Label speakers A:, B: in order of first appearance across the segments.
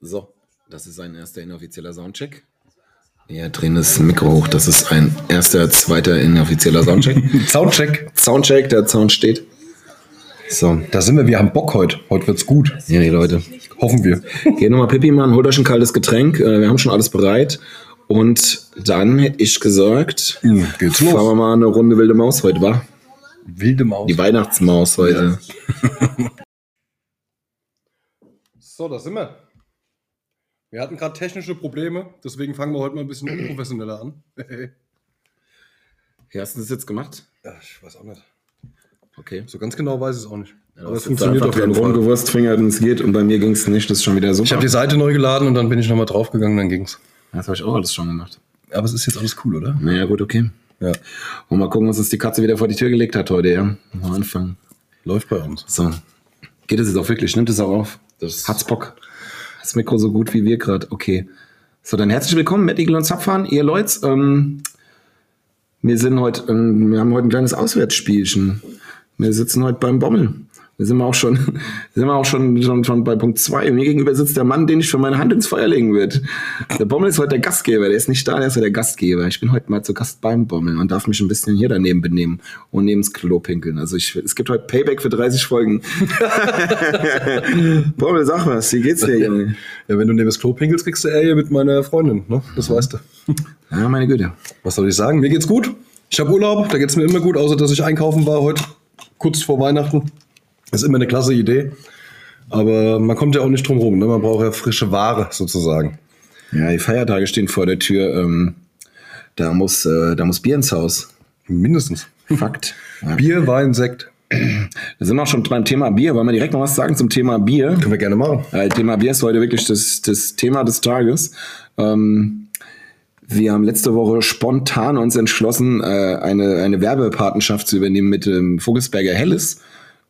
A: So, das ist ein erster inoffizieller Soundcheck. Wir drehen das Mikro hoch. Das ist ein erster, zweiter inoffizieller Soundcheck.
B: Soundcheck.
A: Soundcheck, der Sound steht. So,
B: Da sind wir, wir haben Bock heute. Heute wird's gut.
A: ja, die Leute.
B: Hoffen wir.
A: Geht nochmal Pippi, Mann, holt euch ein kaltes Getränk. Äh, Wir haben schon alles bereit. Und dann hätte ich gesagt,
B: Mhm, geht's los.
A: fahren wir mal eine Runde wilde Maus heute, wa?
B: Wilde Maus.
A: Die Weihnachtsmaus heute.
B: So, da sind wir. Wir hatten gerade technische Probleme, deswegen fangen wir heute mal ein bisschen unprofessioneller an.
A: Wie hast du das jetzt gemacht?
B: Ja, ich weiß auch nicht.
A: Okay.
B: So ganz genau weiß ich es auch nicht. Aber es
A: das
B: funktioniert auf jeden Fall.
A: rumgewurstfingert und es geht. Und bei mir ging es nicht. Das ist schon wieder super.
B: Ich habe die Seite neu geladen und dann bin ich nochmal draufgegangen, dann ging's.
A: das habe ich auch alles schon gemacht.
B: Aber es ist jetzt alles cool, oder?
A: Naja, gut, okay.
B: Ja.
A: Und mal gucken, was uns die Katze wieder vor die Tür gelegt hat heute, ja. Mal anfangen.
B: Läuft bei uns.
A: So. Geht es jetzt auch wirklich? Nimmt es auch auf?
B: Das-
A: Hat's Bock. Das Mikro so gut wie wir gerade. Okay. So, dann herzlich willkommen mit Igel und Zapfahren, ihr Leute. Ähm, wir sind heute, ähm, wir haben heute ein kleines Auswärtsspielchen. Wir sitzen heute beim Bommel. Da sind wir auch schon, da sind wir auch schon, schon, schon bei Punkt 2. Mir gegenüber sitzt der Mann, den ich für meine Hand ins Feuer legen würde. Der Bommel ist heute der Gastgeber. Der ist nicht da, der ist heute der Gastgeber. Ich bin heute mal zu Gast beim Bommel und darf mich ein bisschen hier daneben benehmen und neben das Klo pinkeln. Also ich, es gibt heute Payback für 30 Folgen. Bommel, sag was, wie geht's dir, Junge?
B: Ja, wenn du neben das Klo pinkelst, kriegst du Ärger mit meiner Freundin, ne? Das weißt du.
A: Ja, meine Güte.
B: Was soll ich sagen? Mir geht's gut. Ich habe Urlaub, da geht's mir immer gut, außer dass ich einkaufen war heute kurz vor Weihnachten. Ist immer eine klasse Idee. Aber man kommt ja auch nicht drum rum. Ne? Man braucht ja frische Ware sozusagen.
A: Ja, die Feiertage stehen vor der Tür. Ähm, da muss, äh, da muss Bier ins Haus.
B: Mindestens.
A: Fakt. Ja.
B: Bier, Wein, Sekt.
A: Da sind wir auch schon beim Thema Bier. Wollen wir direkt noch was sagen zum Thema Bier?
B: Können wir gerne machen.
A: Äh, Thema Bier ist heute wirklich das, das Thema des Tages. Ähm, wir haben letzte Woche spontan uns entschlossen, äh, eine, eine Werbepartnerschaft zu übernehmen mit dem Vogelsberger Helles,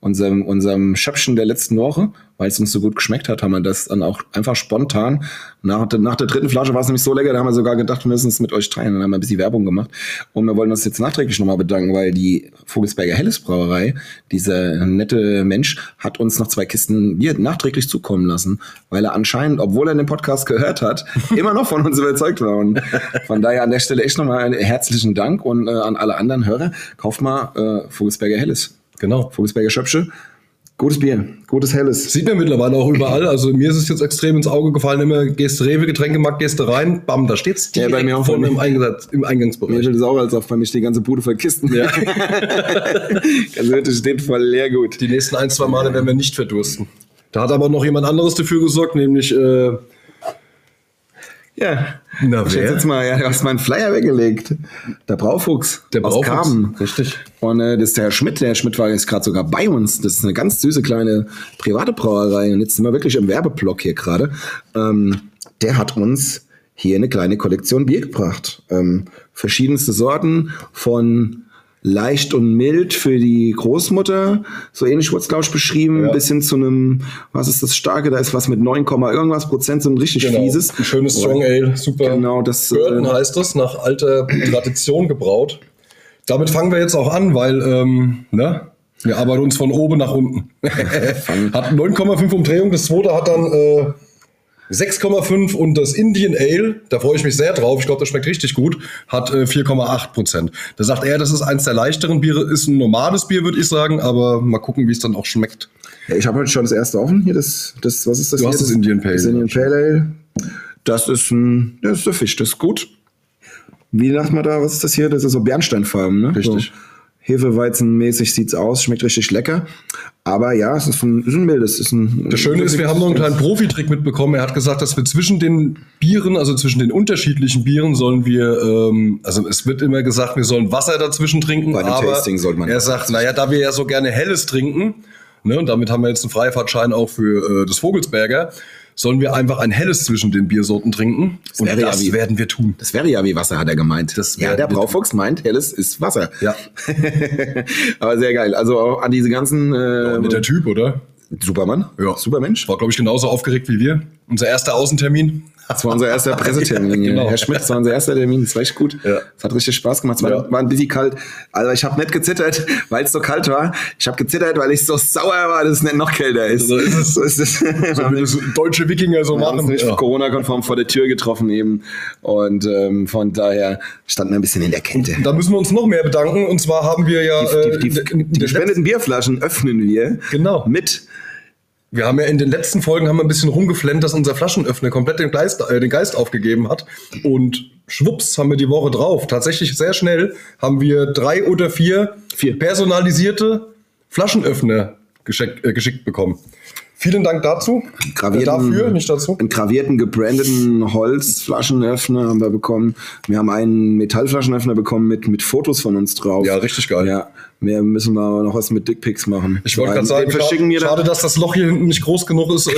A: unserem, unserem Schöpfchen der letzten Woche. Weil es uns so gut geschmeckt hat, haben wir das dann auch einfach spontan. Nach, der- nach der dritten Flasche war es nämlich so lecker, da haben wir sogar gedacht, wir müssen es mit euch teilen. Dann haben wir ein bisschen Werbung gemacht. Und wir wollen uns jetzt nachträglich nochmal bedanken, weil die Vogelsberger Helles Brauerei, dieser nette Mensch, hat uns noch zwei Kisten Bier nachträglich zukommen lassen, weil er anscheinend, obwohl er den Podcast gehört hat, immer noch von uns überzeugt war. Und von daher an der Stelle echt nochmal einen herzlichen Dank und äh, an alle anderen Hörer. Kauft mal äh, Vogelsberger Helles.
B: Genau.
A: Vogelsberger Schöpsche. Gutes Bier, gutes Helles.
B: Sieht man mittlerweile auch überall. Also mir ist es jetzt extrem ins Auge gefallen. Immer gehst Rewe, Getränkemarkt, gehst du rein. Bam, da steht's.
A: Ja, bei mir
B: direkt
A: auch.
B: vorne im, Einsatz, im
A: Mir
B: Eingangsbereich.
A: fällt es auch als auf, bei mir steht die ganze Bude voll Kisten. Ja. also heute steht voll leer gut.
B: Die nächsten ein, zwei Male werden wir nicht verdursten. Da hat aber noch jemand anderes dafür gesorgt, nämlich äh,
A: Ja.
B: Na,
A: ich
B: wer?
A: hätte jetzt mal, ja, du hast meinen Flyer weggelegt. Der Braufuchs.
B: Der
A: aus
B: Braufuchs,
A: Karben.
B: richtig.
A: Und äh, das ist der Herr Schmidt. Der Herr Schmidt war jetzt gerade sogar bei uns. Das ist eine ganz süße kleine private Brauerei. Und jetzt sind wir wirklich im Werbeblock hier gerade. Ähm, der hat uns hier eine kleine Kollektion Bier gebracht. Ähm, verschiedenste Sorten von leicht und mild für die Großmutter. So ähnlich wurde es, glaube ich, beschrieben. Bis hin zu einem, was ist das Starke? Da ist was mit 9, Komma irgendwas Prozent, so ein richtig fieses.
B: Genau. Ein schönes Strong Ale, super.
A: Genau, das,
B: Burton
A: äh,
B: heißt das, nach alter Tradition gebraut. Damit fangen wir jetzt auch an, weil ähm, ne? wir arbeiten uns von oben nach unten. hat 9,5 Umdrehung, das zweite hat dann äh, 6,5 und das Indian Ale, da freue ich mich sehr drauf, ich glaube, das schmeckt richtig gut, hat äh, 4,8 Prozent. Da sagt er, das ist eins der leichteren Biere, ist ein normales Bier, würde ich sagen, aber mal gucken, wie es dann auch schmeckt.
A: Ja, Ich habe heute schon das erste offen. Hier das, das was ist das?
B: Du
A: hier?
B: hast das Indian Pale
A: Das
B: Ale.
A: Indian Pale Ale. Das ist ein, das ist der Fisch, das ist gut. Wie sagt man da, was ist das hier? Das ist so Bernsteinfarben, ne?
B: Richtig.
A: So. Hefeweizenmäßig sieht's aus, schmeckt richtig lecker. Aber ja, es ist ein, ist ein mildes. Ist ein,
B: Das Schöne ist, wir haben noch einen kleinen Profitrick mitbekommen. Er hat gesagt, dass wir zwischen den Bieren, also zwischen den unterschiedlichen Bieren, sollen wir, ähm, also es wird immer gesagt, wir sollen Wasser dazwischen trinken.
A: Bei dem
B: aber
A: Tasting sollte man-
B: Er sagt, naja, da wir ja so gerne Helles trinken, ne, und damit haben wir jetzt einen Freifahrtschein auch für äh, das Vogelsberger, sollen wir einfach ein Helles zwischen den Biersorten trinken. und
A: wäre ja
B: das
A: wie-
B: werden wir tun.
A: Das wäre ja wie Wasser, hat er gemeint. ja,
B: wäre-
A: der Braufuchs meint, helles ist Wasser.
B: Ja.
A: Aber sehr geil. Also auch an diese ganzen äh,
B: Mit der Typ, oder?
A: Supermann?
B: Ja.
A: Supermensch?
B: War, glaube ich, genauso aufgeregt wie wir. Unser erster Außentermin.
A: Das war unser erster Pressetermin.
B: Ja, genau.
A: Herr Schmidt, das war unser erster Termin. Das war echt gut.
B: Ja.
A: Es hat richtig Spaß gemacht. Es war,
B: Ja.
A: war ein bisschen kalt. Also ich habe nicht gezittert, weil es so kalt war. Ich habe gezittert, weil ich so sauer war, dass es nicht noch kälter ist.
B: So ist es.
A: So ist es. Wir haben
B: Wie das deutsche Wikinger so
A: uns
B: machen.
A: nicht
B: Ja.
A: Corona-konform vor der Tür getroffen eben. Und ähm, von daher standen wir ein bisschen in der Kälte.
B: Da müssen wir uns noch mehr bedanken. Und zwar haben wir ja. äh,
A: Die, die,
B: in- in
A: die
B: der
A: gespendeten Bierflaschen öffnen wir
B: Genau.
A: mit
B: Wir haben ja in den letzten Folgen haben wir ein bisschen rumgeflennt, dass unser Flaschenöffner komplett den Geist, äh, den Geist aufgegeben hat. Und schwupps haben wir die Woche drauf. Tatsächlich sehr schnell haben wir drei oder vier,
A: Vier.
B: personalisierte Flaschenöffner geschickt, äh, geschickt bekommen. Vielen Dank dazu. Äh,
A: gravierten,
B: Dafür, nicht dazu.
A: einen gravierten, gebrandeten Holzflaschenöffner haben wir bekommen. Wir haben einen Metallflaschenöffner bekommen mit, mit Fotos von uns drauf.
B: Ja, richtig geil.
A: Ja, mehr müssen wir aber noch was mit Dickpics machen.
B: Ich wollte
A: Weil
B: gerade sagen,
A: den verschicken wir
B: schade, schade,
A: dann.
B: dass das Loch hier hinten nicht groß genug ist. Äh,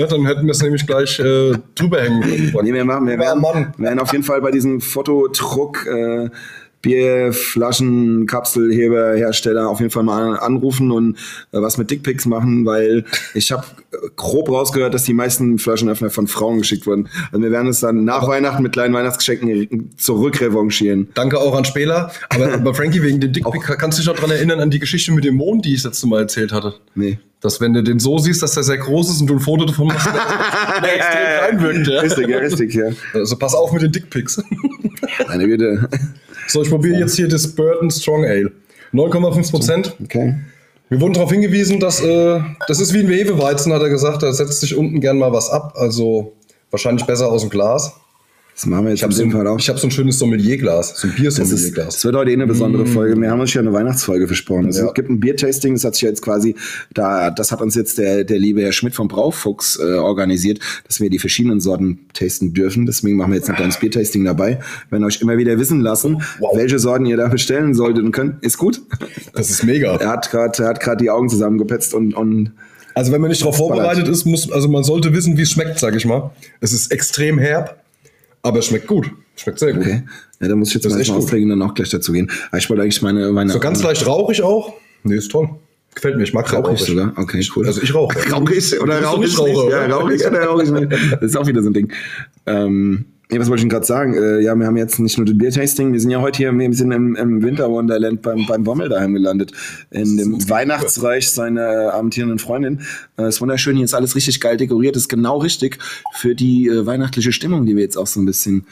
B: ne, dann hätten wir es nämlich gleich äh, drüber hängen können.
A: Nee, wir machen, wir
B: Ah,
A: werden,
B: Mann.
A: werden auf jeden Fall bei diesem Fototruck äh, Bierflaschen, Kapselheberhersteller auf jeden Fall mal anrufen und äh, was mit Dickpics machen, weil ich habe grob rausgehört, dass die meisten Flaschenöffner von Frauen geschickt wurden. Also wir werden es dann nach Weihnachten mit kleinen Weihnachtsgeschenken zurückrevanchieren.
B: Danke auch an Spela. Aber, aber Frankie, wegen dem Dickpick kannst du dich noch dran erinnern an die Geschichte mit dem Mond, die ich das letzte Mal erzählt hatte.
A: Nee.
B: Dass wenn du den so siehst, dass der sehr groß ist und du ein Foto davon machst, der- der extrem klein wirkt. Ja.
A: Richtig, ja, richtig, ja.
B: Also pass auf mit den Dickpicks.
A: Meine Güte.
B: So, ich probiere jetzt hier das Burton Strong Ale. 9,5 Prozent.
A: Okay.
B: Wir wurden darauf hingewiesen, dass äh, das ist wie ein Hefeweizen, hat er gesagt. Da setzt sich unten gern mal was ab. Also wahrscheinlich besser aus dem Glas.
A: Das machen wir jetzt
B: Ich habe
A: auf
B: so,
A: jeden Fall
B: ein-
A: auch.
B: ich hab so ein schönes Sommelierglas, so ein
A: Das ist,
B: Bier-Sommelierglas.
A: es wird heute eh eine besondere Folge. Wir haben uns ja eine Weihnachtsfolge versprochen. Es
B: Mm. Ja.
A: gibt ein Biertasting, das hat sich jetzt quasi, da, das hat uns jetzt der, der liebe Herr Schmidt vom Braufuchs äh, organisiert, dass wir die verschiedenen Sorten tasten dürfen. Deswegen machen wir jetzt ein kleines Biertasting dabei. Wir werden euch immer wieder wissen lassen,
B: Wow.
A: welche Sorten ihr da bestellen solltet und könnt. Ist gut.
B: Das ist mega.
A: Er hat gerade, er hat gerade die Augen zusammengepetzt und, und
B: Also wenn man nicht darauf vorbereitet ist, muss also man sollte wissen, wie es schmeckt, sag ich mal. Es ist extrem herb, aber es schmeckt gut. Schmeckt sehr gut.
A: okay. Ja, da muss ich jetzt
B: Das
A: mal
B: ist echt
A: erstmal
B: gut.
A: aufregen und dann auch gleich dazu gehen. Aber ich wollte eigentlich meine, meine
B: So ganz leicht rauchig auch. Nee, ist toll. Gefällt mir, ich mag sehr
A: Rauchig sogar? Okay, cool.
B: Also ich rauche.
A: Rauchig oder
B: Du bist doch
A: rauchig
B: nicht Raucher,
A: Ja,
B: oder?
A: rauchig oder rauchig nicht. Das ist auch wieder so ein Ding. Ähm, nee, was wollte ich denn gerade sagen? Äh, ja, wir haben jetzt nicht nur das Biertasting, wir sind ja heute hier, wir sind im, im Winter Wonderland beim, beim Bommel daheim gelandet. In dem Weihnachtsreich seiner amtierenden Freundin. Äh, ist wunderschön, hier ist alles richtig geil dekoriert, ist genau richtig für die äh, weihnachtliche Stimmung, die wir jetzt auch so ein bisschen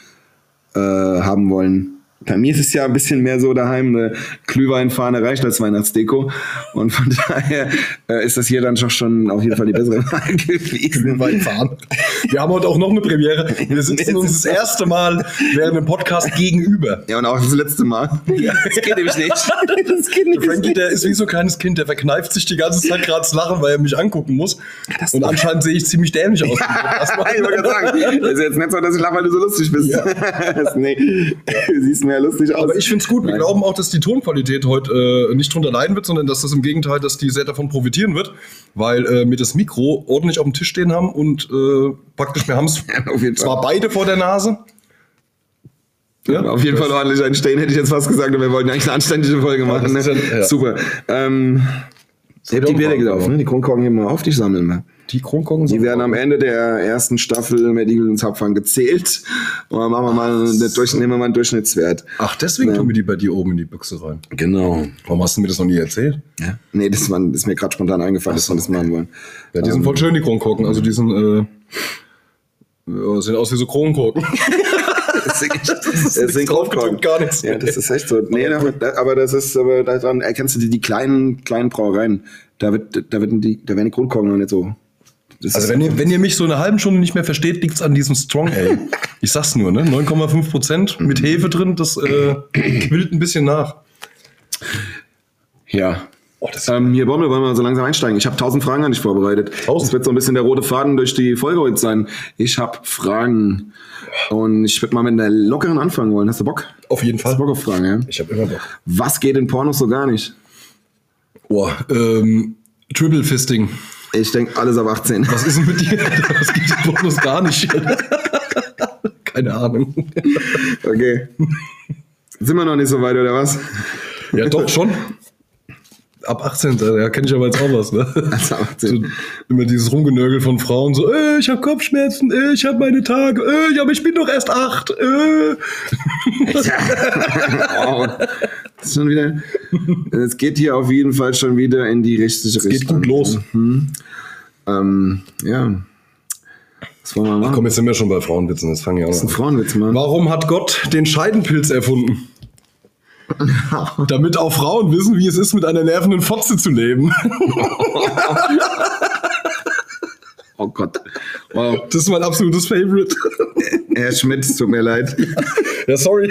A: äh, haben wollen. Bei mir ist es ja ein bisschen mehr so daheim, eine Glühweinfahne reicht als Weihnachtsdeko. Und von daher äh, ist das hier dann doch schon auf jeden Fall die bessere Wahl gewesen.
B: Weit fahren. Wir haben heute auch noch eine Premiere. Wir sitzen uns das erste Mal während dem Podcast gegenüber.
A: Ja, und auch das letzte Mal. Das geht nämlich nicht. Das geht
B: Der Frankie,
A: nicht.
B: der ist wie so ein kleines Kind, der verkneift sich die ganze Zeit gerade das Lachen, weil er mich angucken muss. Und anscheinend sehe ich ziemlich dämlich aus.
A: Ich wollte gerade sagen, das ist jetzt nicht so, dass ich lache, weil du so lustig bist.
B: Ja.
A: nee, du siehst mir ja lustig aus.
B: Aber ich finde es gut. Wir
A: Nein.
B: glauben auch, dass die Tonqualität heute äh, nicht drunter leiden wird, sondern dass das im Gegenteil, dass die sehr davon profitieren wird, weil äh, wir das Mikro ordentlich auf dem Tisch stehen haben und äh, praktisch wir haben es
A: auf jeden Fall.
B: zwar beide vor der Nase. Ja.
A: Auf jeden Fall ordentlich einstehen, hätte ich jetzt fast gesagt, aber wir wollten eigentlich eine anständige Folge machen.
B: das
A: ne?
B: ist ja- ja.
A: Super. Ähm, heb die
B: Kronkorken
A: Bierdeckel auf, ne? Die Kronkorken heben wir auf, die sammeln ne? wir.
B: Die Kronkorken
A: Die werden am Ende der ersten Staffel mit Igel und Zapfern gezählt. Und dann machen wir mal eine, durch, nehmen wir mal einen Durchschnittswert.
B: Ach, deswegen tun wir die bei dir oben in die Büchse rein.
A: Genau.
B: Warum hast du mir das noch nie erzählt?
A: Ja. Nee, das, war, das ist mir gerade spontan eingefallen, dass wir das machen wollen.
B: Ja,
A: Ähm.
B: die sind voll schön, die Kronkorken. Also die sind, äh, ja, sehen aus wie so Kronkorken.
A: Das ist, das
B: nichts drauf gedruckt, gar nichts.
A: Ja, das ist echt so. Nee, aber, aber das ist, aber daran erkennst du die, die kleinen, kleinen Brauereien. Da wird, da wird die, da werden die Grundkorken noch nicht so. Das
B: Also
A: ist-
B: wenn ihr, wenn ihr mich so eine halbe Stunde nicht mehr versteht, liegt's an diesem Strong Ale. Ich sag's nur, ne? 9,5 Prozent mit Hefe drin, das äh, quillt ein bisschen nach.
A: ja.
B: Oh, das
A: Ähm, hier, Bommel, wollen wir so langsam einsteigen. Ich habe tausend Fragen an dich vorbereitet.
B: Tausend?
A: Das wird so ein bisschen der rote Faden durch die Folge heute sein. Ich habe Fragen. Und ich würde mal mit einer lockeren anfangen wollen. Hast du Bock?
B: auf jeden Fall.
A: Hast du Bock auf Fragen, ja?
B: Ich habe immer Bock.
A: Was geht in Pornos so gar nicht?
B: Oh, ähm, Triple Fisting.
A: Ich denke, alles ab 18.
B: Was ist denn mit dir? Das gibt es bloß gar nicht. Keine Ahnung.
A: Okay. Sind wir noch nicht so weit, oder was?
B: Ja, doch schon. ab 18, da kenne ich aber jetzt auch was, ne?
A: Also 18.
B: So, immer dieses Rumgenörgel von Frauen, so, äh, ich habe Kopfschmerzen, äh, ich habe meine Tage, äh, ja, aber ich bin doch erst acht, äh.
A: oh, das ist schon wieder. Es geht hier auf jeden Fall schon wieder in die richtige Richtung.
B: Geht gut los.
A: Ähm, ja. Was wollen wir machen?
B: Komm, jetzt sind wir schon bei Frauenwitzen, jetzt fangen wir
A: das ist
B: an.
A: ein Frauenwitz, Mann.
B: Warum hat Gott den Scheidenpilz erfunden? Damit auch Frauen wissen, wie es ist, mit einer nervenden Fotze zu leben.
A: Oh Gott. Wow.
B: Das ist mein absolutes Favorite.
A: Herr Schmidt, es tut mir leid.
B: Ja, sorry.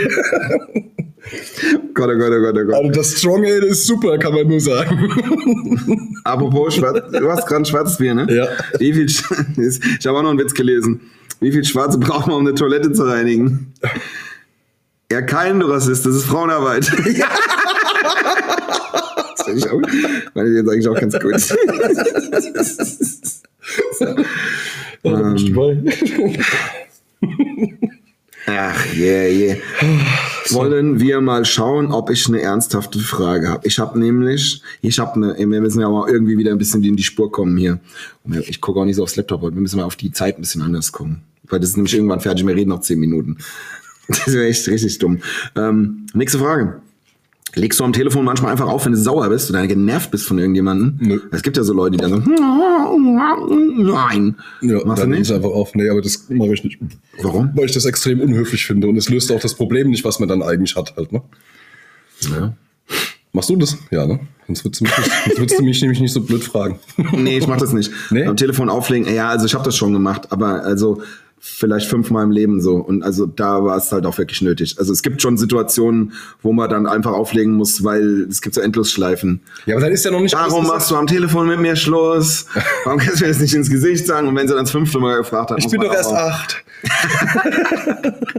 A: Gott, oh Gott, oh Gott, oh Gott.
B: Also das Strong Ale ist super, kann man nur sagen.
A: Apropos, Schwarz, du hast gerade ein Schwarzbier, ne?
B: Ja.
A: Wie viel, Sch- ich habe auch noch einen Witz gelesen. Wie viel Schwarze braucht man, um eine Toilette zu reinigen? Ja, kein du Rassist, das ist Frauenarbeit. Ja. Das finde ich auch, fand ich jetzt eigentlich auch ganz gut. Ähm, Ach, yeah, yeah. Wollen wir mal schauen, ob ich eine ernsthafte Frage habe. Ich habe nämlich, ich habe eine, wir müssen ja mal irgendwie wieder ein bisschen in die Spur kommen hier. Und Ich gucke auch nicht so aufs Laptop heute, wir müssen mal auf die Zeit ein bisschen anders kommen. Weil das ist nämlich irgendwann fertig, wir reden noch zehn Minuten. Das wäre echt richtig dumm. Ähm, nächste Frage. Legst du am Telefon manchmal einfach auf, wenn du sauer bist oder genervt bist von irgendjemandem?
B: Nö.
A: Es gibt ja so Leute, die dann so, nein.
B: Ja,
A: Machst du
B: dann
A: nicht?
B: ist einfach auf. Nee, aber das mache ich nicht.
A: Warum?
B: Weil ich das extrem unhöflich finde und es löst auch das Problem nicht, was man dann eigentlich hat halt, ne?
A: Ja.
B: Machst du das? Ja, ne? Sonst würdest du mich, nicht- sonst würdest du mich nämlich nicht so blöd fragen.
A: Nee, ich mach das nicht.
B: Nee?
A: Am Telefon auflegen, ja, also ich habe das schon gemacht, aber also vielleicht fünfmal im Leben so. Und also da war es halt auch wirklich nötig. Also es gibt schon Situationen, wo man dann einfach auflegen muss, weil es gibt so Endlosschleifen.
B: Ja, aber dann ist ja noch nicht alles
A: Warum
B: gesagt.
A: machst du am Telefon mit mir Schluss? Warum kannst du mir das nicht ins Gesicht sagen? Und wenn sie dann das fünfte Mal gefragt hat,
B: Ich
A: muss
B: bin
A: man
B: doch erst
A: auch-
B: acht.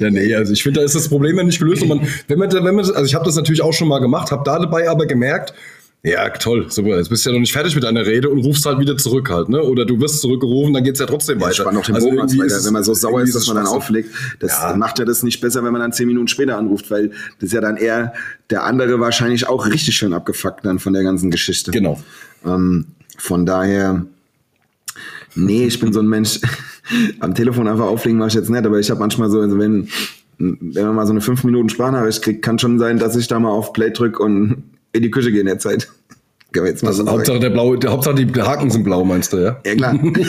B: ja, nee, also ich finde, da ist das Problem ja nicht gelöst. Und man, wenn man, wenn man, also ich habe das natürlich auch schon mal gemacht, habe dabei aber gemerkt, ja, toll, super, jetzt bist du ja noch nicht fertig mit deiner Rede und rufst halt wieder zurück halt, ne? Oder du wirst zurückgerufen, dann geht's ja trotzdem
A: Ich
B: weiter.
A: spann auch den
B: also
A: Bogen aus,
B: irgendwie
A: weil
B: ist
A: der-
B: es-
A: wenn man so sauer
B: irgendwie
A: ist, dass man dann
B: Schwachsinn.
A: auflegt, das
B: Ja.
A: macht ja das nicht besser, wenn man dann zehn Minuten später anruft, weil das ist ja dann eher der andere wahrscheinlich auch richtig schön abgefuckt dann von der ganzen Geschichte.
B: Genau.
A: Ähm, von daher, nee, ich bin so ein Mensch. Am Telefon einfach auflegen mache ich jetzt nicht, aber ich habe manchmal so, also wenn, wenn man mal so eine 5 Minuten Sprachnachricht kriegt, kann schon sein, dass ich da mal auf Play drück und in die Küche gehe in der Zeit. Kann man jetzt mal so sagen.
B: Hauptsache der blaue, der, Hauptsache die Haken sind blau, meinst du, ja?
A: Also Ja,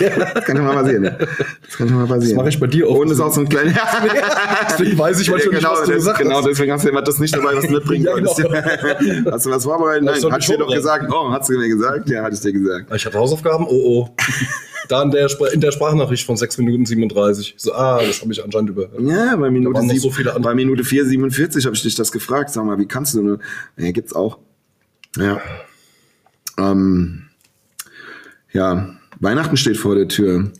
A: klar. Das kann schon mal passieren. Das kann schon mal passieren.
B: mache ich bei dir auch.
A: Und ist auch so ein kleiner.
B: Deswegen weiß ich manchmal
A: genau,
B: nicht, was du
A: das-
B: gesagt
A: genau,
B: hast.
A: deswegen hast du immer das nicht dabei, was du mitbringen
B: Ja, genau.
A: wolltest. Hast du was vorbereitet? Nein,
B: Hast du
A: hat ich dir doch
B: vorbereitet?
A: gesagt. Oh, hast du mir gesagt? Ja, hatte ich dir gesagt.
B: Ich hatte Hausaufgaben, oh oh. Da in der, Spra- in der Sprachnachricht von 6 Minuten 37. So, ah, das habe ich anscheinend überhört.
A: Ja, bei Minute,
B: waren noch
A: sieb-
B: so viele andere.
A: bei Minute 4,47 habe ich dich das gefragt. Sag mal, wie kannst du nur. Ja, gibt's auch. Ja. Ähm, ja, Weihnachten steht vor der Tür.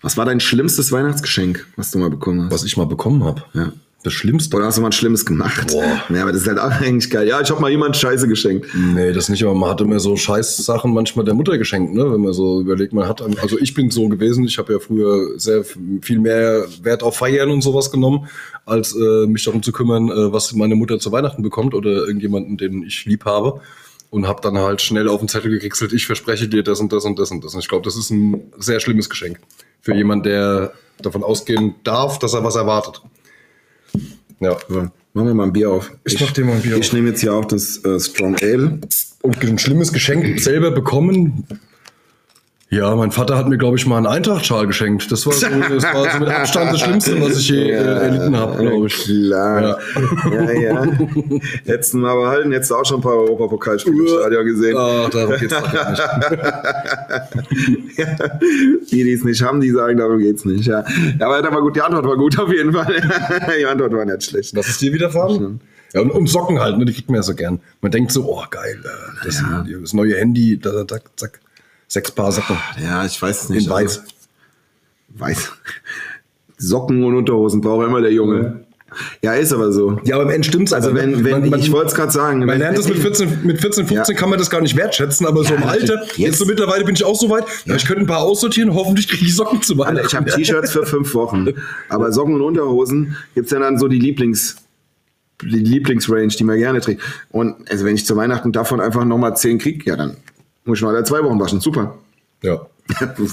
A: Was war dein schlimmstes Weihnachtsgeschenk, was du mal bekommen hast?
B: was ich mal bekommen habe.
A: Ja.
B: Das Schlimmste.
A: Oder hast du mal ein Schlimmes gemacht?
B: Boah.
A: Ja, aber das ist halt auch eigentlich geil. Ja, ich habe mal jemand Scheiße geschenkt.
B: Nee, das nicht, aber man hat immer so scheiß Sachen manchmal der Mutter geschenkt, ne? wenn man so überlegt, man hat, also ich bin so gewesen, ich habe ja früher sehr f- viel mehr Wert auf Feiern und sowas genommen, als äh, mich darum zu kümmern, äh, was meine Mutter zu Weihnachten bekommt oder irgendjemanden, den ich lieb habe und habe dann halt schnell auf den Zettel gekritzelt, ich verspreche dir das und das und das und das. Und ich glaube, das ist ein sehr schlimmes Geschenk für jemanden, der davon ausgehen darf, dass er was erwartet. Ja.
A: So, machen wir mal ein Bier auf.
B: Ich mach dir mal ein Bier
A: Ich
B: auf.
A: nehme jetzt hier auch das äh, Strong Ale.
B: Und ein schlimmes Geschenk selber bekommen? Ja, mein Vater hat mir, glaube ich, mal einen Eintracht-Schal geschenkt. Das war, so, das war so mit Abstand das Schlimmste, was ich je äh, erlitten habe, glaube ich.
A: Klar. Ja, ja. Hättest du mal behalten, hättest du auch schon ein paar Europapokalspiele im Stadion gesehen.
B: Ah, darum geht's doch gar nicht.
A: Die, die es nicht haben, die sagen, darum geht's nicht. Ja, ja aber, aber gut, die Antwort war gut auf jeden Fall. die Antwort war nicht schlecht.
B: Was ist dir widerfahren? Ja, und, und Socken halt, ne? die kriegt man ja so gern. Man denkt so, oh geil, äh, das, das neue Handy, da, da, da, zack, sechs Paar Socken
A: Ja, ich weiß es also
B: in weiß.
A: Weiß. Socken und Unterhosen braucht immer der Junge. Ja, ist aber so.
B: Ja, aber im Ende stimmt's.
A: Also
B: aber
A: wenn, wenn ich wollte es gerade sagen,
B: Man
A: wenn,
B: lernt das mit 14, mit 14 15
A: Ja.
B: kann man das gar nicht wertschätzen, aber so im
A: natürlich.
B: Alter, jetzt.
A: Jetzt.
B: so mittlerweile bin ich auch so weit, ja. ich könnte ein paar aussortieren, hoffentlich kriege ich Socken zu
A: Alter,
B: Weihnachten.
A: ich habe T-Shirts für fünf Wochen, aber Socken und Unterhosen gibt's ja dann so die Lieblings. die Lieblingsrange, die man gerne trägt. Und also wenn ich zu Weihnachten davon einfach nochmal 10 kriege, ja, dann muss ich mal alle zwei Wochen waschen. Super.
B: Ja.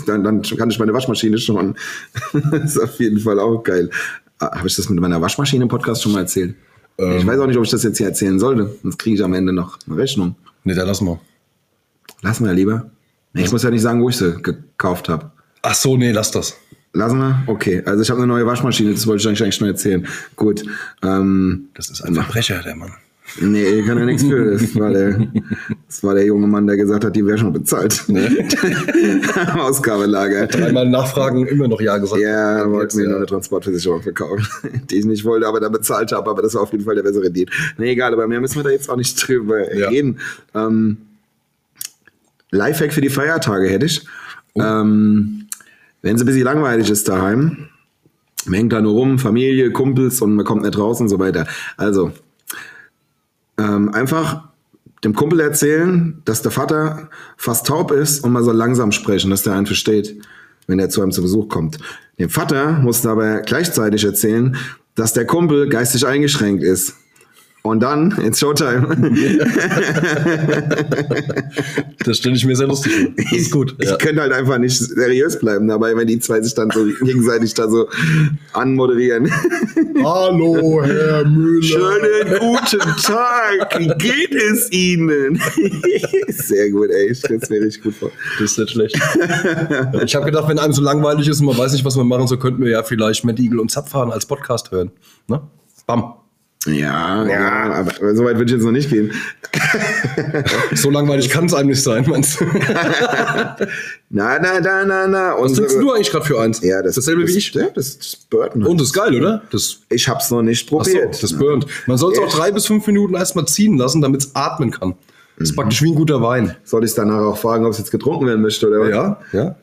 A: dann, dann kann ich meine Waschmaschine schon. das ist auf jeden Fall auch geil. Habe ich das mit meiner Waschmaschine im Podcast schon mal erzählt? Ähm, ich weiß auch nicht, ob ich das jetzt hier erzählen sollte. Sonst kriege ich am Ende noch eine Rechnung.
B: Nee, dann lass mal.
A: Lass mal lieber. Ich muss ja nicht sagen, wo ich sie gekauft habe.
B: Ach so, nee, lass das.
A: Lassen wir? Okay. Also ich habe eine neue Waschmaschine, das wollte ich eigentlich schon erzählen. Gut. Ähm,
B: das ist ein Verbrecher, der Mann.
A: Nee, kann ja nichts für. Das war, der, das war der junge Mann, der gesagt hat, die wäre schon bezahlt. Nee. Ausgabelager.
B: Dreimal nachfragen, immer noch Ja gesagt.
A: Ja, wollten mir ja. eine Transportversicherung verkaufen, die ich nicht wollte, aber dann bezahlt habe. Aber das war auf jeden Fall der bessere Deal. Nee, egal, aber mehr müssen wir da jetzt auch nicht drüber ja. reden. Ähm, Lifehack für die Feiertage hätte ich. Oh. Ähm, wenn es ein bisschen langweilig ist daheim, man hängt da nur rum, Familie, Kumpels und man kommt nicht raus und so weiter. Also, ähm, einfach dem Kumpel erzählen, dass der Vater fast taub ist und man soll langsam sprechen, dass der einen versteht, wenn er zu einem zu Besuch kommt. Dem Vater muss dabei gleichzeitig erzählen, dass der Kumpel geistig eingeschränkt ist. Und dann, it's Showtime.
B: das stelle ich mir sehr lustig vor. Das ist gut.
A: Ich, ja. ich könnte halt einfach nicht seriös bleiben dabei, wenn die zwei sich dann so gegenseitig da so anmoderieren.
B: Hallo, Herr Müller.
A: Schönen guten Tag. Wie geht es Ihnen? sehr gut, ey. Ich stelle es mir richtig gut vor.
B: Das ist nicht schlecht. Ich habe gedacht, wenn einem so langweilig ist und man weiß nicht, was man machen soll, könnten wir ja vielleicht mit Igel und Zapfahren als Podcast hören. Ne? Bam.
A: Ja, ja, aber so weit würde ich jetzt noch nicht gehen.
B: so langweilig kann es einem nicht sein, meinst du?
A: na, na, na, na, na.
B: Was trinkst du eigentlich gerade für eins?
A: Ja, das,
B: Dasselbe
A: das,
B: wie ich?
A: Ja, das, das burnt.
B: Und das ist geil, oder? Das,
A: ich hab's noch nicht probiert.
B: So, das burnt. Man soll es auch drei bis fünf Minuten erstmal ziehen lassen, damit es atmen kann. Das ist praktisch wie ein guter Wein.
A: Soll ich danach auch fragen, ob es jetzt getrunken werden möchte oder was?
B: Ja, ja.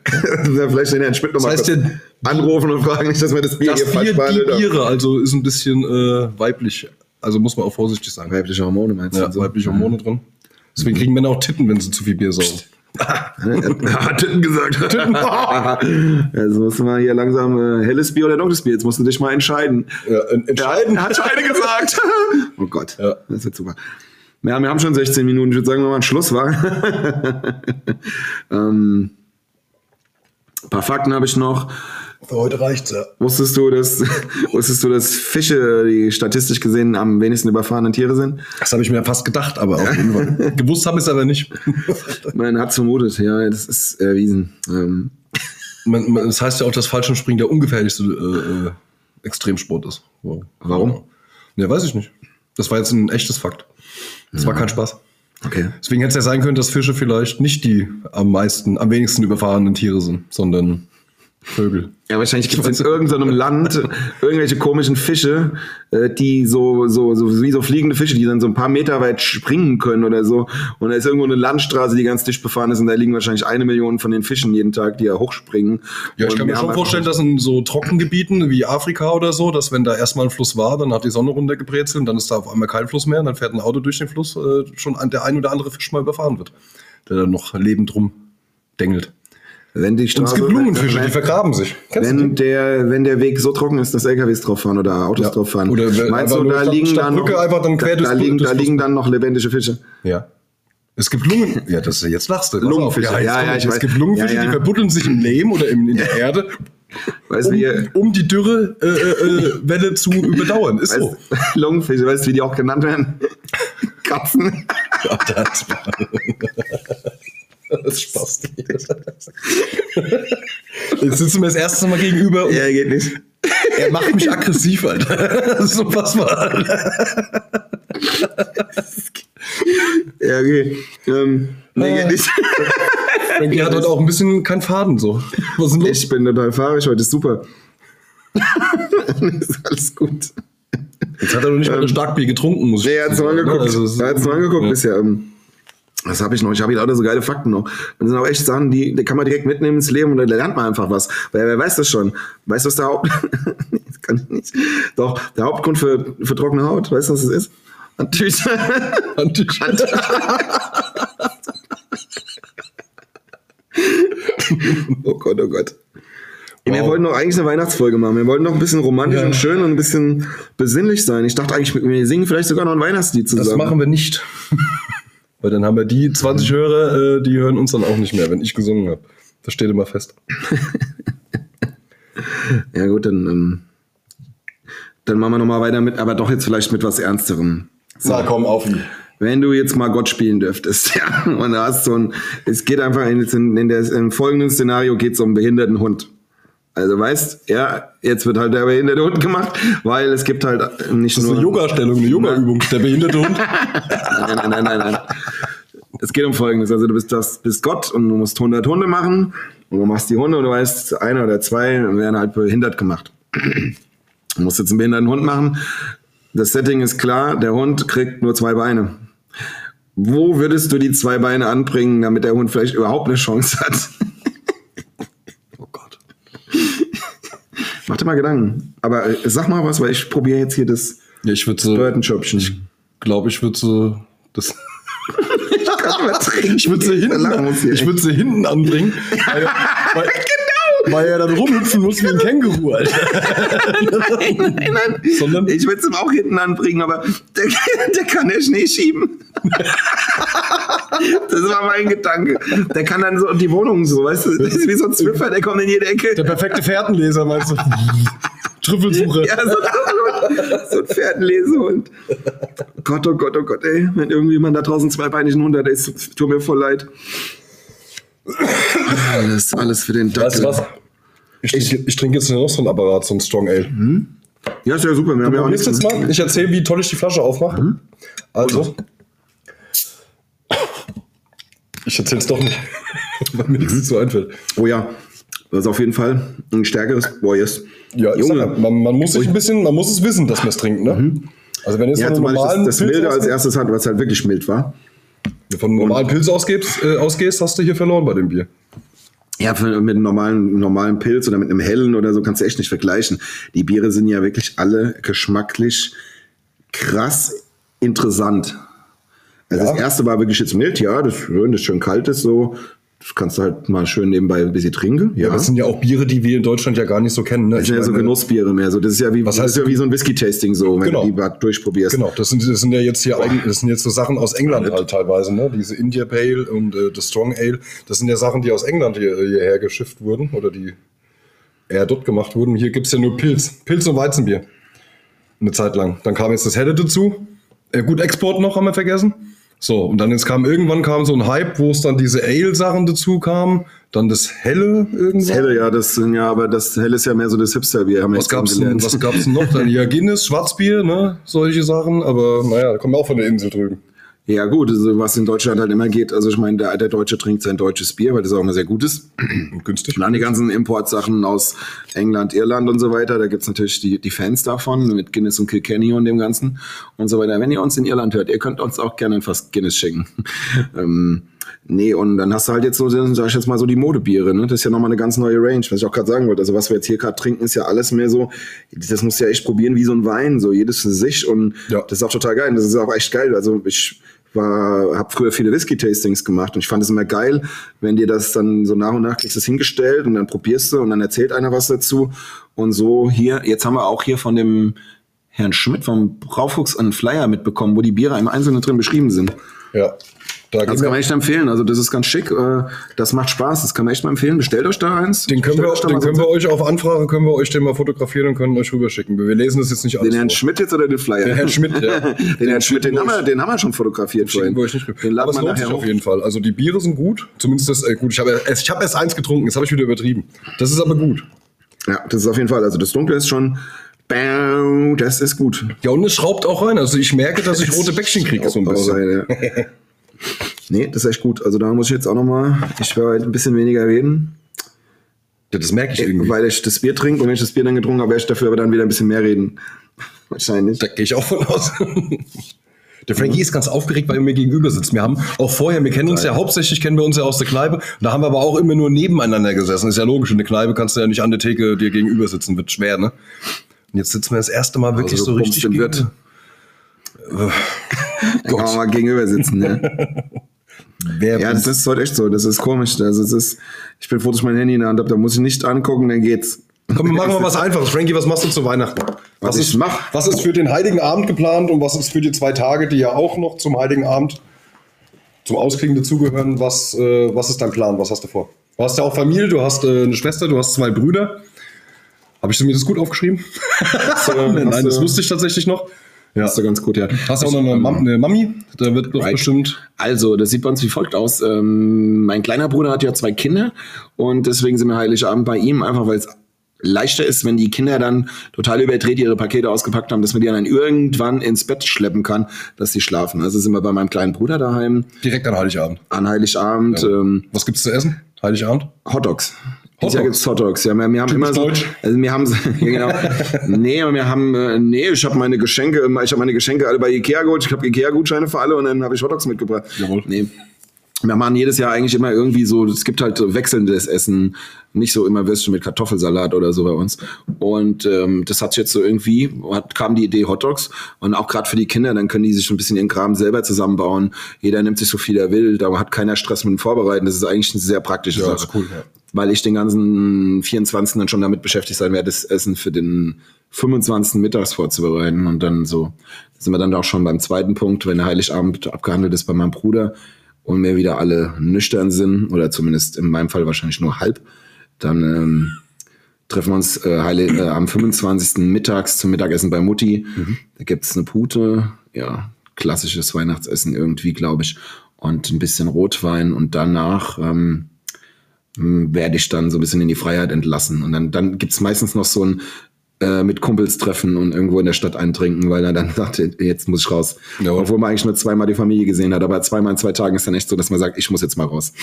A: Vielleicht den Herrn Schmidt nochmal
B: das heißt,
A: anrufen und fragen, nicht, dass wir das Bier
B: das
A: hier falsch
B: Bier, die Biere, also ist ein bisschen äh, weiblich. Also muss man auch vorsichtig sein.
A: Weibliche Hormone meinst du? Also,
B: Ja, Mhm. so? weibliche Hormone drin. Deswegen kriegen Männer auch Titten, wenn sie zu viel Bier saugen.
A: ne? Hat Titten gesagt. Titten. Jetzt musst du mal hier langsam äh, helles Bier oder dunkles Bier. Jetzt musst du dich mal entscheiden.
B: Ja, en entscheiden?
A: Ja, hat Scheide gesagt. oh Gott,
B: Ja.
A: das wird super. Ja, wir haben schon 16 Minuten. Ich würde sagen, wenn mal ein Schluss war. ähm, ein paar Fakten habe ich noch.
B: Für heute reicht's ja.
A: Wusstest du, dass, wusstest du, dass Fische, die statistisch gesehen am wenigsten überfahrenen Tiere sind?
B: Das habe ich mir fast gedacht, aber auf jeden Fall. Gewusst habe ich es aber nicht.
A: Man hat vermutet, ja, das ist erwiesen. Ähm,
B: Man, man, das heißt ja auch, dass Fallschirmspringen der ungefährlichste äh, äh, Extremsport ist. Wow.
A: Warum?
B: Ja, weiß ich nicht. Das war jetzt ein echtes Fakt. Das war kein Spaß.
A: Okay.
B: Deswegen hätte es ja sein können, dass Fische vielleicht nicht die am meisten, am wenigsten überfahrenen Tiere sind, sondern Vögel.
A: Ja, wahrscheinlich gibt es in irgendeinem Land irgendwelche komischen Fische, äh, die so, so, so, wie so fliegende Fische, die dann so ein paar Meter weit springen können oder so. Und da ist irgendwo eine Landstraße, die ganz dicht befahren ist und da liegen wahrscheinlich eine Million von den Fischen jeden Tag, die ja hochspringen.
B: Ja, ich
A: Und
B: kann
A: wir
B: mir schon
A: haben
B: vorstellen, dass in so Trockengebieten wie Afrika oder so, dass wenn da erstmal ein Fluss war, dann hat die Sonne runtergebrezelt und dann ist da auf einmal kein Fluss mehr und dann fährt ein Auto durch den Fluss, äh, schon an- der ein oder andere Fisch mal überfahren wird, der dann noch lebend rumdengelt.
A: einfach- Wenn die
B: Und
A: Straße,
B: es gibt Lungenfische, die
A: Also, wenn,
B: vergraben sich. Kennst du
A: wenn der, wenn der Weg so trocken ist, dass LKWs drauf fahren oder Autos
B: Ja.
A: drauf fahren.
B: Oder wenn
A: Meinst du,
B: einfach
A: da
B: nur
A: liegen
B: statt- statt
A: dann,
B: Brücke einfach dann quer
A: da, da,
B: durchs-
A: liegen, da
B: durchs-
A: liegen dann noch lebendige Fische.
B: die? Ja. Es gibt Lungen. Ja, das jetzt lachst du. Pass auf.
A: Lungenfische.
B: jetzt
A: Ja,
B: komm
A: ja, ich
B: Es
A: weiß.
B: gibt Lungenfische,
A: Ja, Also ja.
B: die verbuddeln sich im Lehm oder in, in der Erde,
A: Weißt du,
B: um,
A: wie ihr,
B: um die Dürrewelle äh, äh, Welle zu überdauern. Ist so.
A: weißt, Lungenfische, weißt du, wie die auch genannt werden? Katzen.
B: Ja, das war. Das Spaß. Jetzt sitzen wir das erste Mal gegenüber und
A: Ja, geht nicht.
B: er macht mich aggressiv, Alter. Das ist unfassbar, Alter.
A: Ja, okay. Ähm, nee,
B: Äh.
A: geht nicht.
B: Frankie hat heute auch ein bisschen keinen Faden so. Was ist denn los?
A: Ich bin total fahrig heute, ist super. ist alles gut.
B: Jetzt hat er noch nicht mal ein Starkbier getrunken, muss ich
A: Ähm, Nee, er hat's
B: sagen,
A: nur angeguckt.
B: ne? Also, es ist-
A: er hat's nur angeguckt bisher. Ähm, Das habe ich noch. Ich habe hier lauter so geile Fakten noch. Und sind auch echt Sachen, die, die kann man direkt mitnehmen ins Leben und da lernt man einfach was. Weil wer weiß das schon? Weißt du, was der Haupt. das kann ich nicht. Doch, der Hauptgrund für, für trockene Haut, weißt du, was das ist? Natürlich. oh Gott, oh Gott. Ey, Wir
B: Wow.
A: wollten doch eigentlich eine Weihnachtsfolge machen. Wir wollten doch ein bisschen romantisch
B: Ja.
A: und schön und ein bisschen besinnlich sein. Ich dachte eigentlich, wir singen vielleicht sogar noch ein Weihnachtslied zusammen.
B: Das machen wir nicht. Weil dann haben wir die 20 Hörer, äh, die hören uns dann auch nicht mehr, wenn ich gesungen habe. Das steht immer fest.
A: Ja gut, dann, ähm, dann machen wir nochmal weiter mit, aber doch jetzt vielleicht mit was Ernsterem.
B: Na komm, auf ihn.
A: Wenn du jetzt mal Gott spielen dürftest, ja, und da hast so ein, es geht einfach in, in, in der, im folgenden Szenario geht es um einen behinderten Hund. Also weißt, ja, jetzt wird halt der behinderte Hund gemacht, weil es gibt halt äh, nicht
B: Das ist
A: nur
B: eine Yoga-Stellung, eine Yoga-Übung. Der behinderte Hund.
A: nein, nein, nein, nein, nein. Es geht um Folgendes. Also du bist, das, bist Gott und du musst 100 Hunde machen und du machst die Hunde und du weißt, einer oder zwei werden halt behindert gemacht. Du musst jetzt einen behinderten Hund machen. Das Setting ist klar, der Hund kriegt nur zwei Beine. Wo würdest du die zwei Beine anbringen, damit der Hund vielleicht überhaupt eine Chance hat?
B: Oh Gott.
A: Mach dir mal Gedanken. Aber äh, sag mal was, weil ich probiere jetzt hier das
B: Ja, ich würde sie,
A: Birdenschöpfchen.
B: glaube ich, würde sie, das,
A: Ich kann nicht mehr trinken.
B: ich würde sie
A: Lachen
B: hinten,
A: muss hier
B: ich
A: echt.
B: würde sie hinten anbringen. Weil, weil, genau. Weil er dann rumhüpfen muss wie ein Känguru, Alter.
A: Nein, nein, nein.
B: Sondern-
A: ich will es ihm auch hinten anbringen, aber der, der kann ja Schnee schieben. das war mein Gedanke. Der kann dann so in die Wohnung so, weißt du, das ist wie so ein Zwiffer, der kommt in jede
B: Der
A: Ecke.
B: perfekte Fährtenleser, meinst du? Trüffelsuche.
A: Ja, so, so ein Pferdenlesehund. Gott, oh Gott, oh Gott, ey. Wenn irgendjemand da draußen einen zweibeinigen Hund hat, ey, es tut mir voll leid. Alles, alles für den
B: Weißt
A: Dackel.
B: du was? Ich, trinke- ich trinke jetzt noch so einen Apparat, so einen Strong Ale.
A: Ja, ist ja super. Wir haben ja auch
B: Probier's
A: nichts.
B: jetzt mal. Ich erzähle, wie toll ich die Flasche aufmache.
A: Mhm.
B: Also. Ich erzähl's doch nicht. Weil mir nichts zu einfällt.
A: Oh ja, das ist auf jeden Fall ein stärkeres. Boah, yes.
B: Ja, ich sag ja,
A: Junge. Mhm.
B: man, man muss sich ein bisschen, man muss es wissen, dass man es trinkt, ne? Also wenn du jetzt
A: Ja,
B: von
A: zum Beispiel
B: einem normalen
A: das, das
B: Pilz
A: Milde also- als
B: ausgehst,
A: erstes hat, was halt wirklich mild war.
B: von einem normalen Pilz ausgehst, äh, ausgehst, hast du hier verloren bei dem Bier.
A: Ja, für, mit einem normalen, normalen Pilz oder mit einem hellen oder so kannst du echt nicht vergleichen. Die Biere sind ja wirklich alle geschmacklich krass interessant. Also
B: Ja.
A: das erste war wirklich jetzt mild, ja, das ist schön, das ist schön kalt ist so. Das kannst du halt mal schön nebenbei ein bisschen trinken. Ja,
B: Das sind ja auch Biere, die wir in Deutschland ja gar nicht so kennen. Ne?
A: das sind ja so Genussbiere mehr. So, das ist ja wie,
B: Was
A: das
B: heißt-
A: ist ja wie so ein Whisky-Tasting so, wenn
B: Genau.
A: du die mal durchprobierst.
B: Genau, das sind, das sind ja jetzt hier eigen, das sind jetzt so Sachen aus England halt teilweise, ne? Diese India Pale und äh, das Strong Ale, das sind ja Sachen, die aus England hier, äh, hierher geschifft wurden oder die eher dort gemacht wurden. Hier gibt es ja nur Pilz, Pilz und Weizenbier. Eine Zeit lang. Dann kam jetzt das Helle dazu. Äh, gut, Export noch haben wir vergessen. So, und dann jetzt kam irgendwann kam so ein Hype, wo es dann diese Ale-Sachen dazu kamen, dann das Helle irgendwann.
A: Das Helle, ja, das sind ja, aber das Helle ist ja mehr so das Hipster-Bier. haben wir
B: Was
A: jetzt
B: gab's denn,
A: kennengelernt.
B: was gab's denn noch? Dann ja Guinness, Schwarzbier, ne? Solche Sachen, aber naja, da kommen wir auch von der Insel drüben.
A: Ja, gut, also was in Deutschland halt immer geht. Also, ich meine, der, der Deutsche trinkt sein deutsches Bier, weil das auch immer sehr gut ist.
B: Und günstig.
A: Und dann die ganzen Importsachen aus England, Irland und so weiter. Da gibt's natürlich die, die Fans davon mit Guinness und Kilkenny und dem Ganzen und so weiter. Wenn ihr uns in Irland hört, ihr könnt uns auch gerne ein Fass Guinness schicken. ähm, nee, und dann hast du halt jetzt so, sag ich jetzt mal so die Modebiere. Ne? Das ist ja nochmal eine ganz neue Range, was ich auch gerade sagen wollte. Also was wir jetzt hier gerade trinken, ist ja alles mehr so, das musst du ja echt probieren wie so ein Wein, so jedes für sich. Und
B: Ja.
A: das ist auch total geil. Und das ist auch echt geil. Also ich war, habe früher viele Whisky-Tastings gemacht und ich fand es immer geil, wenn dir das dann so nach und nach kriegst du es hingestellt und dann probierst du und dann erzählt einer was dazu und so hier, jetzt haben wir auch hier von dem Herrn Schmidt vom Braufuchs einen Flyer mitbekommen, wo die Biere im Einzelnen drin beschrieben sind.
B: Ja. Da
A: Das
B: gehen
A: kann
B: wir-
A: man echt empfehlen, also das ist ganz schick, äh, das macht Spaß, das kann man echt mal empfehlen, bestellt euch da eins.
B: den können, wir,
A: Bestellt euch da
B: den
A: mal
B: können
A: so-
B: wir euch auf Anfrage, können wir euch den mal fotografieren und können euch rüberschicken. Wir lesen das jetzt nicht alles.
A: den Herrn
B: vor.
A: Schmidt jetzt oder den Flyer?
B: Den Herrn Schmidt, ja.
A: den, Herrn Schmidt, den haben, wir, den haben wir schon fotografiert
B: Schicken
A: vorhin.
B: wir euch nicht mit.
A: Den
B: Aber
A: laden
B: es
A: wir
B: lohnt
A: nachher
B: sich
A: hoch.
B: auf jeden Fall. Also die Biere sind gut. Zumindest das, äh, gut, ich habe erst, ich hab erst eins getrunken, jetzt habe ich wieder übertrieben. Das ist aber gut.
A: Ja, das ist auf jeden Fall. Also das Dunkle ist schon. Bäm, Das ist gut.
B: Ja, und es schraubt auch rein. Also ich merke, dass ich rote Bäckchen kriege so ein
A: Auch
B: bisschen.
A: rein, ja. nee, das ist echt gut. Also da muss ich jetzt auch nochmal. Ich werde heute ein bisschen weniger reden,
B: Ja, das merke ich
A: weil ich das Bier trinke. Und wenn ich das Bier dann getrunken habe, werde ich dafür aber dann wieder ein bisschen mehr reden. Wahrscheinlich.
B: Da gehe ich auch von aus. Der Frankie
A: Mhm.
B: ist ganz aufgeregt, weil er mir gegenüber sitzt. Wir haben auch vorher, wir kennen uns ja hauptsächlich, kennen wir uns ja aus der Kneipe. Da haben wir aber auch immer nur nebeneinander gesessen. Ist ja logisch, in der Kneipe kannst du ja nicht an der Theke dir gegenüber sitzen, wird schwer, ne? Und jetzt sitzen wir das erste Mal wirklich
A: Also du
B: so
A: pumpst
B: richtig
A: den
B: gegenüber.
A: Wirt. Dann kann man mal gegenüber sitzen. Ja. Werbung. ne? Ja, das ist heute echt so. Das ist komisch. Also es ist, ich bin froh, dass ich mein Handy in der Hand habe. Da muss ich nicht angucken, dann geht's.
B: Komm, wir machen mal was Einfaches. Frankie, was machst du zu Weihnachten?
A: Was,
B: ist,
A: ich mach?
B: was ist für den Heiligen Abend geplant und was ist für die zwei Tage, die ja auch noch zum Heiligen Abend, zum Ausklingen dazugehören? Was, äh, was ist dein Plan? Was hast du vor? Du hast ja auch Familie, du hast äh, eine Schwester, du hast zwei Brüder. Habe ich mir das gut aufgeschrieben? Nein, das wusste ich tatsächlich noch.
A: Ja. Hast du ganz gut, ja.
B: Hast du auch noch eine, Mam eine Mami? Da wird doch
A: Right.
B: bestimmt.
A: Also, das sieht bei uns wie folgt aus. Ähm, mein kleiner Bruder hat ja zwei Kinder und deswegen sind wir Heiligabend bei ihm, einfach weil es leichter ist, wenn die Kinder dann total überdreht ihre Pakete ausgepackt haben, dass man die dann irgendwann ins Bett schleppen kann, dass sie schlafen. Also sind wir bei meinem kleinen Bruder daheim
B: Direkt an Heiligabend.
A: an Heiligabend. Ähm,
B: Was gibt's zu essen? Heiligabend?
A: Hotdogs.
B: Hot
A: Hot Jahr
B: Dogs?
A: gibt's Hot Dogs. Ja, wir, wir haben
B: Typisch
A: immer so,
B: deutsch.
A: also wir haben, so- ja, genau. nee, aber wir haben, äh, nee, ich habe meine Geschenke, immer- ich habe meine Geschenke alle bei Ikea geholt. Ich habe Ikea Gutscheine für alle und dann habe ich Hot Dogs mitgebracht.
B: Jawohl.
A: Nee. Wir machen jedes Jahr eigentlich immer irgendwie so, es gibt halt so wechselndes Essen, nicht so immer Würstchen mit Kartoffelsalat oder so bei uns. Und ähm, das hat jetzt so irgendwie, hat, kam die Idee Hot Dogs und auch gerade für die Kinder, dann können die sich so ein bisschen ihren Kram selber zusammenbauen. Jeder nimmt sich so viel er will, da hat keiner Stress mit dem Vorbereiten. Das ist eigentlich eine sehr praktische
B: Ja,
A: Sache
B: ist cool, ja.
A: weil ich den ganzen 24. dann schon damit beschäftigt sein werde, das Essen für den 25. mittags vorzubereiten. Und dann so sind wir dann auch schon beim zweiten Punkt, wenn der Heiligabend abgehandelt ist bei meinem Bruder und wir wieder alle nüchtern sind, oder zumindest in meinem Fall wahrscheinlich nur halb, dann ähm, treffen wir uns äh, heile, äh, am 25. mittags zum Mittagessen bei Mutti. Da gibt's eine Pute, ja, klassisches Weihnachtsessen irgendwie, glaube ich. Und ein bisschen Rotwein und danach ähm, m, werde ich dann so ein bisschen in die Freiheit entlassen. Und dann, dann gibt's meistens noch so ein äh, mit Kumpels treffen und irgendwo in der Stadt eintrinken, weil er dann sagt, jetzt muss ich raus.
B: Jawohl.
A: Obwohl man eigentlich nur zweimal die Familie gesehen hat, aber zweimal in zwei Tagen ist dann echt so, dass man sagt, ich muss jetzt mal raus.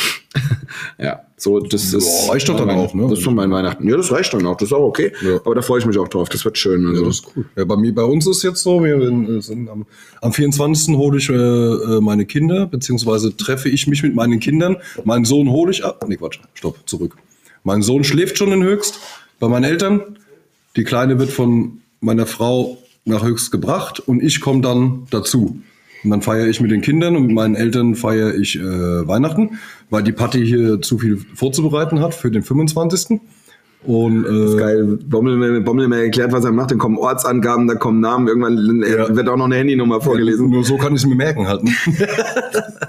A: ja, so, das ist.
B: Ja, reicht doch dann
A: mein-
B: auch, ne?
A: Das ist so mein Weihnachten. Ja, das reicht dann auch, das ist auch okay.
B: Ja.
A: Aber da freue ich mich auch drauf, das wird schön. Also.
B: Das ist cool. Ja, bei, mir, bei uns ist jetzt so, wir äh, sind am, am 24. hole ich äh, äh, meine Kinder, beziehungsweise treffe ich mich mit meinen Kindern. Meinen Sohn hole ich ab. Nee, Quatsch, stopp, zurück. Mein Sohn schläft schon in Höchst bei meinen Eltern. Die Kleine wird von meiner Frau nach Höchst gebracht und ich komme dann dazu. Und dann feiere ich mit den Kindern und mit meinen Eltern feiere ich äh, Weihnachten, weil die Patti hier zu viel vorzubereiten hat für den 25. Und, äh,
A: Geil, Bommel, mir- Bommel mir erklärt, was er macht, dann kommen Ortsangaben, da kommen Namen, irgendwann äh,
B: Ja.
A: wird auch noch eine Handynummer vorgelesen.
B: Nur so kann ich es mir merken halt. ne?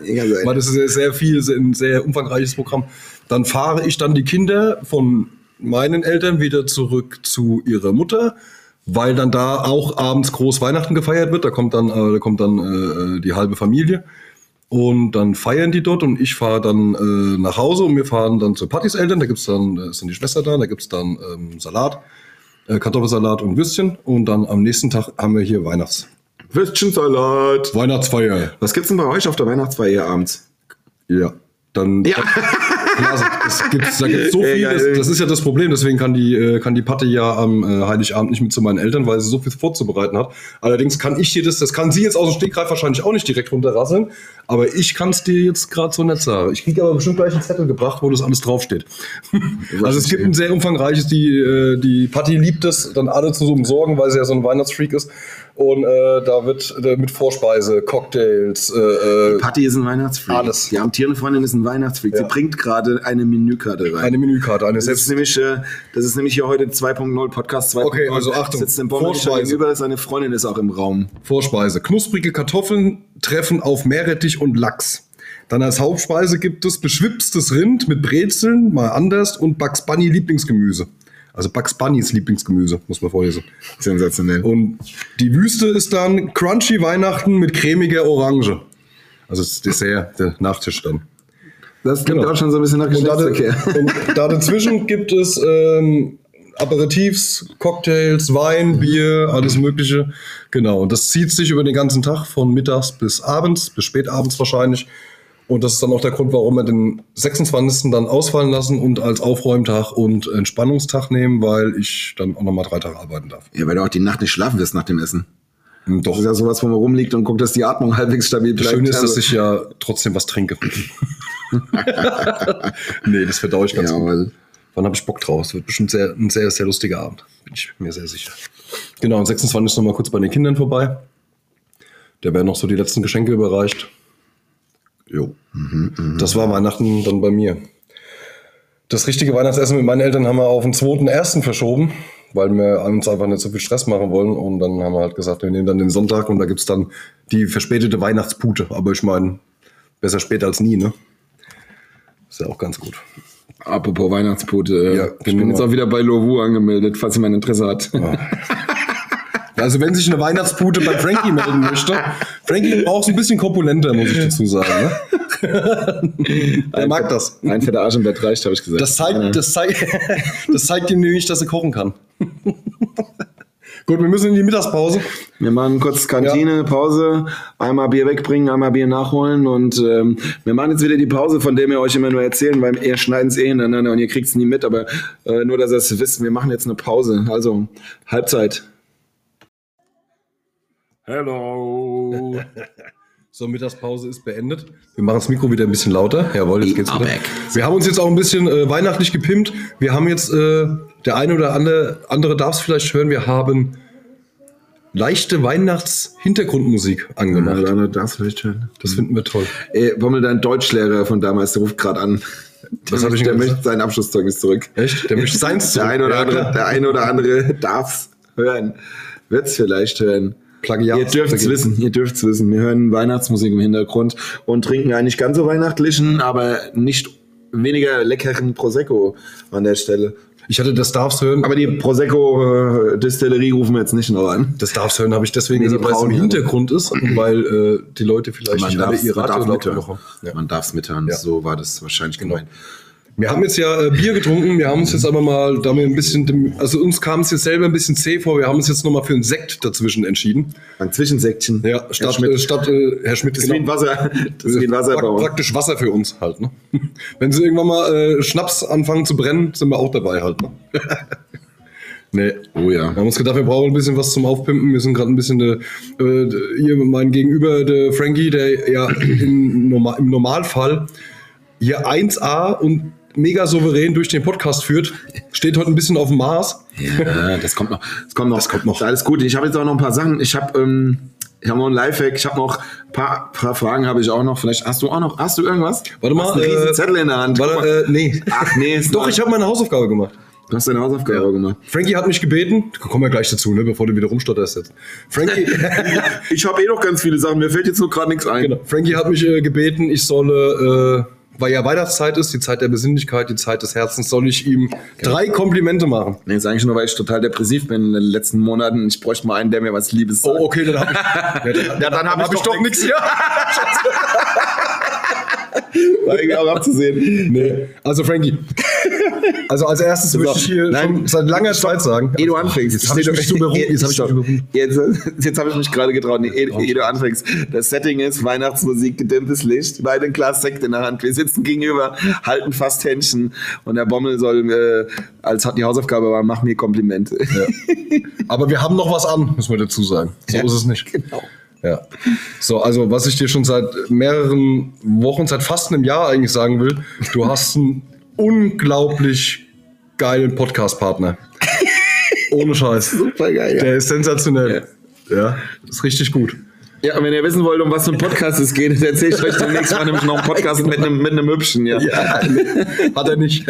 A: Ja, geil.
B: Weil das ist sehr, sehr viel, sehr, ein sehr umfangreiches Programm. Dann fahre ich dann die Kinder von meinen Eltern wieder zurück zu ihrer Mutter, weil dann da auch abends groß Weihnachten gefeiert wird. Da kommt dann, äh, da kommt dann äh, die halbe Familie. Und dann feiern die dort und ich fahre dann äh, nach Hause und wir fahren dann zu Pattys Eltern. Da gibt's dann, da ist dann die Schwester da, da gibt's dann ähm, Salat, äh, Kartoffelsalat und Würstchen. Und dann am nächsten Tag haben wir hier Weihnachts
A: Würstchensalat.
B: Weihnachtsfeier.
A: Was gibt's denn bei euch auf der Weihnachtsfeier abends?
B: Ja. Dann,
A: Ja.
B: Ja, also, es gibt, da gibt es so
A: Äh,
B: viel,
A: geil.
B: das, das ist ja das Problem. Deswegen kann die, äh, kann die Patte ja am äh, Heiligabend nicht mit zu meinen Eltern, weil sie so viel vorzubereiten hat. Allerdings kann ich dir das, das kann sie jetzt aus dem Stegreif wahrscheinlich auch nicht direkt runterrasseln, aber ich kann es dir jetzt gerade so nicht sagen. Ich kriege aber bestimmt gleich einen Zettel gebracht, wo das alles draufsteht. also es gibt ein sehr umfangreiches, die, äh, die Patti liebt es, dann alle zu so umsorgen, weil sie ja so ein Weihnachtsfreak ist. Und äh, da wird äh, mit Vorspeise, Cocktails, äh, äh,
A: Patty ist ein Weihnachtsfreak.
B: Alles.
A: Die amtierende Freundin ist ein Weihnachtsfreak. Sie bringt gerade eine Menükarte rein.
B: eine Menükarte, eine
A: das ist nämlich, äh, das ist nämlich hier heute 2.0 Podcast 2.0.
B: Okay, also Achtung.
A: Sitzt dem Bommel
B: Vorspeise.
A: gegenüber, seine Freundin ist auch im Raum.
B: Vorspeise. Knusprige Kartoffeln treffen auf Meerrettich und Lachs. Dann als Hauptspeise gibt es beschwipstes Rind mit Brezeln, mal anders, und Bugs Bunny Lieblingsgemüse. Also Bugs Bunnys Lieblingsgemüse, muss man vorlesen.
A: Sensationell.
B: Und die Wüste ist dann Crunchy Weihnachten mit cremiger Orange. Also das Dessert, der Nachtisch dann.
A: Das klingt
B: Genau.
A: auch schon so ein bisschen nach
B: Und da,
A: Geschlechtsverkehr.
B: und da dazwischen gibt es ähm, Aperitifs, Cocktails, Wein, Bier, alles Mögliche. Genau, und das zieht sich über den ganzen Tag von mittags bis abends, bis spätabends wahrscheinlich. Und das ist dann auch der Grund, warum wir den 26. dann ausfallen lassen und als Aufräumtag und Entspannungstag nehmen, weil ich dann auch nochmal drei Tage arbeiten darf.
A: Ja, weil du auch die Nacht nicht schlafen wirst nach dem Essen.
B: Und Doch.
A: Das ist ja sowas, wo man rumliegt und guckt, dass die Atmung halbwegs stabil
B: Das
A: bleibt.
B: Schöne ist, dass
A: Also-
B: ich ja trotzdem was trinke. nee, das verdau ich ganz
A: Ja,
B: gut.
A: weil
B: Wann habe ich Bock drauf? Es wird bestimmt sehr, ein sehr, sehr lustiger Abend. Bin ich mir sehr sicher. Genau, und 26 nochmal kurz bei den Kindern vorbei. Da werden noch so die letzten Geschenke überreicht. Jo. Das war Weihnachten dann bei mir. Das richtige Weihnachtsessen mit meinen Eltern haben wir auf den 2.1. verschoben, weil wir uns einfach nicht so viel Stress machen wollen. Und dann haben wir halt gesagt, wir nehmen dann den Sonntag und da gibt es dann die verspätete Weihnachtspute. Aber ich meine, besser spät als nie, ne? Ist ja auch ganz gut.
A: Apropos Weihnachtspute.
B: Ja,
A: ich bin
B: genau.
A: jetzt auch wieder bei Lovu angemeldet, falls jemand Interesse hat.
B: Also wenn sich eine Weihnachtspute bei Frankie melden möchte, Frankie braucht es ein bisschen korpulenter, muss ich dazu sagen. Ne? Er mag das.
A: Ein fetter Arsch im Bett reicht, habe ich gesagt.
B: Das zeigt, das, zeigt, das zeigt ihm nämlich, dass er kochen kann. Gut, wir müssen in die Mittagspause.
A: Wir machen kurz Kantine, Pause, einmal Bier wegbringen, einmal Bier nachholen und ähm, wir machen jetzt wieder die Pause, von der wir euch immer nur erzählen, weil ihr schneiden es eh hintereinander und ihr kriegt es nie mit, aber äh, nur, dass ihr es wisst, wir machen jetzt eine Pause. Also, Halbzeit. Hello.
B: So, Mittagspause ist beendet. Wir machen das Mikro wieder ein bisschen lauter. Jawohl, jetzt geht's wieder.
A: Abeck.
B: Wir haben uns jetzt auch ein bisschen äh, weihnachtlich gepimpt. Wir haben jetzt, äh, der eine oder andere, andere darf es vielleicht hören, wir haben leichte Weihnachts-Hintergrundmusik angemacht.
A: darf vielleicht hören.
B: Das finden wir toll.
A: Ey, Bommel, dein Deutschlehrer von damals, der ruft gerade an.
B: Was hab ich denn
A: Der
B: gesagt?
A: möchte sein Abschlusszeugnis zurück.
B: Echt? Der möchte seins
A: Der
B: zurück.
A: ein oder
B: Ja,
A: andere,
B: klar.
A: der ein oder andere darf's hören. Wird's vielleicht hören.
B: Plagiat.
A: Ihr dürft's
B: Vergessen.
A: wissen, ihr dürft's wissen. Wir hören Weihnachtsmusik im Hintergrund und trinken einen nicht ganz so weihnachtlichen, aber nicht weniger leckeren Prosecco an der Stelle.
B: Ich hatte das darf's hören.
A: Aber die Prosecco-Distillerie rufen wir jetzt nicht noch an.
B: das darf's hören habe ich deswegen
A: Nee, die
B: gesagt, weil es im
A: braunen
B: Hintergrund ist und weil äh, die Leute vielleicht nicht alle ihr Radio laut machen. Ja. Genau.
A: Man darf's mithören. So war das wahrscheinlich gemeint.
B: Wir haben jetzt ja äh, Bier getrunken, wir haben uns jetzt aber mal, da wir ein bisschen, dem, also uns kam es jetzt selber ein bisschen zäh vor, wir haben uns jetzt nochmal für einen Sekt dazwischen entschieden.
A: Ein Zwischensäckchen.
B: Ja,
A: Herr
B: statt,
A: Schmidt.
B: äh, statt äh, Herr Schmidt,
A: Das ist wie ein Wasser. Das ist wie ein Wasser bei
B: Prakt-
A: uns.
B: Praktisch Wasser für uns halt, ne? Wenn sie irgendwann mal äh, Schnaps anfangen zu brennen, sind wir auch dabei halt, ne? nee.
A: Oh ja.
B: Wir haben uns gedacht, wir brauchen ein bisschen was zum Aufpimpen. Wir sind gerade ein bisschen äh, äh, hier mein Gegenüber, der Frankie, der ja in, Norma- im Normalfall hier 1A und mega souverän durch den Podcast führt. Steht heute ein bisschen auf dem Mars.
A: Ja, das kommt noch. Das kommt noch. Das
B: kommt noch.
A: Alles gut. Ich habe jetzt auch noch ein paar Sachen. Ich habe ähm, ich hab noch ein Lifehack. Ich habe noch ein paar, paar Fragen habe ich auch noch. Vielleicht hast du auch noch. Hast du irgendwas?
B: Warte mal,
A: Hast einen riesen
B: äh,
A: Zettel in der Hand. Guck mal.
B: Warte, äh, nee.
A: Ach nee, ist
B: Doch, ich habe meine Hausaufgabe gemacht.
A: Du hast deine Hausaufgabe gemacht.
B: Frankie hat mich gebeten, da kommen wir gleich dazu, ne, bevor du wieder rumstotterst jetzt. Frankie,
A: Ich habe eh noch ganz viele Sachen. Mir fällt jetzt nur gerade nichts ein.
B: genau, Frankie hat mich äh, gebeten, ich solle, äh, weil ja Weihnachtszeit ist, die Zeit der Besinnlichkeit, die Zeit des Herzens, soll ich ihm drei Komplimente machen.
A: Nee, ist eigentlich nur, weil ich total depressiv bin in den letzten Monaten. Ich bräuchte mal einen, der mir was Liebes sagt.
B: Oh, okay, dann habe ich, ja, dann,
A: Ja, dann hab ich doch
B: nichts hier.
A: War irgendwie auch abzusehen.
B: Oh Nee. Also Frankie, also als erstes möchte ich hier
A: Nein.
B: schon seit langer Zeit sagen,
A: Ehe du anfängst.
B: Jetzt hab ich
A: Ehe du-
B: mich überrumpelt.
A: Ehe-
B: Jetzt hab ich mich
A: Stopp.
B: überrumpelt.
A: Jetzt, jetzt habe ich mich gerade getraut. Nee, ehe, ehe du anfängst. Das Setting ist Weihnachtsmusik, gedimmtes Licht, beide ein Glas Sekt in der Hand. Wir sitzen gegenüber, halten fast Händchen und der Bommel soll, äh, als hat die Hausaufgabe war, mach mir Komplimente.
B: aber wir haben noch was an, müssen wir dazu sagen. So ist es nicht.
A: Genau.
B: Ja. So, also was ich dir schon seit mehreren Wochen, seit fast einem Jahr eigentlich sagen will, du hast einen unglaublich geilen Podcast-Partner. Ohne Scheiß.
A: Super geil.
B: Der ist sensationell. Ja. ist richtig gut.
A: Ja, und wenn ihr wissen wollt, um was für ein Podcast es geht, erzähle ich euch demnächst mal nämlich noch einen Podcast mit einem, mit einem Hübschen. Ja.
B: Hat er nicht.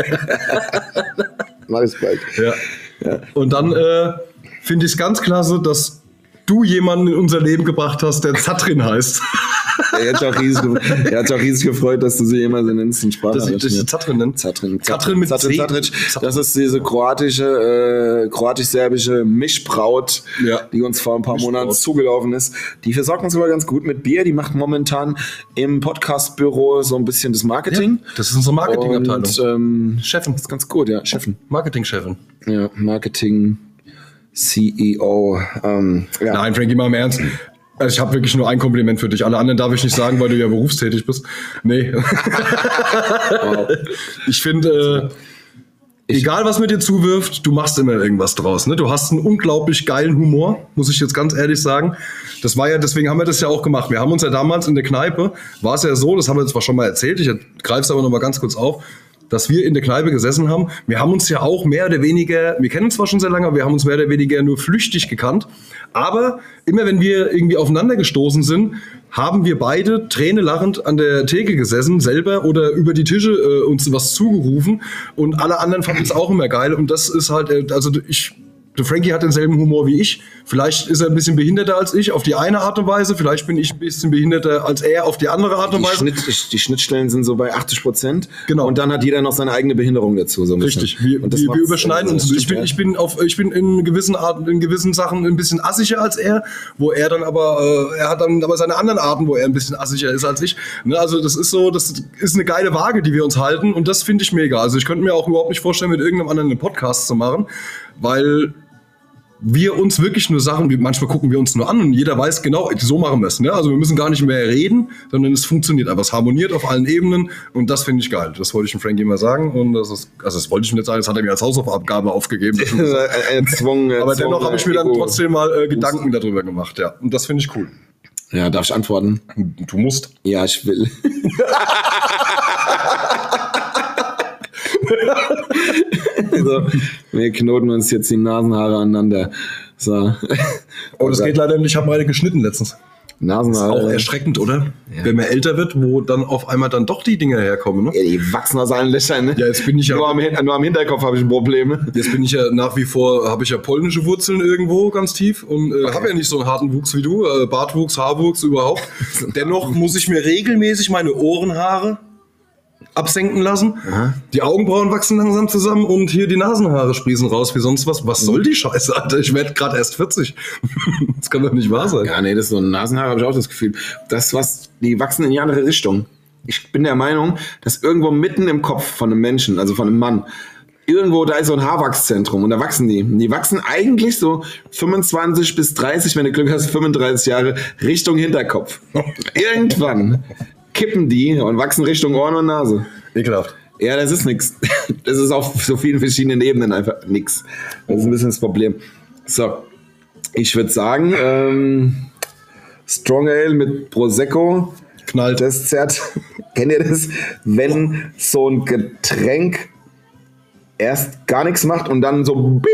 A: Mach ich bald.
B: Ja. Und dann äh, finde ich es ganz klasse, dass du jemanden in unser Leben gebracht hast, der Zatrin heißt.
A: Er hat sich auch riesig, ge- er hat sich auch riesig gefreut, dass du sie immer so nennst in Sprache.
B: Dass ich dich Zatrin nenne?
A: Zatrin,
B: Zatrin mit
A: Zatrin,
B: C.
A: Zatrin. Das ist diese kroatische, äh, kroatisch-serbische Mischbraut,
B: Ja.
A: die uns vor ein paar Monaten zugelaufen ist. Die versorgt uns aber ganz gut mit Bier. Die macht momentan im Podcastbüro so ein bisschen das Marketing.
B: Das ist unsere Marketingabteilung.
A: Und ähm,
B: Chefin.
A: ist ganz gut, ja. Chefin.
B: Marketingchefin.
A: Ja, Marketing. CEO. Ähm, ja.
B: Nein, Frankie, mal im Ernst. Also ich habe wirklich nur ein Kompliment für dich. Alle anderen darf ich nicht sagen, weil du ja berufstätig bist. Nee. ich finde, äh, egal was mit dir zuwirft, du machst immer irgendwas draus. Ne? Du hast einen unglaublich geilen Humor, muss ich jetzt ganz ehrlich sagen. Das war ja, deswegen haben wir das ja auch gemacht. Wir haben uns ja damals in der Kneipe, war es ja so, das haben wir zwar schon mal erzählt, ich greife es aber noch mal ganz kurz auf, dass wir in der Kneipe gesessen haben. Wir haben uns ja auch mehr oder weniger, wir kennen uns zwar schon sehr lange, aber wir haben uns mehr oder weniger nur flüchtig gekannt. Aber immer wenn wir irgendwie aufeinander gestoßen sind, haben wir beide tränenlachend an der Theke gesessen, selber oder über die Tische äh, uns was zugerufen und alle anderen fanden es auch immer geil und das ist halt, äh, also ich, der Frankie hat denselben Humor wie ich. Vielleicht ist er ein bisschen behinderter als ich auf die eine Art und Weise, vielleicht bin ich ein bisschen behinderter als er auf die andere Art und
A: Die,
B: Weise.
A: Schnitt, die Schnittstellen sind so bei 80 Prozent.
B: Genau.
A: Und dann hat jeder noch seine eigene Behinderung dazu. So ein bisschen.
B: Richtig, wir,
A: ne? Und das
B: wir, wir
A: macht's-
B: überschneiden
A: äh,
B: uns. Ich
A: stimmt,
B: bin,
A: ja.
B: ich, bin auf, ich bin in gewissen Arten, in gewissen Sachen ein bisschen assiger als er, wo er dann aber, äh, er hat dann aber seine anderen Arten, wo er ein bisschen assiger ist als ich. Ne, also das ist so, das ist eine geile Waage, die wir uns halten und das finde ich mega. Also ich könnte mir auch überhaupt nicht vorstellen, mit irgendeinem anderen einen Podcast zu machen, weil wir uns wirklich nur Sachen, wir- manchmal gucken wir uns nur an und jeder weiß genau, so machen wir es. Ne? Also wir müssen gar nicht mehr reden, sondern es funktioniert einfach. Es harmoniert auf allen Ebenen und das finde ich geil. Das wollte ich dem Frankie immer sagen und das ist, also das wollte ich ihm nicht sagen, das hat er mir als Hausaufgabe aufgegeben.
A: Äh, äh, zwungen, äh,
B: Aber dennoch habe ich mir dann
A: Ego.
B: trotzdem mal äh, Gedanken darüber gemacht, ja. Und das finde ich cool.
A: Ja, darf ich antworten?
B: Du musst.
A: Ja, ich will. so, wir knoten uns jetzt die Nasenhaare aneinander. So.
B: Oh, das geht leider nicht. Ich habe meine geschnitten letztens.
A: Nasenhaare.
B: Auch erschreckend, oder? Wenn man älter wird, wo dann auf einmal dann doch die Dinge herkommen, ne?
A: Ja, die wachsen aus allen Löchern. Ne?
B: Ja, jetzt bin ich ja-
A: nur am, Hin- nur am Hinterkopf habe ich ein Problem.
B: Jetzt bin ich ja nach wie vor, habe ich ja polnische Wurzeln irgendwo ganz tief und äh, habe ja nicht so einen harten Wuchs wie du, äh, Bartwuchs, Haarwuchs überhaupt. Dennoch muss ich mir regelmäßig meine Ohrenhaare absenken lassen. Die Augenbrauen wachsen langsam zusammen und hier die Nasenhaare sprießen raus wie sonst was. Was soll die Scheiße, Alter? Ich werde gerade erst 40. das kann doch nicht wahr sein.
A: Ja, nee, das ist so ein Nasenhaar, habe ich auch das Gefühl. Das, was, die wachsen in die andere Richtung. Ich bin der Meinung, dass irgendwo mitten im Kopf von einem Menschen, also von einem Mann, irgendwo da ist so ein Haarwachszentrum und da wachsen die. Die wachsen eigentlich so 25 bis 30, wenn du Glück hast, 35 Jahre Richtung Hinterkopf. Irgendwann kippen die und wachsen Richtung Ohren und Nase.
B: Ekelhaft.
A: Ja, das ist nix. Das ist auf so vielen verschiedenen Ebenen einfach nix. Das ist ein bisschen das Problem. So, ich würde sagen, ähm, Strong Ale mit Prosecco,
B: Knallt.
A: das zerrt, kennt ihr das? Wenn so ein Getränk erst gar nichts macht und dann so...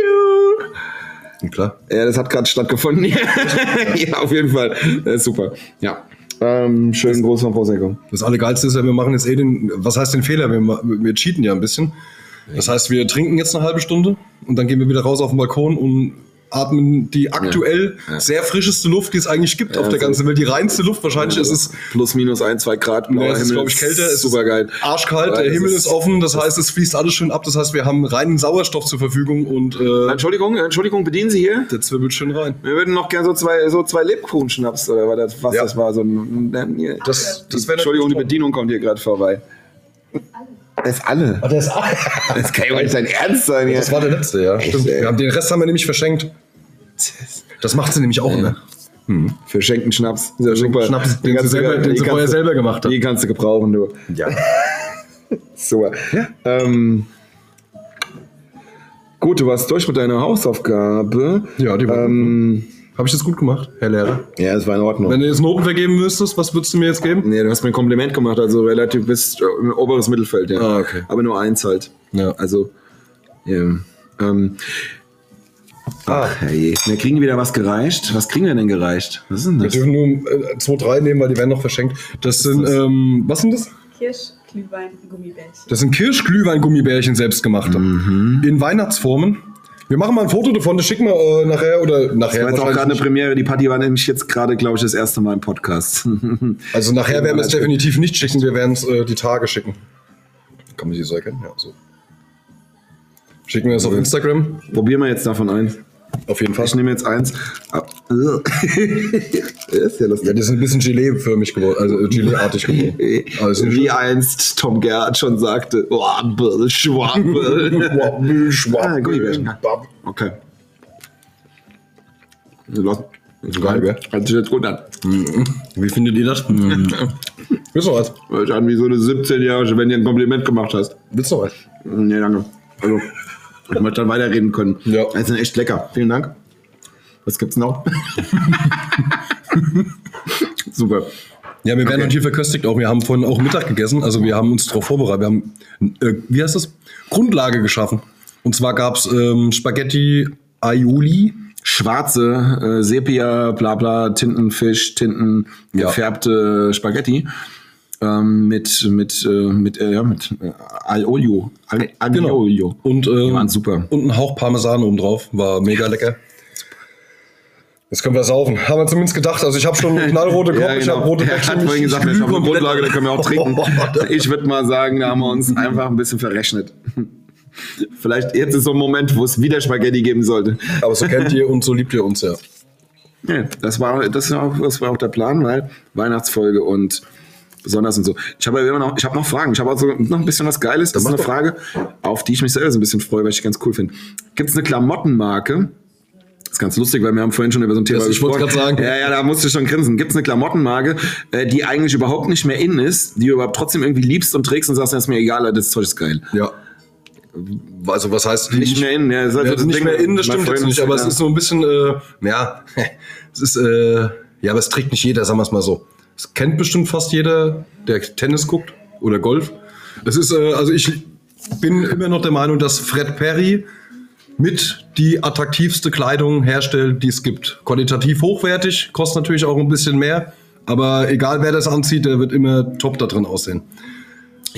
B: Klar.
A: Ja, das hat gerade stattgefunden. ja, auf jeden Fall. Das ist super. Ja. Ähm, schönen Gruß von Prosecco.
B: Das Allergeilste ist ja, wir machen jetzt eh den, was heißt den Fehler? Wir, ma- wir cheaten ja ein bisschen. Das heißt, wir trinken jetzt eine halbe Stunde und dann gehen wir wieder raus auf den Balkon und atmen die aktuell sehr frischeste Luft, die es eigentlich gibt auf der
A: so.
B: ganzen Welt. Die reinste Luft wahrscheinlich. Es ist,
A: plus minus ein, zwei Grad.
B: nee,
A: blauer
B: es ist
A: Oh, Himmel,
B: glaube ich, kälter. Es
A: Super geil.
B: Ist arschkalt,
A: Ja,
B: der
A: es
B: Himmel
A: ist-
B: ist offen. Das heißt, es fließt alles schön ab. Das heißt, wir haben reinen Sauerstoff zur Verfügung und äh,
A: Entschuldigung, Entschuldigung, bedienen Sie hier?
B: der zwirbelt schön rein.
A: Wir würden noch gern so zwei, so zwei Lebkuchen-Schnaps oder was das, was
B: Ja.
A: das war. So ein, ein- hier.
B: Das- das
A: die,
B: wär
A: Entschuldigung, die
B: natürlich-
A: Bedienung kommt hier gerade vorbei. Das ist alle.
B: Das,
A: Das kann ja wohl nicht dein Ernst sein. hier.
B: war der letzte, ja. Stimmt.
A: ey.
B: Wir haben, den Rest haben wir nämlich verschenkt. Das macht sie nämlich auch ne? immer.
A: Für Schenken Schnaps. Ist ja
B: Schenken
A: super.
B: Schnaps, den sie
A: kannst du-
B: selber- den
A: die
B: sie
A: kannst
B: vorher
A: du-
B: selber gemacht hat.
A: Die kannst du gebrauchen, du.
B: Ja.
A: Super.
B: Ja.
A: Ähm, gut, du warst durch mit deiner Hausaufgabe.
B: Ja, die war gut,
A: ähm,
B: Habe ich das gut gemacht, Herr Lehrer?
A: Ja, es war in Ordnung.
B: Wenn du jetzt Noten vergeben müsstest, was würdest du mir jetzt geben?
A: Nee, du hast mir ein Kompliment gemacht, also relativ bist äh, im oberes Mittelfeld, ja.
B: Ah, okay.
A: Aber nur eins halt.
B: Ja.
A: Also, ja. Ähm,
B: Ah.
A: ach, herrje. Wir kriegen wieder was gereicht. Was kriegen wir denn gereicht? Was ist denn
B: Wir
A: das?
B: dürfen nur äh, 2, 3 nehmen, weil die werden noch verschenkt. Das sind, ähm, was sind das?
C: Kirsch, Glühwein, Gummibärchen.
B: Das sind Kirschglühwein-Gummibärchen selbstgemachte. In Weihnachtsformen. Wir machen mal ein Foto davon, das schicken wir äh, nachher oder nachher.
A: Das war jetzt auch
B: wahrscheinlich
A: gerade eine
B: nicht.
A: Premiere. Die Party war nämlich jetzt gerade, glaube ich, das erste Mal im Podcast.
B: also nachher werden wir es definitiv nicht schicken, wir werden es äh, die Tage schicken. Kann man die so erkennen? Ja, so. Schicken wir das auf Instagram?
A: Probieren wir jetzt davon ein.
B: Auf jeden Fall.
A: Ich nehme jetzt eins. Ab. ist ja
B: Ja,
A: lustig.
B: die sind ein bisschen Gelee-förmig geworden, also äh, Gelee-artig geworden. Aber es sind
A: Wie einst Tom Gerhardt schon sagte, Wabbel, Schwabbel.
B: Schwabbel, schwabbel,
A: Ah, Gummibärchen. Okay. Los.
B: Geil, gell?
A: Hat sich jetzt gut an.
B: Wie findet ihr das? Willst du noch was?
A: Hört sich an wie so eine 17-Jährige, wenn dir ein Kompliment gemacht hast.
B: Willst du noch was?
A: Nee, danke. Also, ich möchte dann weiterreden können.
B: Ja.
A: Das ist echt lecker. Vielen Dank. Was gibt's noch? Super.
B: Ja, wir werden okay. hier verköstigt auch. Wir haben vorhin auch Mittag gegessen. Also wir haben uns darauf vorbereitet. Wir haben, äh, wie heißt das? Grundlage geschaffen. Und zwar gab's ähm, Spaghetti Aioli
A: schwarze äh, Sepia, bla bla, Tintenfisch, Tinten,
B: Ja.
A: gefärbte Spaghetti. Ähm, mit mit äh, mit äh, ja mit äh, al olio al, al
B: Genau.
A: olio
B: Und,
A: Die
B: äh,
A: waren super
B: und ein Hauch Parmesan oben drauf. War mega lecker. Jetzt können wir saufen. Haben wir zumindest gedacht. Also ich habe schon knallrote Kopf, ich habe rote
A: genau. er
B: Bäckchen,
A: hat vorhin
B: ich
A: gesagt, das ist
B: glühe
A: auf der
B: komplett.
A: Grundlage, da können wir auch trinken.
B: Boah.
A: Ich würde mal sagen, da haben wir uns einfach ein bisschen verrechnet. Vielleicht jetzt ist so ein Moment, wo es wieder Spaghetti geben sollte.
B: Aber so kennt ihr und so liebt ihr uns ja.
A: Ja, das war, das war, auch, das war auch der Plan, weil Weihnachtsfolge und besonders und so. Ich habe ja immer noch, ich habe noch Fragen. Ich habe also noch ein bisschen was Geiles. Das ist
B: mach
A: eine
B: doch.
A: Frage, auf die ich mich selber so ein bisschen freue, weil ich die ganz cool finde. Gibt es eine Klamottenmarke? Das ist ganz lustig, weil wir haben vorhin schon über so ein Thema
B: Das- ich wollte gerade sagen.
A: Ja, ja, da musste ich schon grinsen. Gibt es eine Klamottenmarke, äh, die eigentlich überhaupt nicht mehr in ist, die du aber trotzdem irgendwie liebst und trägst und sagst, das ist mir egal, das Zeug ist geil.
B: Ja. Also was heißt
A: Nicht mehr in, ja, das ist also
B: Ja,
A: das
B: nicht
A: Ding,
B: mehr in, das
A: mein
B: stimmt
A: Freund
B: jetzt nicht, aber es
A: ja.
B: ist so ein bisschen, äh, ja, es ist, äh, ja, aber es trägt nicht jeder, sagen wir es mal so. Es kennt bestimmt fast jeder, der Tennis guckt oder Golf. Es ist, äh, also ich bin immer noch der Meinung, dass Fred Perry mit die attraktivste Kleidung herstellt, die es gibt. Qualitativ hochwertig, kostet natürlich auch ein bisschen mehr, aber egal wer das anzieht, der wird immer top da drin aussehen.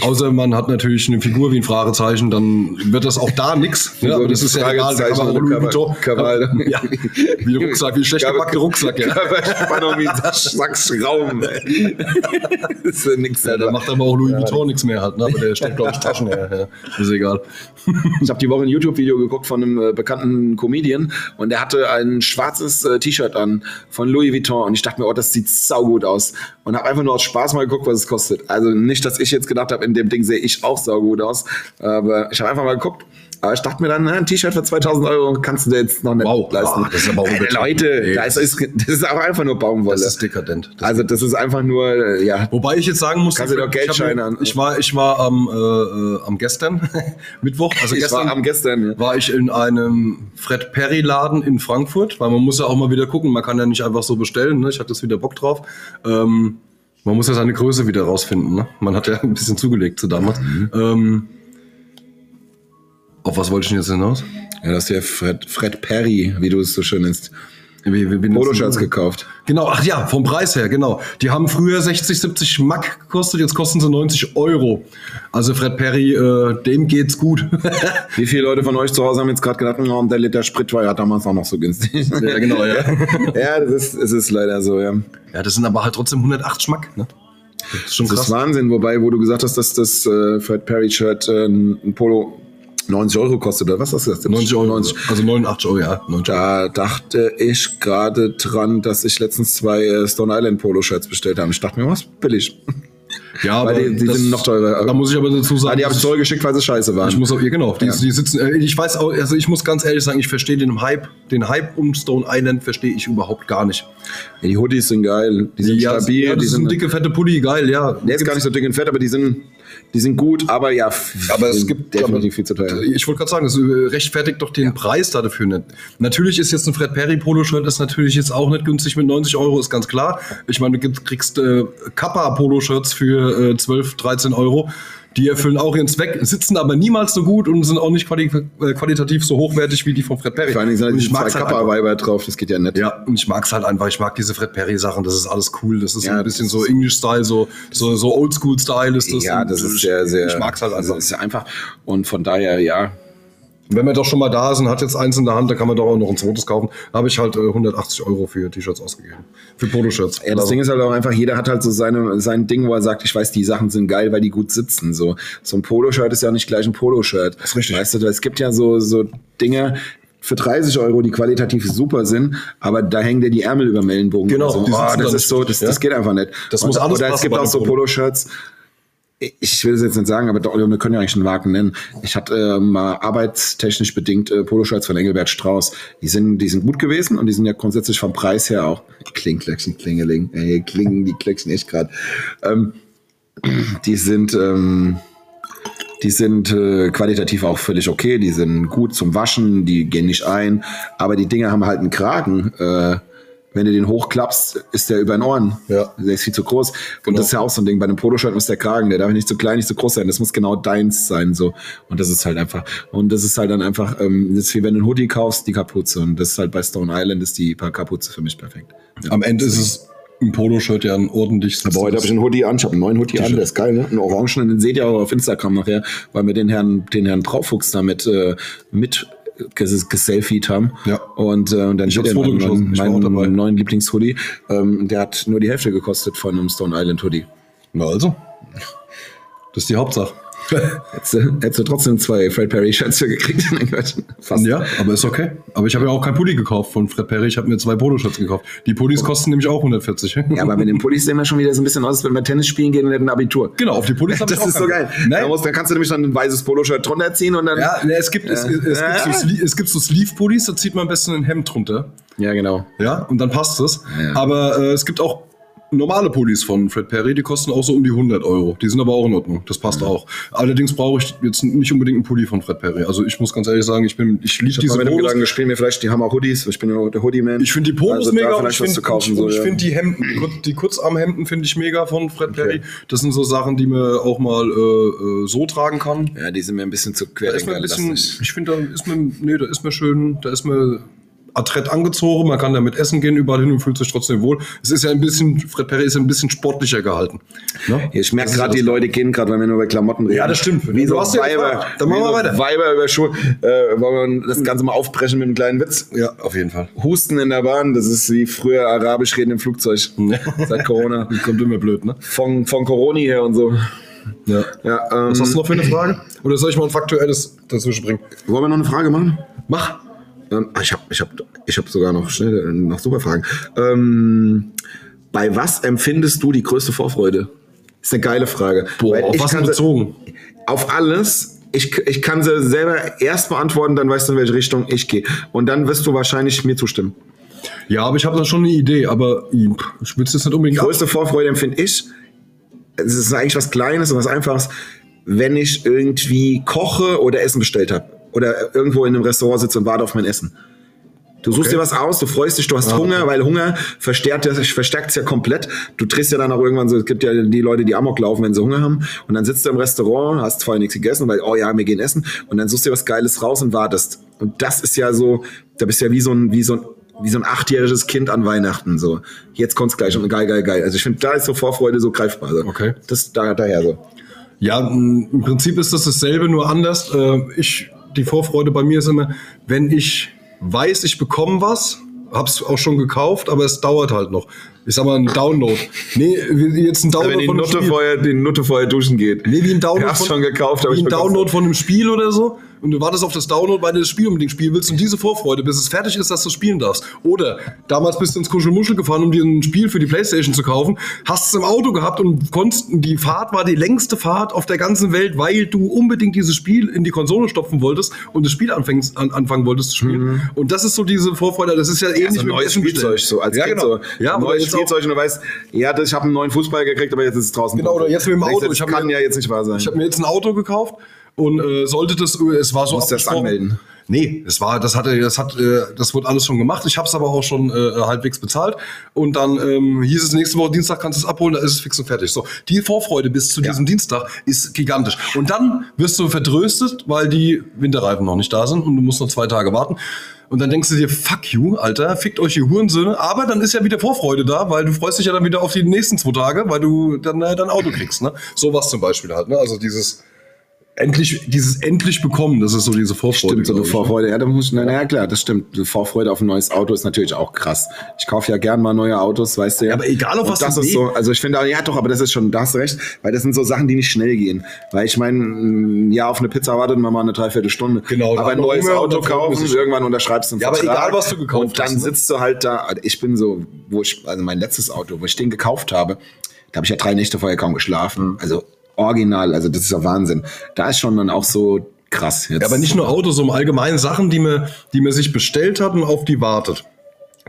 B: Außer man hat natürlich eine Figur wie ein Fragezeichen, dann wird das auch da nix. Ne?
A: Figur
B: Aber
A: wie
B: das
A: ein
B: ist ja egal.
A: Fragezeichen
B: Kamera-
A: oder
B: Louis Vuitton.
A: Krawall.
B: Ja, wie ein Rucksack, wie ein schlecht gepackter Rucksack. Ja.
A: Körperspannung wie Sackschrauben. ist ja nix.
B: Ja, da macht aber auch Louis Vuitton nichts mehr halt. Ne? Aber der stellt, glaube ich, Taschen her. Ja. Ist egal.
A: Ich habe die Woche ein YouTube-Video geguckt von einem äh, bekannten Comedian und der hatte ein schwarzes äh, T-Shirt an von Louis Vuitton und ich dachte mir, oh, das sieht saugut aus und habe einfach nur aus Spaß mal geguckt, was es kostet. Also nicht, dass ich jetzt gedacht habe, in dem Ding sehe ich auch saugut aus, aber ich habe einfach mal geguckt. Aber ich dachte mir dann, na, ein T-Shirt für 2000 Euro kannst du dir jetzt noch nicht
B: Wow.
A: leisten.
B: Ah, das ist aber
A: Ey,
B: unbetrieben.
A: Leute,
B: Nee.
A: das, ist, das ist aber einfach nur Baumwolle.
B: Das ist dekadent. Das
A: also das ist einfach nur, äh, ja,
B: Wobei ich jetzt sagen muss,
A: Kannst du doch
B: ich, hab
A: Geldscheine
B: mir-
A: an-
B: ich war, ich war am, äh, äh, am gestern, Mittwoch, also
A: ich
B: gestern,
A: war am gestern. Ja.
B: war ich in einem Fred Perry Laden in Frankfurt, weil man muss ja auch mal wieder gucken, man kann ja nicht einfach so bestellen, ne? ich hatte jetzt wieder Bock drauf. Ähm, man muss ja seine Größe wieder rausfinden, ne? man hat ja ein bisschen zugelegt zu damals.
A: Mhm.
B: Ähm, auf was wollte ich denn jetzt hinaus?
A: Ja, das ist ja Fred, Fred Perry, wie du es so schön nennst.
B: Wir, wir benutzen-
A: Poloshirts gekauft.
B: Genau, ach ja, vom Preis her, genau. Die haben früher 60, 70 Mack gekostet, jetzt kosten sie 90 Euro. Also Fred Perry, äh, dem geht's gut.
A: Wie viele Leute von euch zu Hause haben jetzt gerade gedacht, oh, der Liter Sprit war ja damals auch noch so günstig.
B: ja, genau, ja.
A: ja, das ist, es ist leider so, ja.
B: Ja, das sind aber halt trotzdem 108 Mack, ne? Das ist schon
A: Das
B: krass.
A: ist Wahnsinn, wobei, wo du gesagt hast, dass das äh, Fred Perry-Shirt äh, ein Polo 90 Euro kostet, oder was ist das denn?
B: 90 Euro, also 89 Euro, ja. 90 Euro.
A: Da dachte ich gerade dran, dass ich letztens zwei äh, Stone Island Polo-Shirts bestellt habe. Ich dachte mir, was billig.
B: Ja,
A: Weil die- die sind noch teurer.
B: Da muss ich aber dazu
A: Ah,
B: sagen,
A: die habe ich zurückgeschickt, weil sie scheiße waren.
B: ich muss auch, ja, genau, die, die sitzen, äh, ich weiß auch, also ich muss ganz ehrlich sagen, ich verstehe den Hype, den Hype um Stone Island verstehe ich überhaupt gar nicht.
A: ja, die Hoodies sind geil, die sind
B: ja,
A: stabil,
B: ja, das
A: die
B: ist ein
A: sind
B: dicke, fette Pulli, geil, ja.
A: Der ist gar nicht so dick und fett, aber die sind, die sind gut, aber ja, f-
B: Aber es
A: sind
B: gibt-
A: definitiv
B: aber-
A: viel zu teuer.
B: Ich wollte gerade sagen, das äh, rechtfertigt doch den Preis da dafür nicht. Natürlich ist jetzt ein Fred Perry Poloshirt ist natürlich jetzt auch nicht günstig mit 90 Euro, ist ganz klar. Ich meine, du gibst- kriegst äh, Kappa Poloshirts für äh, 12, 13 Euro. Die erfüllen auch ihren Zweck, sitzen aber niemals so gut und sind auch nicht quali äh, qualitativ so hochwertig wie die von Fred Perry.
A: Vor allen Dingen sind
B: Und
A: da diese zwei
B: mag's halt einfach.
A: Kappa-Weiber drauf, das geht ja nicht.
B: Ja, und ich mag's halt einfach. Ich mag diese Fred Perry Sachen. Das ist alles cool. Das ist
A: Ja,
B: ein bisschen
A: das
B: so
A: ist-
B: English-Style, so, so, so Oldschool-Style ist das.
A: Ja,
B: Und
A: das ist sehr, sehr.
B: Ich mag's halt
A: also
B: einfach.
A: ist ja einfach. Und von daher, ja.
B: Wenn wir doch schon mal da sind, hat jetzt eins in der Hand, da kann man doch auch noch ein zweites kaufen. Da habe ich halt äh, 180 Euro für T-Shirts ausgegeben. Für Poloshirts.
A: ja das Ding ist halt auch einfach, jeder hat halt so seine, sein Ding, wo er sagt, ich weiß, die Sachen sind geil, weil die gut sitzen. So, so ein Poloshirt ist ja nicht gleich ein Poloshirt. Ist
B: richtig.
A: Weißt du, es gibt ja so, so Dinge für 30 Euro, die qualitativ super sind, aber da hängen dir die Ärmel über dem Ellenbogen.
B: Genau,
A: so.
B: die sitzen
A: oh,
B: da
A: das
B: nicht
A: ist so, das,
B: richtig,
A: das
B: ja.
A: geht einfach nicht.
B: Das muss alles
A: Oder es
B: passen
A: gibt
B: bei
A: auch
B: dem
A: so
B: Polo.
A: Poloshirts, ich will es jetzt nicht sagen, aber doch, wir können ja eigentlich schon Marken nennen. Ich hatte äh, mal arbeitstechnisch bedingt äh, Poloshirts von Engelbert Strauß. Die sind, die sind gut gewesen und die sind ja grundsätzlich vom Preis her auch. Kling, Klöckchen, Klingeling. Ey, klingen die Klöckchen echt gerade. Ähm, die sind, ähm, die sind äh, qualitativ auch völlig okay. Die sind gut zum Waschen, die gehen nicht ein. Aber die Dinger haben halt einen Kragen. Äh, Wenn du den hochklappst, ist der über den Ohren.
B: Ja.
A: Der ist viel zu groß. Und das ist ja auch so ein Ding. Bei einem Poloshirt muss der Kragen, der darf nicht zu klein, nicht zu groß sein. Das muss genau deins sein, so. Und das ist halt einfach, und das ist halt dann einfach, ähm, das ist wie wenn du einen Hoodie kaufst, die Kapuze. Und das ist halt bei Stone Island, ist die Kapuze für mich perfekt. Ja.
B: Am Ende ist es ein Poloshirt ja ein ordentliches.
A: Aber heute habe ich einen Hoodie an, ich habe einen neuen Hoodie an, der ist geil, ne? Einen orangenen, den seht ihr auch auf Instagram nachher, weil wir den Herrn, den Herrn Braufuchs damit äh, mit ges- geselfied haben.
B: Ja.
A: Und äh, und dann
B: Ich
A: seht
B: hab's
A: ihr
B: Foto
A: meinen,
B: geschossen,
A: neuen-
B: ich war
A: meinen,
B: auch dabei.
A: meinen neuen Lieblingshoodie. Ähm, der hat nur die Hälfte gekostet von einem Stone Island Hoodie.
B: Na also. Das ist die Hauptsache.
A: Hättest du, hättest du trotzdem zwei Fred Perry Shirts für gekriegt. Nein, Quatsch. Fast.
B: Ja, aber ist okay. Aber ich habe ja auch kein Pulli gekauft von Fred Perry. Ich habe mir zwei Poloshirts gekauft. Die Pullis kosten nämlich auch 140.
A: Ja, aber mit den Pullis sehen wir schon wieder so ein bisschen aus, als wenn wir Tennis spielen gehen und hätten ein Abitur.
B: Genau, auf die Pullis hab ich
A: Das
B: auch
A: ist so
B: keinen-
A: geil. Da,
B: Nein,
A: musst, da kannst du nämlich dann ein weißes Poloshirt drunter ziehen und dann.
B: Ja, ne, es gibt, es,
A: Äh.
B: es, es,
A: Äh.
B: gibt so Sli- es gibt so Sleeve-Pullis, da zieht man am besten ein Hemd drunter.
A: ja genau.
B: Ja, und dann passt es.
A: Ja.
B: Aber äh, es gibt auch normale Pullis von Fred Perry, die kosten auch so um die 100 Euro. Die sind aber auch in Ordnung. Das passt auch. Allerdings brauche ich jetzt nicht unbedingt einen Pulli von Fred Perry. Also ich muss ganz ehrlich sagen, ich bin, ich liebe
A: Ich
B: diese
A: habe mit dem
B: Polos.
A: Gedanken gespielt, mir vielleicht, die haben auch Hoodies, ich bin ja der Hoodie-Man.
B: Ich finde die Polos
A: Also da
B: mega und
A: vielleicht
B: ich
A: was
B: finde
A: zu kaufen,
B: ich,
A: so,
B: ich
A: ja.
B: find die Hemden, Kur- die Kurzarmhemden finde ich mega von Fred Perry. Das sind so Sachen, die man auch mal äh, äh, so tragen kann.
A: Ja, die sind mir ein bisschen zu
B: Da ist
A: querdenker
B: man ein bisschen,
A: lastig.
B: ich finde, da ist man, nee, da ist man schön, da ist man adrett angezogen, man kann damit essen gehen, überall hin und fühlt sich trotzdem wohl. Es ist ja ein bisschen, Fred Perry ist ja ein bisschen sportlicher gehalten. Ne?
A: Ich merke
B: Das ist
A: gerade,
B: das-
A: die Leute gehen gerade, wenn wir nur über Klamotten reden.
B: das stimmt.
A: Wie
B: Du
A: so
B: hast ja
A: Weiber.
B: gefragt. Dann machen
A: wie
B: wir
A: so
B: weiter.
A: Weiber über Schuhe. Äh, wollen wir das Ganze mal aufbrechen mit einem kleinen Witz?
B: Ja, auf jeden Fall.
A: Husten in der Bahn, das ist wie früher Arabisch reden im Flugzeug. Seit Corona.
B: Kommt immer blöd, ne?
A: Von, von Corona her und so.
B: Ja.
A: Ja, ähm,
B: Was hast du noch für eine Frage? Oder soll ich mal ein aktuelles dazwischen bringen?
A: Wollen wir noch eine Frage machen?
B: Mach!
A: Ähm, ah, ich habe ich hab, ich hab sogar noch schnell äh, noch super Fragen. Ähm, bei was empfindest du die größte Vorfreude? Ist eine geile Frage.
B: Boah,
A: Weil
B: auf
A: ich
B: was
A: kann sie-
B: bezogen?
A: Auf alles. Ich, k- ich kann sie selber erst beantworten, dann weißt du, in welche Richtung ich gehe. Und dann wirst du wahrscheinlich mir zustimmen.
B: Ja, aber ich habe da schon eine Idee, aber ich will es jetzt nicht unbedingt
A: größte Vorfreude empfinde ich, es ist eigentlich was Kleines und was Einfaches, wenn ich irgendwie koche oder Essen bestellt habe. Oder irgendwo in einem Restaurant sitze und warte auf mein Essen. Du suchst
B: Okay.
A: dir was aus, du freust dich, du hast
B: Ah,
A: Hunger, weil Hunger verstärkt es verstärkt's ja komplett. Du drehst ja dann auch irgendwann so, es gibt ja die Leute, die Amok laufen, wenn sie Hunger haben. Und dann sitzt du im Restaurant, hast vorher nichts gegessen, weil, oh ja, wir gehen essen. Und dann suchst du dir was Geiles raus und wartest. Und das ist ja so, da bist du ja wie so ein, wie so ein, wie so ein achtjähriges Kind an Weihnachten, so. Jetzt kommt's gleich und geil, geil, geil. Also ich finde, da ist so Vorfreude so greifbar, so.
B: Okay.
A: Das, da, daher so.
B: Ja, m, im Prinzip ist das dasselbe, nur anders. Äh, Ich, die Vorfreude bei mir ist immer, wenn ich weiß, ich bekomme was, hab's auch schon gekauft, aber es dauert halt noch. Ich sag mal, ein Download. Nee, wie- jetzt ein
A: Also
B: Download von einem Spiel.
A: vorher, die Nutte vorher duschen geht.
B: Nee, wie ein Download,
A: Ja, hast schon gekauft, aber
B: wie
A: ich
B: ein
A: bekomm's
B: Download von einem Spiel oder so. Und du wartest auf das Download, weil du das Spiel unbedingt spielen willst. Und diese Vorfreude, bis es fertig ist, dass du spielen darfst. Oder damals bist du ins Kuschelmuschel gefahren, um dir ein Spiel für die Playstation zu kaufen. Hast es im Auto gehabt und konntest, die Fahrt war die längste Fahrt auf der ganzen Welt, weil du unbedingt dieses Spiel in die Konsole stopfen wolltest und das Spiel anfängst, an, anfangen wolltest zu spielen. Und das ist so diese Vorfreude, das ist ja ähnlich
A: Mhm. so ein Also neues
B: Essen bestellen.
A: Spielzeug so als
B: ja,
A: Kind
B: genau.
A: so
B: Ja,
A: ein
B: aber
A: neues
B: jetzt auch-
A: Spielzeug und du weißt ja das, ich habe einen neuen Fußball gekriegt aber jetzt ist es draußen
B: Genau, oder jetzt mit dem
A: Denkst du,
B: Auto.
A: das
B: Ich hab
A: kann
B: mir-
A: ja jetzt nicht wahr sein
B: Ich habe mir jetzt ein Auto gekauft und äh, sollte das, es war so
A: Musst du das
B: abgesprochen.
A: anmelden?
B: Nee, es war, das hatte, das hat, äh, das wurde alles schon gemacht. Ich habe es aber auch schon äh, halbwegs bezahlt und dann ähm, hieß es nächste Woche Dienstag kannst du es abholen, da ist es fix und fertig. So, die Vorfreude bis zu diesem Dienstag ist gigantisch. Und dann wirst du vertröstet, weil die Winterreifen noch nicht da sind und du musst noch zwei Tage warten. Und dann denkst du dir, fuck you, Alter, fickt euch die Hurensöhne. Aber dann ist ja wieder Vorfreude da, weil du freust dich ja dann wieder auf die nächsten zwei Tage, weil du dann äh, dein Auto kriegst. Ne? Sowas zum Beispiel halt. Ne? Also dieses endlich, dieses endlich bekommen, das ist so diese Vorfreude.
A: Stimmt, so eine
B: glaub ich, ne?
A: Vorfreude. Ja, da muss, na, na ja, klar, das stimmt. Die Vorfreude auf ein neues Auto ist natürlich auch krass. Ich kaufe ja gern mal neue Autos, weißt du ja.
B: aber egal, auf
A: Und
B: was
A: das
B: du
A: ist so. Also ich finde, auch- ja doch, aber das ist schon, da hast du recht, weil das sind so Sachen, die nicht schnell gehen. Weil ich meine, mm, ja, auf eine Pizza wartet man mal eine Dreiviertelstunde.
B: Genau, da
A: Aber ein
B: hat man
A: neues
B: Hunger und
A: Auto
B: dann freut man
A: kaufen,
B: sich.
A: irgendwann unterschreibst du einen
B: Ja, aber
A: Vertrag
B: egal, was du gekauft
A: Und dann
B: hast, ne?
A: sitzt du halt da, ich bin so, wo ich, also mein letztes Auto, wo ich den gekauft habe, da habe ich ja drei Nächte vorher kaum
B: Mhm.
A: geschlafen. Also original, also das ist ja Wahnsinn. Da ist schon dann auch so krass jetzt.
B: Ja, aber nicht nur Autos, so im Allgemeinen Sachen, die man, die man sich bestellt hat und auf die wartet.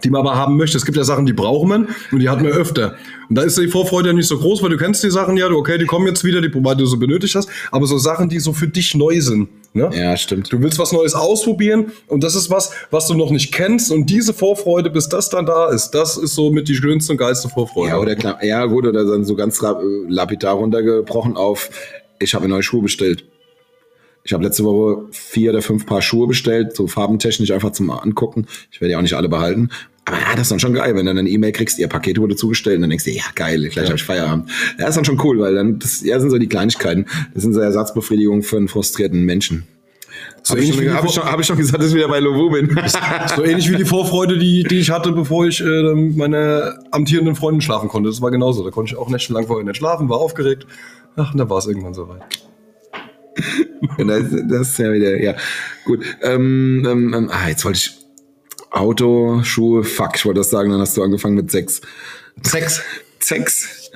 B: Die man aber haben möchte. Es gibt ja Sachen, die braucht man und die hat man öfter. Und da ist die Vorfreude ja nicht so groß, weil du kennst die Sachen ja, du, okay, die kommen jetzt wieder, die, weil du so benötigt hast. Aber so Sachen, die so für dich neu sind. Ne?
A: Ja, stimmt.
B: Du willst was Neues ausprobieren und das ist was, was du noch nicht kennst und diese Vorfreude, bis das dann da ist, das ist so mit die schönste und geilste Vorfreude.
A: Ja, oder klar, ja, gut, oder dann so ganz la- lapidar runtergebrochen auf, ich habe mir neue Schuhe bestellt. Ich habe letzte Woche vier oder fünf Paar Schuhe bestellt, so farbentechnisch einfach zum Angucken. Ich werde ja auch nicht alle behalten. Aber ja, das ist dann schon geil, wenn du dann eine E-Mail kriegst, ihr Paket wurde zugestellt und dann denkst du, ja geil, gleich habe ich Feierabend. Ja, ist dann schon cool, weil dann, das ja, sind so die Kleinigkeiten. Das sind so Ersatzbefriedigungen für einen frustrierten Menschen.
B: So
A: Habe ich,
B: ähnlich
A: schon-
B: wie die
A: hab ich,
B: Vor-
A: schon- hab ich schon gesagt, dass ich wieder bei Lovu bin.
B: so ähnlich wie die Vorfreude, die, die ich hatte, bevor ich äh, mit meiner amtierenden Freundin schlafen konnte. Das war genauso. Da konnte ich auch nächtelang vorher nicht schlafen, war aufgeregt. Ach, und da war es irgendwann soweit.
A: Und das, das ist ja wieder, ja. Gut. Ähm, ähm, ähm, ah, jetzt wollte ich Auto, Schuhe, fuck, ich wollte das sagen, dann hast du angefangen mit Sex. Sex. Sex.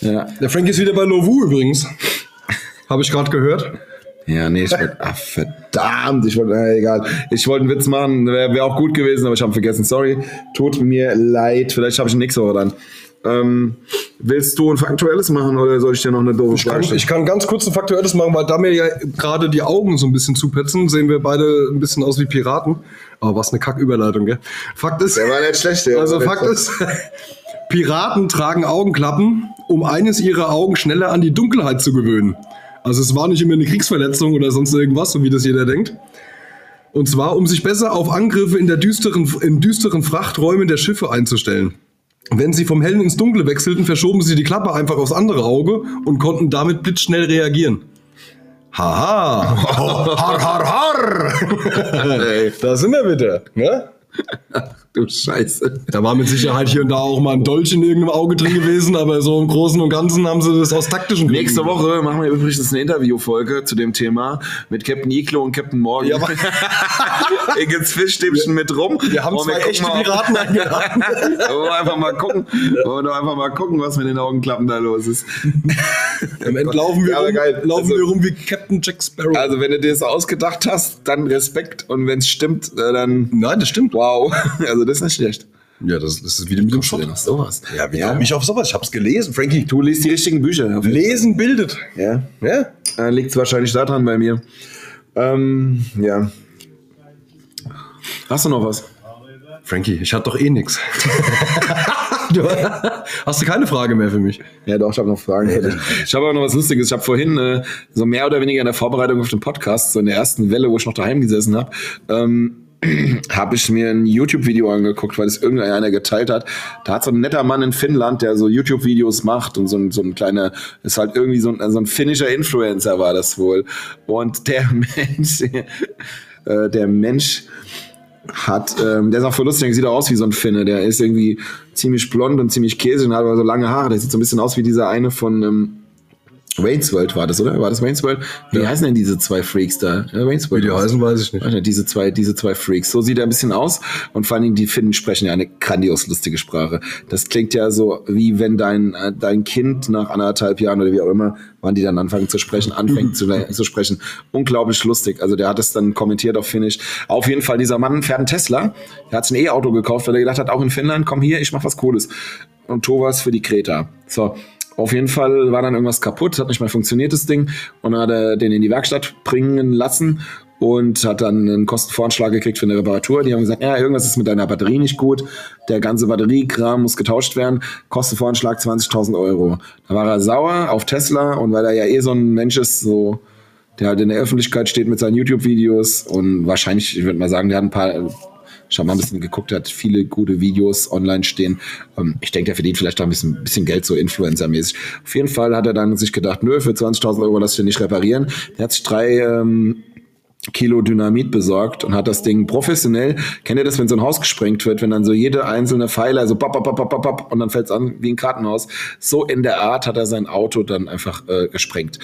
A: Ja,
B: Der Frank ist wieder bei Lovu übrigens. Habe ich gerade gehört.
A: ja nee, ich wollte, ah, verdammt, ich wollte, äh, egal. Ich wollte einen Witz machen, wäre wär auch gut gewesen, aber ich habe vergessen, sorry. Tut mir leid, vielleicht habe ich ihn nächste Woche dann. Ähm, willst du ein aktuelles machen oder soll ich dir noch eine doofe
B: Ich kann,
A: Frage stellen?
B: ich kann ganz kurz ein Faktuelles machen, weil da mir ja gerade die Augen so ein bisschen zupetzen, sehen wir beide ein bisschen aus wie Piraten. Aber was eine Kacküberleitung, gell? Fakt ist,
A: Der war nicht schlecht, der
B: also
A: war nicht
B: Fakt ist, Piraten tragen Augenklappen, um eines ihrer Augen schneller an die Dunkelheit zu gewöhnen. Also es war nicht immer eine Kriegsverletzung oder sonst irgendwas, so wie das jeder denkt. Und zwar, um sich besser auf Angriffe in, der düsteren, in düsteren Frachträumen der Schiffe einzustellen. Wenn sie vom Hellen ins Dunkle wechselten, verschoben sie die Klappe einfach aufs andere Auge und konnten damit blitzschnell reagieren. Haha! har, har, har! da sind wir wieder, ne?
A: Du Scheiße.
B: Da war mit Sicherheit hier und da auch mal ein Dolch in irgendeinem Auge drin gewesen, aber so im Großen und Ganzen haben sie das aus taktischen Gründen
A: Nächste Woche machen wir übrigens eine Interviewfolge zu dem Thema mit Captain Iglo und Captain Morgan.
B: Ja, aber-
A: Hier gibt's Fischstäbchen mit rum.
B: Wir haben
A: Wollen
B: zwei
A: gucken
B: echte
A: mal, ob-
B: Piraten eingeladen.
A: Wollen wir einfach mal gucken. Wollen wir einfach mal gucken, was mit den Augenklappen da los ist.
B: Im End laufen wir,
A: Ja, aber
B: rum,
A: geil.
B: laufen
A: Also-
B: wir rum wie Captain Jack Sparrow.
A: Also, wenn du dir das ausgedacht hast, dann Respekt. Und wenn es stimmt, äh, dann
B: Nein, das stimmt.
A: wow. Also, das ist nicht schlecht.
B: Ja, das, das ist wieder mit dem
A: Kommst du denn auf sowas?
B: Ja, wie ja. mich auf sowas? Ich hab's gelesen, Frankie.
A: Du liest die richtigen Bücher.
B: Lesen bildet.
A: Ja.
B: Ja?
A: Äh, Liegt wahrscheinlich daran bei mir. Ähm, ja. Hast du noch was?
B: Frankie, ich hatte doch eh nix. Du- Hast du keine Frage mehr für mich?
A: Ja, doch, ich habe noch Fragen für dich. Ich habe aber noch was Lustiges. Ich habe vorhin äh, so mehr oder weniger in der Vorbereitung auf den Podcast, so in der ersten Welle, wo ich noch daheim gesessen habe, ähm, habe ich mir ein YouTube-Video angeguckt, weil es irgendeiner geteilt hat. Da hat so ein netter Mann in Finnland, der so YouTube-Videos macht und so ein, so ein kleiner, ist halt irgendwie so ein, so ein finnischer Influencer war das wohl. Und der Mensch, äh, der Mensch hat, ähm, der ist auch voll lustig, der sieht auch aus wie so ein Finne, der ist irgendwie ziemlich blond und ziemlich käsig und hat aber so lange Haare, der sieht so ein bisschen aus wie dieser eine von ähm, Wayne's World war das, oder? War das Wayne's World? Wie heißen denn diese zwei Freaks da? Ja, Wayne's World.
B: Wie die
A: war's.
B: heißen, weiß ich nicht.
A: Warte, diese zwei, diese zwei Freaks. So sieht er ein bisschen aus. Und vor allen Dingen, die Finnen sprechen ja eine grandios lustige Sprache. Das klingt ja so, wie wenn dein, äh, dein Kind nach anderthalb Jahren oder wie auch immer, wann die dann anfangen zu sprechen, anfängt zu, zu sprechen. Unglaublich lustig. Also der hat es dann kommentiert auf Finnisch. Auf jeden Fall, dieser Mann fährt einen Tesla. Der hat sich ein E-Auto gekauft, weil er gedacht hat, auch in Finnland, komm hier, ich mach was Cooles. Und Tovas für die Kreta. So. Auf jeden Fall war dann irgendwas kaputt, hat nicht mehr funktioniert, das Ding. Und dann hat er den in die Werkstatt bringen lassen und hat dann einen Kostenvoranschlag gekriegt für eine Reparatur. Die haben gesagt, ja, irgendwas ist mit deiner Batterie nicht gut. Der ganze Batteriekram muss getauscht werden. Kostenvoranschlag 20.000 Euro. Da war er sauer auf Tesla und weil er ja eh so ein Mensch ist, so, der halt in der Öffentlichkeit steht mit seinen YouTube-Videos und wahrscheinlich, ich würde mal sagen, der hat ein paar, ich habe mal ein bisschen geguckt, der hat viele gute Videos online stehen. Ähm, Ich denke, der verdient vielleicht auch ein bisschen, bisschen Geld, so Influencer-mäßig. Auf jeden Fall hat er dann sich gedacht, nö, für 20.000 Euro lass ich den nicht reparieren. Der hat sich drei ähm, Kilo Dynamit besorgt und hat das Ding professionell. Kennt ihr das, wenn so ein Haus gesprengt wird, wenn dann so jede einzelne Pfeiler so bap, bap, bap, bap, bap, bap, und dann fällt's an wie ein Kartenhaus. So in der Art hat er sein Auto dann einfach äh, gesprengt.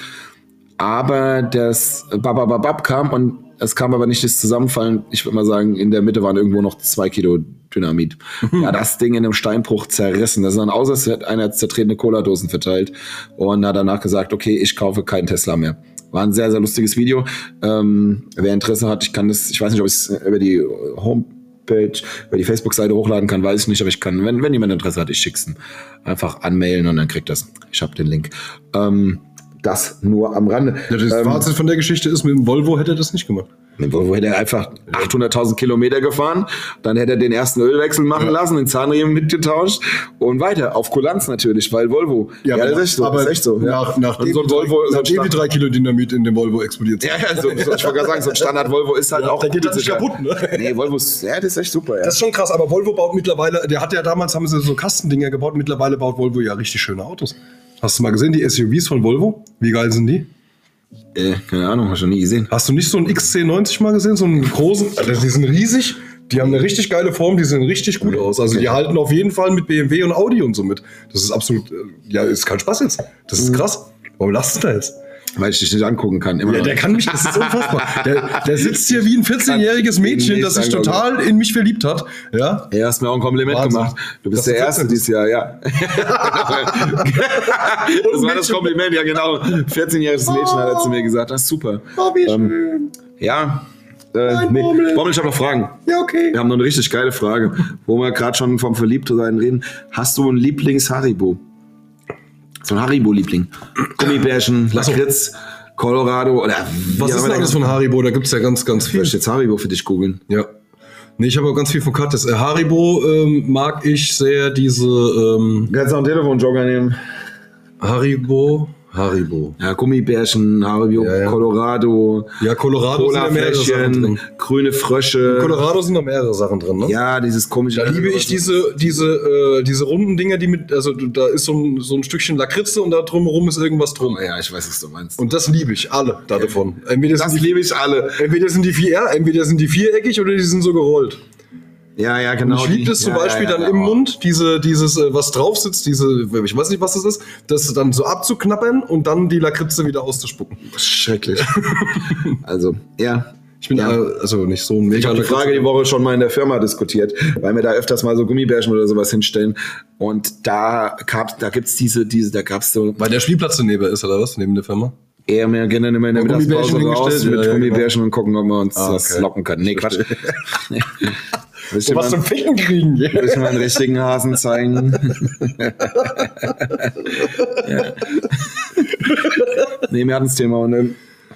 A: Aber das bap, bap, bap, bap kam und es kam aber nicht das Zusammenfallen. Ich würde mal sagen, in der Mitte waren irgendwo noch zwei Kilo Dynamit. Ja, das Ding in einem Steinbruch zerrissen. Das ist dann außer es hat einer zertretene Cola-Dosen verteilt und hat danach gesagt, okay, ich kaufe keinen Tesla mehr. War ein sehr, sehr lustiges Video. Ähm, wer Interesse hat, ich kann das, ich weiß nicht, ob ich es über die Homepage, über die Facebook-Seite hochladen kann, weiß ich nicht, aber ich kann, wenn, wenn jemand Interesse hat, ich schick's ihm. Einfach anmailen und dann kriegt das. Ich habe den Link. Ähm, Das nur am Rande. Ähm,
B: Das ist- Fazit von der Geschichte ist, mit dem Volvo hätte er das nicht gemacht.
A: Mit dem Volvo hätte er einfach 800.000 Kilometer gefahren, dann hätte er den ersten Ölwechsel machen lassen, den Zahnriemen mitgetauscht und weiter. Auf Kulanz natürlich, weil Volvo. das ist echt so.
B: genau. aber
A: ist echt so
B: Nach,
A: ja.
B: nachdem,
A: so ein Volvo, so ein
B: nachdem die
A: Standard,
B: drei Kilo Dynamit in dem Volvo explodiert sind.
A: ja, ja, so, so, ich wollte gerade sagen, so ein Standard Volvo ist halt auch.
B: der geht
A: gut
B: halt nicht
A: sicher.
B: kaputt, ne?
A: Nee, Volvo ist, ja, das ist echt super. Ja.
B: Das ist schon krass, aber Volvo baut mittlerweile, der hat ja damals, haben sie so Kastendinger gebaut, mittlerweile baut Volvo ja richtig schöne Autos. Hast du mal gesehen, die SUVs von Volvo? Wie geil sind die?
A: äh, keine Ahnung, hab ich noch nie gesehen.
B: Hast du nicht so einen XC90 mal gesehen? So einen großen, also die sind riesig, die haben eine richtig geile Form, die sehen richtig gut aus. Also die halten auf jeden Fall mit BMW und Audi und so mit. Das ist absolut, äh, ja, ist kein Spaß jetzt. Das ist krass. Warum lachst du da jetzt?
A: Weil ich dich nicht angucken kann. Immer
B: Ja,
A: noch.
B: der kann mich, das ist unfassbar. Der, der sitzt hier wie ein 14-jähriges Mädchen, das sich total in mich verliebt hat. Ja,
A: Ja, hast mir auch ein Kompliment
B: Wahnsinn.
A: gemacht. Du bist
B: Dass
A: der
B: du
A: Erste
B: 14
A: dieses Jahr, ja. das war das Kompliment, ja genau. 14-jähriges Mädchen hat er zu mir gesagt. Das ist super.
B: Oh, wie
A: Ähm,
B: schön.
A: Ja. Äh,
B: Nein,
A: nee.
B: Bommel.
A: Bommel, ich habe noch Fragen.
B: Ja, okay.
A: Wir haben noch eine richtig geile Frage, wo wir gerade schon vom Verliebtsein reden. Hast du einen Lieblings-Haribo? So ein Haribo-Liebling. Gummibärchen, Lakritz, Colorado oder
B: Was ist denn alles von Haribo? Da gibt es ja ganz, ganz
A: Soll
B: viel.
A: ich jetzt Haribo für dich googeln?
B: Ja. Nee, ich habe auch ganz viel von Kattes. Äh, Haribo ähm, mag ich sehr diese ähm,
A: Kannst du auch einen Telefonjogger nehmen?
B: Haribo. Haribo.
A: Ja, Gummibärchen, Haribo,
B: Ja, ja.
A: Colorado,
B: Ja, Colorado sind ja mehrere Sachen
A: Colafläschchen,
B: drin.
A: grüne Frösche.
B: Colorado sind noch mehrere Sachen drin, ne?
A: ja, dieses komische.
B: Da liebe ich diese, diese, äh, diese runden Dinger, die mit, also da ist so ein, so ein Stückchen Lakritze und da drumherum ist irgendwas drum.
A: Ja, ich weiß, was du meinst.
B: Und das liebe ich, alle da davon. Entweder
A: das
B: sind, die,
A: liebe ich alle.
B: entweder, sind die vier, entweder sind die viereckig oder die sind so gerollt.
A: Ja, ja,
B: Und
A: genau.
B: ich liebe
A: die-
B: das zum
A: ja,
B: Beispiel
A: ja, ja,
B: dann
A: ja,
B: im
A: oh.
B: Mund, diese, dieses, äh, was drauf sitzt, diese, ich weiß nicht, was das ist, das dann so abzuknappern und dann die Lakritze wieder auszuspucken.
A: Oh, Schrecklich. also, ja.
B: Ich bin
A: Ja.
B: äh, also nicht so ein
A: Ich
B: mega
A: habe die Frage die Woche schon mal in der Firma diskutiert, weil wir da öfters mal so Gummibärchen oder sowas hinstellen. Und da gab da gibt's diese, diese, da gab's so
B: Weil der Spielplatz daneben ist, oder was? Neben der Firma?
A: eher mehr gerne immer in der
B: Und
A: Mittagspause
B: Gummibärchen
A: raus
B: hingestellt?
A: mit
B: Ja, ja,
A: Gummibärchen und gucken, ob wir uns das
B: okay.
A: locken können. Nee, Quatsch. Willst du mal-
B: Ficken kriegen,
A: Soll ich mal einen richtigen Hasen zeigen? Ja. nee, wir hatten das Thema. Und, ähm,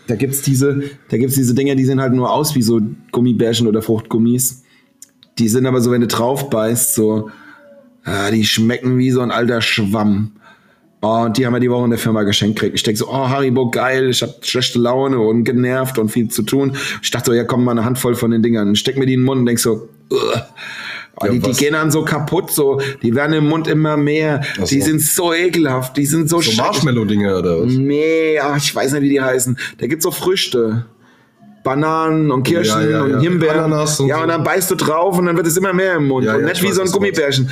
A: da gibt es diese, da gibt's diese Dinger, die sehen halt nur aus wie so Gummibärchen oder Fruchtgummis. Die sind aber so, wenn du drauf beißt, so, ah, die schmecken wie so ein alter Schwamm. Oh, Und die haben wir die Woche in der Firma geschenkt gekriegt. Ich denke so, oh, Haribo, geil, ich habe schlechte Laune und genervt und viel zu tun. Ich dachte so, ja, komm, mal eine Handvoll von den Dingern. Steck mir die in den Mund und denk so, Ugh. Oh, die, die
B: was?
A: gehen dann so kaputt, so. Die werden im Mund immer mehr.
B: Ach
A: Die
B: so.
A: sind so ekelhaft, die sind so,
B: So
A: schrecklich.
B: Marshmallow-Dinger, oder
A: Mhm.
B: was?
A: Nee, ach, ich weiß nicht, wie die heißen. Da gibt's so Früchte. Bananen und Kirschen
B: Ja, ja,
A: und
B: ja.
A: Himbeeren.
B: Ananas und
A: ja,
B: so.
A: und dann beißt du drauf und dann wird es immer mehr im Mund.
B: Ja,
A: und
B: ja,
A: nicht
B: ich
A: wie
B: weiß,
A: so ein
B: was du meinst.
A: Gummibärchen.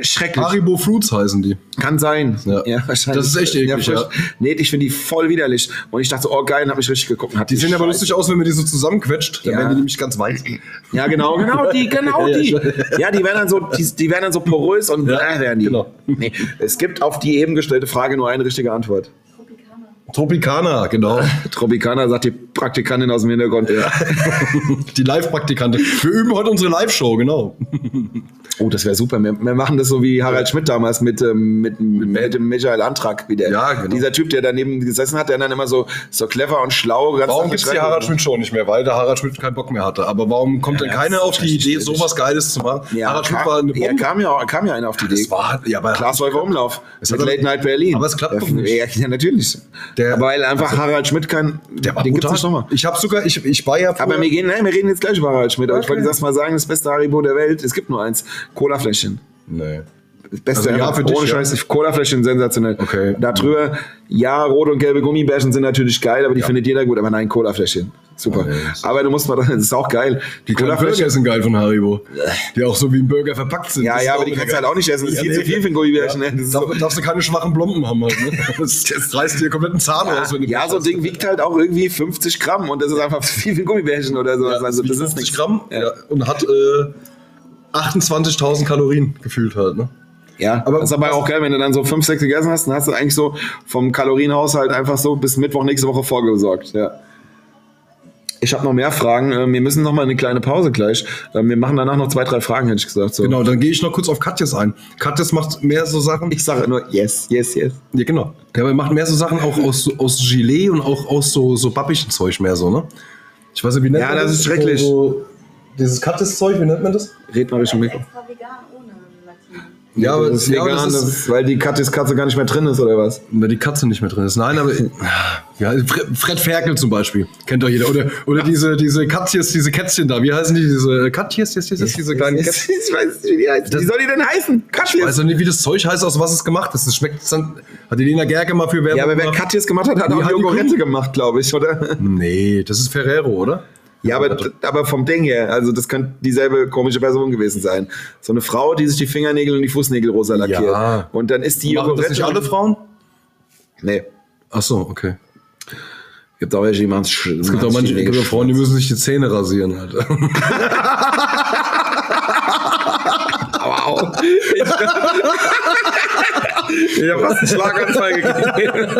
A: Schrecklich.
B: Haribo Fruits heißen die.
A: Kann sein.
B: Ja. Das ist echt eklig,
A: frisch.
B: ja.
A: Nee, ich finde die voll widerlich. Und ich dachte so, oh geil, und hab mich richtig geguckt. und hab
B: Die sehen aber lustig aus, wenn man die so zusammenquetscht. Dann
A: Ja.
B: werden die nämlich ganz weiß.
A: Ja, genau, genau die, genau
B: Ja, ja,
A: die.
B: schon.
A: Ja, die werden dann so, die, die werden dann so porös und äh, werden die.
B: genau.
A: Nee, es gibt auf die eben gestellte Frage nur eine richtige Antwort.
C: Tropicana.
B: Tropicana, genau.
A: Tropicana sagt die Praktikantin aus dem Hintergrund.
B: Die Live-Praktikante. Wir üben heute unsere Live-Show, genau.
A: Oh, das wäre super. Wir, wir machen das so wie Harald Schmidt damals mit, ähm, mit, mit dem Michael Antrag wieder.
B: Ja, genau.
A: Dieser Typ, der daneben gesessen hat, der dann immer so, so clever und schlau. ganz
B: Warum
A: sachlich
B: gibt es die
A: rein-
B: Harald Schmidt Show nicht mehr? Weil der Harald Schmidt keinen Bock mehr hatte. Aber warum kommt denn keiner auf die Idee, sowas Geiles zu machen?
A: Ja,
B: Harald Schmidt
A: kam,
B: war eine
A: ja,
B: Bombe.
A: kam ja, auch- kam ja einer auf die Idee.
B: Das war, ja, aber
A: Klaas Wolfer Umlauf.
B: Es
A: mit
B: hat aber-
A: Late Night Berlin.
B: aber es klappt
A: ja,
B: doch nicht.
A: Ja, ja natürlich.
B: Der- Also-
A: Weil einfach Harald Schmidt kann.
B: der war
A: den gibt's
B: brutal.
A: nicht nochmal.
B: Ich habe sogar, ich, ich war ja
A: Aber
B: früher-
A: wir, gehen, nein, wir reden jetzt gleich über Harald Schmidt. Aber ich
B: Okay.
A: wollte das mal sagen: das beste Haribo der Welt. Es gibt nur eins: Colafläschchen.
B: Nee.
A: Das beste
B: Also ja,
A: ever.
B: für dich,
A: Ohne
B: ja.
A: Scheiß. Colafläschchen sensationell.
B: Okay.
A: Darüber, ja, rote und gelbe Gummibärchen sind natürlich geil, aber die findet jeder gut. Aber nein, Colafläschchen. Super.
B: Nee, das-
A: aber du musst mal, das ist auch geil. Die
B: Kleine Burger sind geil von Haribo. Die auch so wie ein Burger verpackt sind.
A: Ja,
B: Das
A: ja,
B: ist
A: aber die
B: wieder
A: kannst du
B: geil.
A: halt auch nicht essen. Das ist
B: Ja,
A: viel zu
B: nee.
A: viel für ein Gummibärchen. ne? Das ist so-
B: Darf, darfst du keine schwachen Blomben haben halt, ne? Das, das reißt dir komplett einen Zahn raus, wenn du
A: Ja, so ein Ding wiegt halt auch irgendwie 50 Gramm und das ist einfach viel wie ein Gummibärchen oder sowas.
B: Ja,
A: also das ist
B: 50
A: nichts.
B: Gramm
A: Ja,
B: ja, und hat äh, 28.000 Kalorien gefühlt halt, ne?
A: ja. aber
B: Aber-
A: das ist aber auch geil, wenn du dann so 5, 6 gegessen hast, dann hast du eigentlich so vom Kalorienhaushalt einfach so bis Mittwoch nächste Woche vorgesorgt. Ja.
D: Ich habe noch mehr Fragen. Ähm, Wir müssen noch mal eine kleine Pause gleich. Ähm, Wir machen danach noch zwei, drei Fragen, hätte ich gesagt. So.
B: Genau, dann gehe ich noch kurz auf Katjes ein. Katjes macht mehr so Sachen.
D: Ich sage nur yes, yes, yes.
B: Ja, genau. Ja, aber er macht mehr so Sachen auch aus, aus Gilet und auch aus so, so babbigen Zeug mehr so, ne? Ich weiß nicht, wie nennt
D: Ja,
B: man
D: das ist schrecklich.
B: So, dieses Kattes-Zeug, wie nennt man das?
D: Red mal Richtung Mikro.
C: Extra vegan ohne Laktose.
B: Ja, aber
D: das ist
B: ja, aber
D: vegan,
B: das
D: das
B: ist-
D: ist, weil die Katjes Katze gar nicht mehr drin ist, oder was?
B: Wenn die Katze nicht mehr drin ist. Nein, aber ja, Fre- Fred Ferkel zum Beispiel. Kennt doch jeder. Oder, oder diese, diese Katjes, diese Kätzchen da. Wie heißen die? Diese äh, Katjes, yes, yes, yes, diese kleinen
D: ich
B: Kätzchen.
D: weiß nicht, wie die heißt. Wie soll die denn heißen? Katjes.
B: Weiß doch nicht, wie das Zeug heißt, aus was es gemacht ist. Das schmeckt, dann, hat die Lena Gerke mal für Werbung
D: Ja, aber wer
B: gemacht.
D: Katjes gemacht hat, hat
B: Wie
D: auch
B: hat die
D: Jogurette
B: Kuh?
D: gemacht, glaube ich, oder?
B: Nee, das ist Ferrero, oder?
D: Ja, aber,
B: Also-
D: aber vom Ding her, also das könnte dieselbe komische Person gewesen sein. So eine Frau, die sich die Fingernägel und die Fußnägel rosa lackiert.
B: Ja.
D: Und dann ist die
B: Machen das nicht alle Frauen?
D: Nee.
B: Ach so, okay.
D: Gibt auch welche, die machen es schön.
B: Es gibt auch manche gibt auch Frauen, die müssen sich die Zähne rasieren. Halt.
D: Wow. Ich, ich habe fast einen Schlaganfall gekriegt.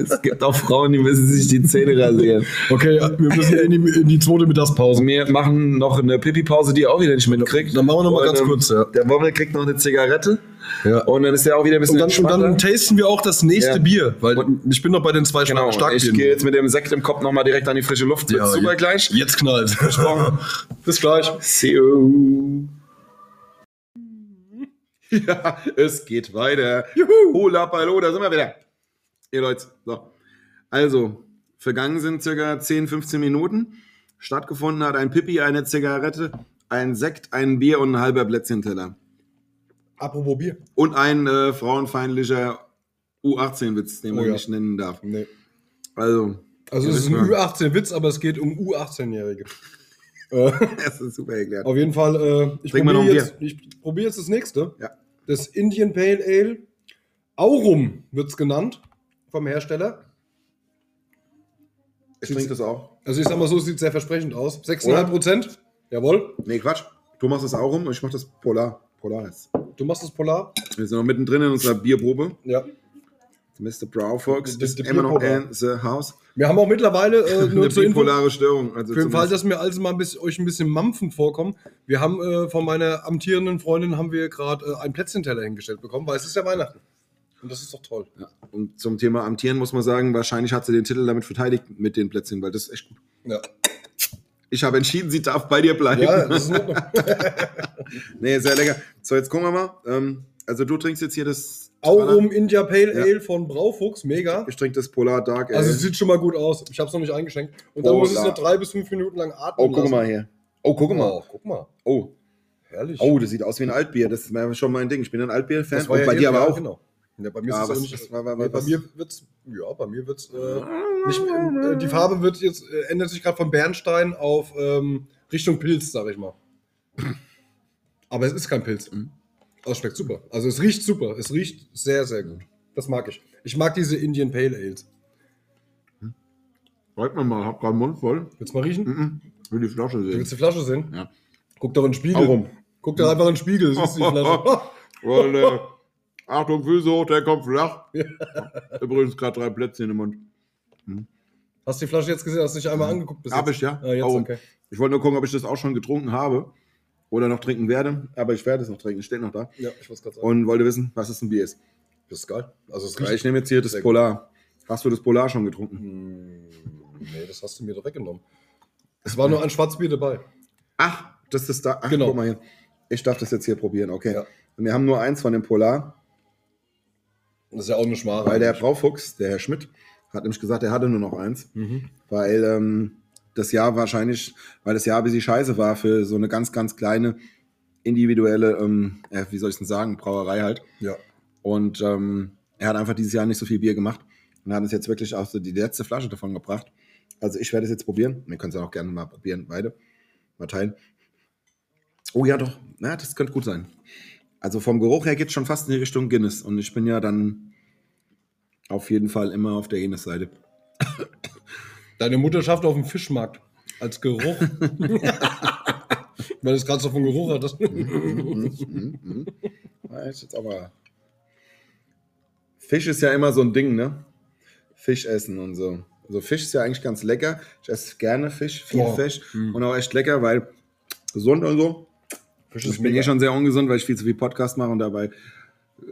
D: es gibt auch Frauen, die müssen sich die Zähne rasieren.
B: Okay, wir müssen in die, in die zweite Mittagspause.
D: Wir machen noch eine Pipi-Pause, die ihr auch wieder nicht mitkriegt.
B: Dann machen wir noch mal
D: Und,
B: ganz
D: ähm,
B: kurz, ja.
D: Der Wommel kriegt noch eine Zigarette.
B: Ja.
D: Und dann ist er auch wieder ein bisschen
B: Und dann, und
D: entspannter.
B: dann tasten wir auch das nächste
D: Ja.
B: Bier, weil ich bin noch bei den zwei
D: Genau,
B: genau, stark
D: ich gehe jetzt mit dem Sekt im Kopf nochmal direkt an die frische Luft. Ja, super
B: jetzt,
D: gleich.
B: Jetzt knallt. Bis gleich.
D: See you. Ja, es geht weiter. Juhu. Hola, hallo, da sind wir wieder. Ihr Leute, so. Also, vergangen sind circa 10, 15 Minuten. Stattgefunden hat ein Pipi, eine Zigarette, ein Sekt, ein Bier und ein halber Plätzchenteller.
B: Apropos Bier.
D: Und ein äh, frauenfeindlicher U18-Witz, den man
B: Oh ja.
D: nicht nennen darf.
B: Nee.
D: Also,
B: Also
D: Ja,
B: es ist ein
D: wissen wir.
B: U18-Witz, aber es geht um U18-Jährige. äh,
D: das ist super erklärt.
B: auf jeden Fall, äh, ich
D: Trink mal noch
B: probiere
D: ein
B: jetzt, ich probier jetzt das nächste.
D: Ja.
B: Das Indian Pale Ale. Aurum wird es genannt vom Hersteller.
D: Ich trinke das auch.
B: Also ich sag mal so, es sieht sehr versprechend aus. 6,5
D: Oder?
B: Prozent. Jawohl.
D: Nee, Quatsch. Du machst das auch rum und ich mach das Polar. Polar ist.
B: Du machst das Polar.
D: Wir sind noch mittendrin in unserer Bierprobe.
B: Ja.
D: Mr. Brown Fox
B: Die-
D: ist
B: die
D: immer noch
B: Bipolar.
D: in the house.
B: Wir haben auch mittlerweile äh, nur
D: Eine
B: zur Info,
D: bipolare Störung. Also
B: für den Fall,
D: zumindest-
B: dass mir also mal ein bisschen, euch ein bisschen mampfend vorkommen. Wir haben äh, von meiner amtierenden Freundin haben wir gerade äh, einen Plätzchenteller hingestellt bekommen, weil es ist ja Weihnachten. Und das ist doch toll.
D: ja. Und zum Thema Amtieren muss man sagen, wahrscheinlich hat sie den Titel damit verteidigt mit den Plätzchen, weil das ist echt gut.
B: Ja,
D: Ich habe entschieden, sie darf bei dir bleiben.
B: ja das ist in Ordnung.
D: Nee, sehr lecker. So, jetzt gucken wir mal. Ähm, also du trinkst jetzt hier das...
B: Aurum India Pale
D: Ja.
B: Ale von Braufuchs, mega.
D: Ich trinke das Polar Dark Ale.
B: Also es sieht schon mal gut aus. Ich habe es noch nicht eingeschenkt. Und dann
D: Oh,
B: muss ich es
D: da.
B: noch drei bis fünf Minuten lang atmen
D: oh, guck
B: lassen.
D: mal hier. Oh, guck mal.
B: Oh, guck mal.
D: Oh.
B: Herrlich.
D: oh, das sieht aus wie ein Altbier. Das war schon mein Ding. Ich bin ein Altbier-Fan. Und bei
B: eben-
D: dir aber auch.
B: Genau. Ja, bei mir
D: Ja,
B: ist
D: was-
B: es auch nicht.
D: was- was-
B: nee, bei
D: was-
B: mir wird's. Ja, bei mir wird's. Äh, nicht,
D: Ah.
B: äh, die Farbe wird jetzt äh, ändert sich gerade von Bernstein auf ähm, Richtung Pilz, sag ich mal. Aber es ist kein Pilz.
D: Mhm.
B: Aber es schmeckt super. Also es riecht super. Es riecht sehr, sehr gut. Das mag ich. Ich mag diese Indian Pale Ales.
D: Schreibt mir mal, hab gerade Mund voll.
B: Willst du mal riechen?
D: Mhm. Will die Flasche
B: Du
D: sehen.
B: willst die Flasche sehen?
D: Ja.
B: Guck doch in den Spiegel.
D: Warum?
B: Guck doch einfach in den Spiegel. Du siehst die Flasche.
D: Und, äh, Achtung, Füße hoch, der kommt flach. Übrigens gerade drei Plätzchen im Mund.
B: Hast du die Flasche jetzt gesehen? Hast du dich einmal angeguckt? bis
D: Hab
B: jetzt?
D: ich, ja.
B: Ah, jetzt,
D: Warum?
B: okay.
D: Ich wollte nur gucken, ob ich das auch schon getrunken habe oder noch trinken werde. Aber ich werde es noch trinken, steht noch da.
B: Ja, ich wollte gerade sagen.
D: Und wollte wissen, was es ein Bier ist.
B: Das ist geil. Also es
D: Ich nehme jetzt hier das Polar. Hast du das Polar schon getrunken?
B: hm, Nee, das hast du mir doch weggenommen. Es war nur ein Schwarzbier dabei.
D: Ach, das ist da. Ach,
B: Genau.
D: guck mal hier. Ich darf das jetzt hier probieren, okay.
B: Ja.
D: Wir haben nur eins von dem Polar,
B: Das ist ja auch eine Schmare.
D: weil der Braufuchs, der Herr Schmidt, hat nämlich gesagt, er hatte nur noch eins.
B: Mhm.
D: weil ähm, das Jahr wahrscheinlich, weil das Jahr ein bisschen scheiße war für so eine ganz, ganz kleine individuelle, ähm, äh, wie soll ich denn sagen, Brauerei halt.
B: Ja.
D: Und ähm, er hat einfach dieses Jahr nicht so viel Bier gemacht und hat uns jetzt wirklich auch so die letzte Flasche davon gebracht. Also ich werde es jetzt probieren. Wir können es ja auch gerne mal probieren, beide. Mal teilen. Oh ja, doch. Na, das könnte gut sein. Also vom Geruch her geht es schon fast in die Richtung Guinness. Und ich bin ja dann auf jeden Fall immer auf der Guinness-Seite.
B: Deine Mutter schafft auf dem Fischmarkt als Geruch. Weil es gerade so vom Geruch hat. Das
D: Ja, ist jetzt aber. Fisch ist ja immer so ein Ding, ne? Fisch essen und so. Also Fisch ist ja eigentlich ganz lecker. Ich esse gerne Fisch, viel
B: Ja.
D: Fisch
B: Hm.
D: und auch echt lecker, weil gesund und so.
B: Fisch
D: Ich bin eh
B: mega.
D: schon sehr ungesund, weil ich viel zu viel Podcast mache und dabei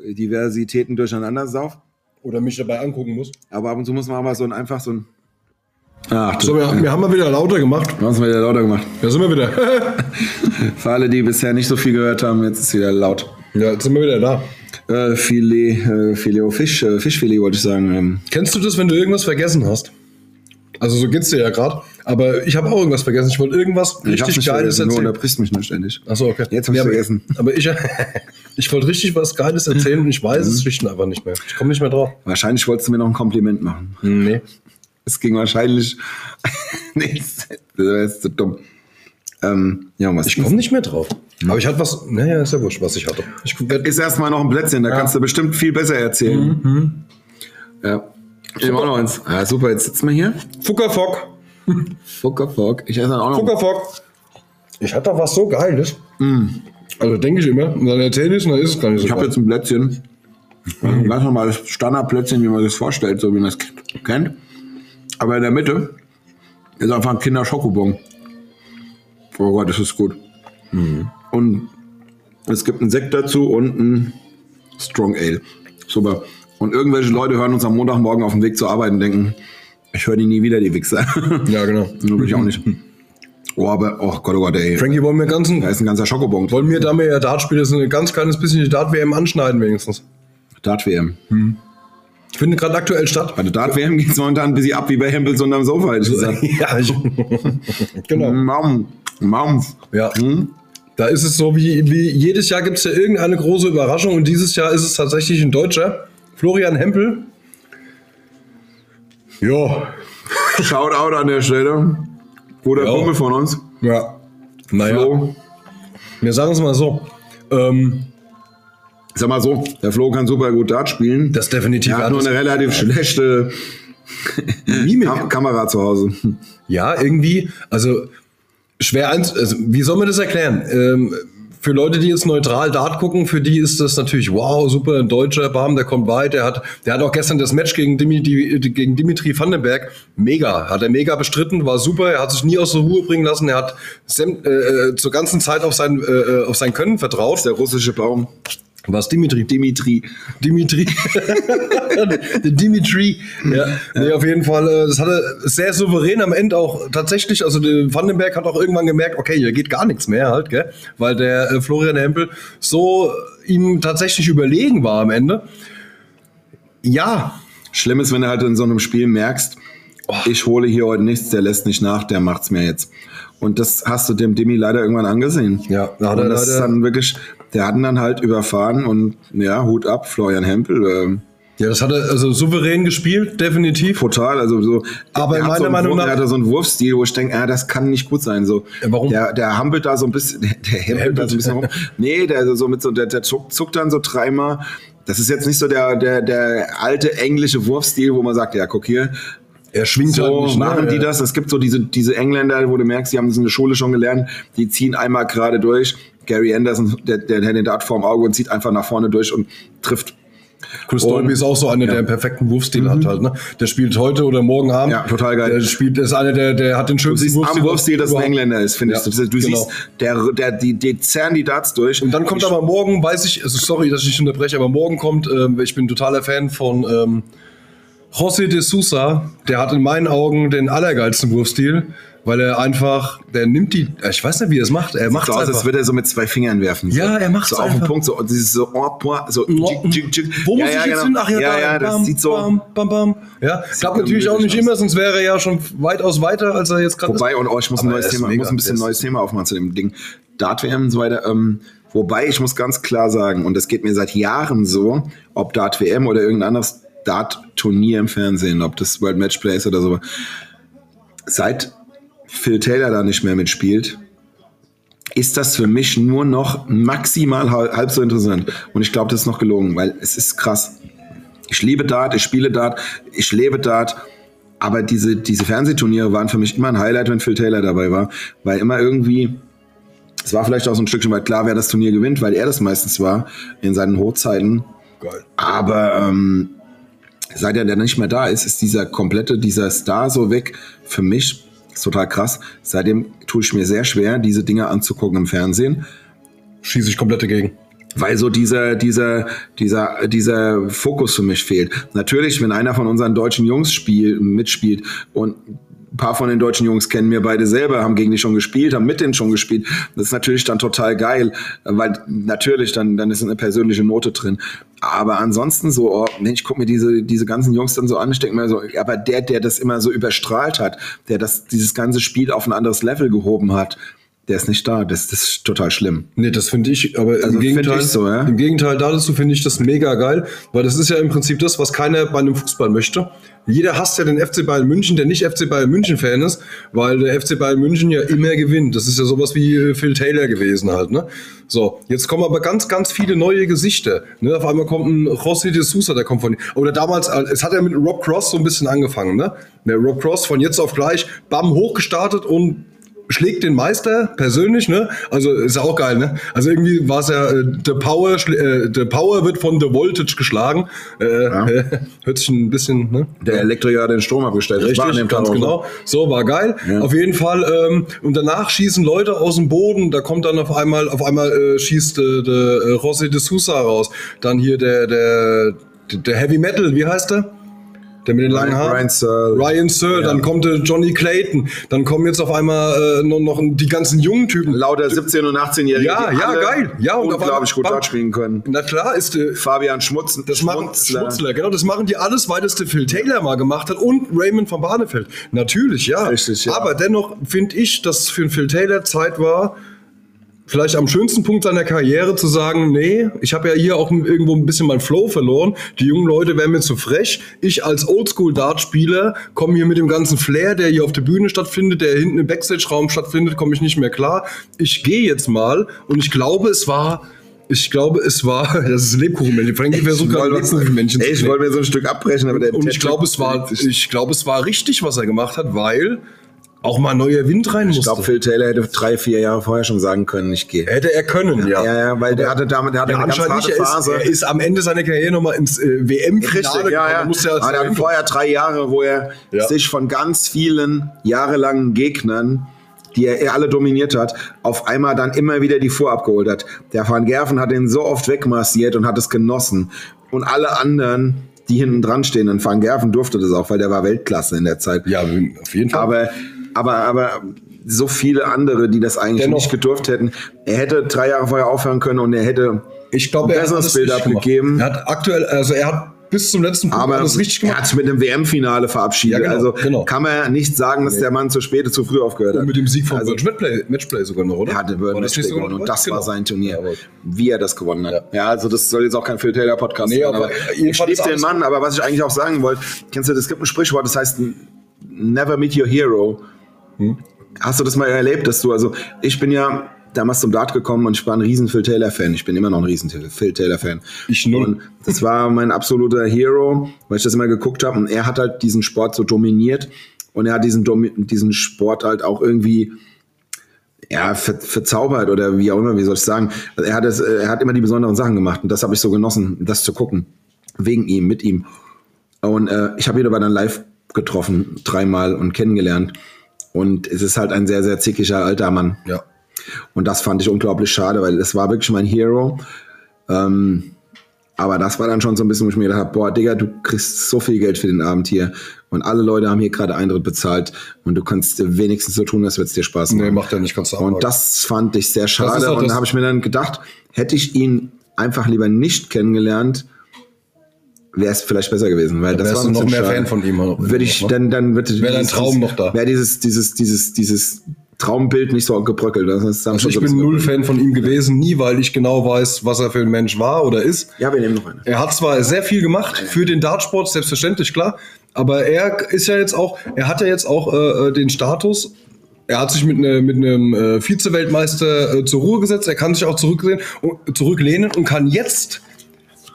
D: Diversitäten durcheinander sauf.
B: Oder mich dabei angucken muss.
D: Aber ab und zu muss man aber so ein einfach so ein. Ach,
B: So, wir, wir haben mal wieder lauter gemacht.
D: Du hast mal wieder lauter gemacht.
B: Da sind wir wieder.
D: Für alle, die bisher nicht so viel gehört haben, jetzt ist es wieder laut.
B: ja, jetzt sind wir wieder da.
D: Äh, Filet, äh, Filet, Fisch, äh, Fischfilet wollte ich sagen. Ähm,
B: Kennst du das, wenn du irgendwas vergessen hast? Also so geht's dir ja gerade. Aber ich habe auch irgendwas vergessen. Ich wollte irgendwas
D: hab's
B: richtig
D: nicht
B: Geiles
D: vergessen, Du
B: erzählen.
D: unterbrichst mich nur ständig.
B: Achso, okay.
D: Jetzt hab ich's
B: aber-
D: vergessen.
B: Aber ich, ich wollte richtig was Geiles erzählen und ich
D: Mhm.
B: weiß es schlicht und einfach nicht mehr. Ich komme nicht mehr drauf.
D: Wahrscheinlich wolltest du mir noch ein Kompliment machen.
B: Nee.
D: Es ging wahrscheinlich. nee, das wäre jetzt zu dumm. Ähm, ja, was?
B: Ich komme nicht mehr drauf.
D: Mhm.
B: Aber ich hatte was. Naja, ist ja wurscht, was ich hatte. Ich werd,
D: Ist erstmal noch ein Plätzchen, da kannst du bestimmt viel besser erzählen. Ja. Ich nehme auch noch eins. Mhm, Ah, super, jetzt sitzen wir hier.
B: Fuckerfock.
D: Fuckerfock. Ich esse dann auch noch.
B: Fuckerfock. Ich hatte doch was so Geiles. Also denke ich immer. Und dann erzähle ich und dann ist es gar nicht so
D: Mhm. Ich habe
B: geil.
D: jetzt ein Plätzchen. Ein ganz normales Standardplätzchen, wie man sich das vorstellt, so wie man das kennt. Aber in der Mitte ist einfach ein Kinderschokobon. Oh Gott, das ist gut. Und es gibt einen Sekt dazu und einen Strong Ale. Super. Und irgendwelche Leute hören uns am Montagmorgen auf dem Weg zur Arbeit und denken, ich höre die nie wieder, die Wichser.
B: Ja, genau.
D: Nur will ich auch nicht. Oh, aber, oh Gott, oh Gott, ey.
B: Frankie, wollen wir ganzen.
D: Da ist ein ganzer Schokobon.
B: Wollen wir, da wir ja Dart spielen, so ein ganz kleines bisschen die Dart-WM anschneiden wenigstens.
D: Dart-WM.
B: Findet gerade aktuell statt.
D: Bei der Dart-WM geht es momentan ein bisschen ab wie bei Hempels unterm Sofa, hätte ich gesagt.
B: Ja, ich, genau.
D: Maum, Maum.
B: Ja.
D: Hm?
B: Da ist es so, wie, wie jedes Jahr gibt es ja irgendeine große Überraschung und dieses Jahr ist es tatsächlich ein Deutscher. Florian Hempel. Ja.
D: Shoutout an der Stelle. Guter
B: Ja.
D: Kumpel von uns.
B: Ja. Naja,
D: Flo.
B: wir sagen es mal so. Ähm,
D: Ich sag mal so, der Flo kann super gut Dart spielen.
B: das definitiv
D: er hat nur eine relativ schlechte
B: Mimik.
D: Kam Kamera zu Hause.
B: Ja, irgendwie, also schwer eins, also, wie soll man das erklären? Ähm, für Leute, die jetzt neutral Dart gucken, für die ist das natürlich, wow, super, ein Deutscher, bam, der kommt weit, der hat, der hat auch gestern das Match gegen, Dimi, die, gegen Dimitri Vandenberg, mega, hat er mega bestritten, war super, er hat sich nie aus der Ruhe bringen lassen, er hat sem, äh, äh, zur ganzen Zeit auf sein, äh, äh, auf sein Können vertraut.
D: Der russische Baum.
B: Was Dimitri?
D: Dimitri.
B: Dimitri. Dimitri. Ja. Nee, auf jeden Fall. äh, Das hatte sehr souverän am Ende auch tatsächlich. Also der Vandenberg hat auch irgendwann gemerkt, okay, hier geht gar nichts mehr halt, gell? Weil der äh, Florian Hempel so ihm tatsächlich überlegen war am Ende. Ja,
D: Schlimm ist, wenn du halt in so einem Spiel merkst, ich hole hier heute nichts, der lässt nicht nach, der macht's mir jetzt. Und das hast du dem Demi leider irgendwann angesehen.
B: Ja, da hat
D: und
B: er
D: das ist
B: leider-
D: dann wirklich, der hat ihn dann halt überfahren und ja, Hut ab, Florian Hempel. Ähm,
B: ja, das hat er also souverän gespielt, definitiv.
D: brutal. Also so,
B: Aber
D: der hat
B: meiner
D: so einen
B: Meinung
D: Wurf,
B: nach-
D: der hat da so einen Wurfstil, wo ich denke, ah, das kann nicht gut sein. So,
B: Ja, warum?
D: Der, der hampelt da so ein bisschen, der, der hampelt da so ein bisschen rum. Nee, der so mit so, der, der zuckt, zuckt dann so dreimal. Das ist jetzt nicht so der, der, der alte englische Wurfstil, wo man sagt, ja, guck hier,
B: Er schwingt
D: so
B: halt nicht, ne?
D: machen die
B: Ja.
D: das. Es gibt so diese, diese Engländer, wo du merkst, die haben das in der Schule schon gelernt, die ziehen einmal gerade durch. Gary Anderson, der, der, der hat den Dart vorm Auge und zieht einfach nach vorne durch und trifft.
B: Chris
D: Und-
B: Dolby ist auch so einer, der einen perfekten Wurfstil hat halt. Ne? Der spielt heute oder morgen Abend.
D: Mhm. Ja, total geil.
B: Der spielt, ist einer, der, der hat den schönsten
D: Siehst am Wurfstil, dass es ein
B: überhaupt.
D: Engländer ist, finde
B: Ja,
D: ich. Du, du
B: genau.
D: siehst, der, der, die, die zerren die Darts durch.
B: Und dann kommt
D: ich,
B: aber morgen, weiß ich, also sorry, dass ich dich unterbreche, aber morgen kommt, ähm, ich bin totaler Fan von ähm, José de Sousa. Der hat in meinen Augen den allergeilsten Wurfstil, weil er einfach, der nimmt die, ich weiß nicht, wie er es macht. Er macht
D: so
B: es
D: aus, als
B: einfach.
D: würde er so mit zwei Fingern werfen.
B: Ja,
D: so.
B: er macht's
D: so auf den
B: einfach.
D: Punkt, so und dieses so, oh, boah, so
B: Wo
D: tschick, tschick, tschick.
B: muss
D: ja,
B: ich
D: ja,
B: jetzt
D: genau.
B: hin? Ach ja,
D: ja,
B: da.
D: ja, das
B: bam,
D: sieht so.
B: Bam, bam, bam. Ja, klappt
D: dann
B: natürlich auch
D: wirklich
B: nicht
D: aus.
B: immer, sonst wäre er ja schon weitaus weiter, als er jetzt gerade
D: Wobei, und oh, ich muss ein
B: Aber
D: neues
B: er ist
D: Thema, ich
B: mega.
D: muss ein bisschen
B: Der ist-
D: neues Thema aufmachen zu dem Ding. Dart-WM und so weiter. Ähm, wobei, ich muss ganz klar sagen, und das geht mir seit Jahren so, ob Dart-WM oder irgendein anderes Dart-Turnier im Fernsehen, ob das World Match Play ist oder so. Seit Phil Taylor da nicht mehr mitspielt, ist das für mich nur noch maximal hal- halb so interessant. Und ich glaube, das ist noch gelogen, weil es ist krass. Ich liebe Dart, ich spiele Dart, ich lebe Dart. Aber diese, diese Fernsehturniere waren für mich immer ein Highlight, wenn Phil Taylor dabei war, weil immer irgendwie, es war vielleicht auch so ein Stückchen weit klar, wer das Turnier gewinnt, weil er das meistens war in seinen Hochzeiten.
B: Geil.
D: Aber ähm, seit er dann nicht mehr da ist, ist dieser komplette, dieser Star so weg. Für mich ist total krass. Seitdem tue ich mir sehr schwer, diese Dinge anzugucken im Fernsehen,
B: Schieße ich komplett dagegen.
D: weil so dieser, dieser, dieser, dieser Fokus für mich fehlt. Natürlich, wenn einer von unseren deutschen Jungs spiel, mitspielt und ein paar von den deutschen Jungs kennen wir beide selber, haben gegen die schon gespielt, haben mit denen schon gespielt. Das ist natürlich dann total geil, weil natürlich dann, dann ist eine persönliche Note drin. Aber ansonsten so, oh, Mensch, ich guck mir diese, diese ganzen Jungs dann so an, ich denk mir so, aber der, der das immer so überstrahlt hat, der das, dieses ganze Spiel auf ein anderes Level gehoben hat, der ist nicht da. Das, das ist total schlimm.
B: Nee, das finde ich, aber
D: Also
B: im Gegenteil,
D: find ich so, ja.
B: im Gegenteil dazu finde ich das mega geil, weil das ist ja im Prinzip das, was keiner bei einem Fußball möchte. Jeder hasst ja den FC Bayern München, der nicht FC Bayern München Fan ist, weil der FC Bayern München ja immer gewinnt. Das ist ja sowas wie äh, Phil Taylor gewesen halt, ne? So, jetzt kommen aber ganz, ganz viele neue Gesichter. Ne? Auf einmal kommt ein Rossi de Sousa, der kommt von. Oder damals, äh, es hat ja mit Rob Cross so ein bisschen angefangen, ne? Der Rob Cross von jetzt auf gleich, bam, hochgestartet und schlägt den Meister persönlich, ne? Also ist ja auch geil, ne? Also irgendwie war es ja, äh, The Power, schl- äh, The Power wird von The Voltage geschlagen. Äh, hört sich ein bisschen, ne?
D: Der Elektriker hat den Strom abgestellt. das war an dem Tag
B: ganz
D: auch so.
B: genau. So, war geil.
D: Ja.
B: Auf jeden Fall. Ähm, und danach schießen Leute aus dem Boden. Da kommt dann auf einmal, auf einmal äh, schießt äh, der äh, Rossi de Sousa raus. Dann hier der, der, der Heavy Metal, wie heißt der? Der mit den langen
D: Ryan-
B: Haaren.
D: Ryan Searle.
B: Ryan Searle. Dann kommt äh, Johnny Clayton. Dann kommen jetzt auf einmal äh, noch, noch die ganzen jungen Typen.
D: Lauter 17- und 18-Jährige.
B: Ja,
D: die
B: ja,
D: alle
B: geil. Ja, und auf
D: unglaublich
B: einmal-
D: gut Dart spielen können.
B: Na klar, ist äh,
D: Fabian äh, Schmutzen.
B: Das machen Schmutzler. genau. Das machen die alles, weil das der Phil Taylor mal gemacht hat und Raymond von Barnefeld. Natürlich, ja.
D: Richtig, ja.
B: Aber dennoch finde ich, dass für den Phil Taylor Zeit war, vielleicht am schönsten Punkt seiner Karriere zu sagen, nee, ich habe ja hier auch irgendwo ein bisschen meinen Flow verloren. Die jungen Leute werden mir zu frech. Ich als Oldschool-Dart-Spieler komme hier mit dem ganzen Flair, der hier auf der Bühne stattfindet, der hinten im Backstage-Raum stattfindet, komme ich nicht mehr klar. Ich gehe jetzt mal und ich glaube, es war... Ich glaube, es war, das ist ein Lebkuchenmännchen. Frankie versucht gerade Lebkuchenmännchen
D: Ey, ich
B: knacken.
D: wollte mir so ein Stück abbrechen, aber der
B: Und
D: der
B: ich glaube, es war, ich glaube, es war richtig, was er gemacht hat, weil auch mal neuer Wind rein musste.
D: Ich glaube, Phil Taylor hätte drei, vier Jahre vorher schon sagen können, ich gehe.
B: Hätte er können, ja.
D: Ja, ja, weil der hatte damit, der hatte
B: Ja,
D: eine ganz
B: anscheinend
D: harte
B: nicht. Er ist,
D: Phase.
B: er ist am Ende seiner Karriere nochmal ins äh, WM-Finale
D: Richtig, ja, ja.
B: Muss ja
D: Aber der hatte vorher drei Jahre, wo er
B: Ja.
D: sich von ganz vielen jahrelangen Gegnern, die er, er alle dominiert hat, auf einmal dann immer wieder die Fuhr abgeholt hat. Der Van Gerven hat ihn so oft wegmassiert und hat es genossen. Und alle anderen, die hinten dran stehen, und Van Gerven durfte das auch, weil der war Weltklasse in der Zeit.
B: ja, auf jeden Fall.
D: Aber, aber, aber so viele andere, die das eigentlich
B: Dennoch.
D: nicht gedurft hätten. Er hätte drei Jahre vorher aufhören können und er hätte
B: ich glaube,
D: ein
B: er hat
D: besseres
B: das
D: Bild
B: richtig gemacht.
D: abgegeben.
B: Er hat aktuell, also er hat bis zum letzten Punkt
D: Aber
B: alles richtig
D: er
B: gemacht.
D: hat sich mit einem WM-Finale verabschiedet.
B: Ja, genau,
D: also
B: genau.
D: kann man nicht sagen, dass der Mann zu spät zu früh aufgehört hat.
B: Und mit dem Sieg von
D: also,
B: Virgin Matchplay, Matchplay sogar noch, oder?
D: er hatte
B: War
D: Burn
B: das
D: Match
B: nicht sogar
D: gewonnen
B: noch
D: und das
B: Genau.
D: war sein Turnier.
B: aber-
D: wie er das gewonnen hat. Ja. also das soll jetzt auch kein Phil Taylor Podcast
B: Nee,
D: sein.
B: aber
D: Aber ich
B: jedenfalls
D: liebe den
B: alles-
D: Mann, aber was ich eigentlich auch sagen wollte, kennst du, es gibt ein Sprichwort, das heißt Never meet your hero. Hast du das mal erlebt, dass du, also ich bin ja damals zum Dart gekommen und ich war ein riesen Phil Taylor Fan. Ich bin immer noch ein riesen Phil Taylor Fan.
B: Ich null.
D: Und das war mein absoluter Hero, weil ich das immer geguckt habe und er hat halt diesen Sport so dominiert und er hat diesen, Domi- diesen Sport halt auch irgendwie ja, ver verzaubert oder wie auch immer, wie soll ich sagen. Also er, hat es, äh, er hat immer die besonderen Sachen gemacht und das habe ich so genossen, das zu gucken. Wegen ihm, mit ihm. Und äh, ich habe ihn aber dann live getroffen, dreimal und kennengelernt. Und es ist halt ein sehr, sehr zickischer alter Mann.
B: Ja.
D: Und das fand ich unglaublich schade, weil das war wirklich mein Hero. Ähm, aber das war dann schon so ein bisschen, wo ich mir gedacht habe, boah, Digga, du kriegst so viel Geld für den Abend hier und alle Leute haben hier gerade Eintritt bezahlt und du kannst dir wenigstens so tun, als würde es dir Spaß machen.
B: Nee, macht er nicht, kannst du abhaken.
D: Und das fand ich sehr
B: Das ist
D: schade
B: auch
D: und
B: das-
D: da habe ich mir dann gedacht, hätte ich ihn einfach lieber nicht kennengelernt, wäre es vielleicht besser gewesen, weil das
B: wärst
D: war
B: du
D: ein
B: noch
D: bisschen
B: mehr Fan
D: schade.
B: von ihm auch immer
D: Würde ich,
B: noch, ne?
D: dann, dann wird
B: Wäre dein
D: dieses-
B: Traum noch da.
D: Wäre dieses, dieses, dieses, dieses Traumbild nicht so gebröckelt. Das ist dann
B: Also
D: schon
B: ich
D: so
B: bin
D: ein
B: null Fan
D: bisschen-
B: von ihm gewesen, nie, weil ich genau weiß, was er für ein Mensch war oder ist.
D: Ja, wir nehmen noch eine.
B: Er hat zwar sehr viel gemacht für den Dartsport, selbstverständlich, klar, aber er ist ja jetzt auch, er hat ja jetzt auch äh, äh, den Status, er hat sich mit, ne, mit einem äh, Vize-Weltmeister äh, zur Ruhe gesetzt, er kann sich auch zurücklehnen und, zurücklehnen und kann jetzt,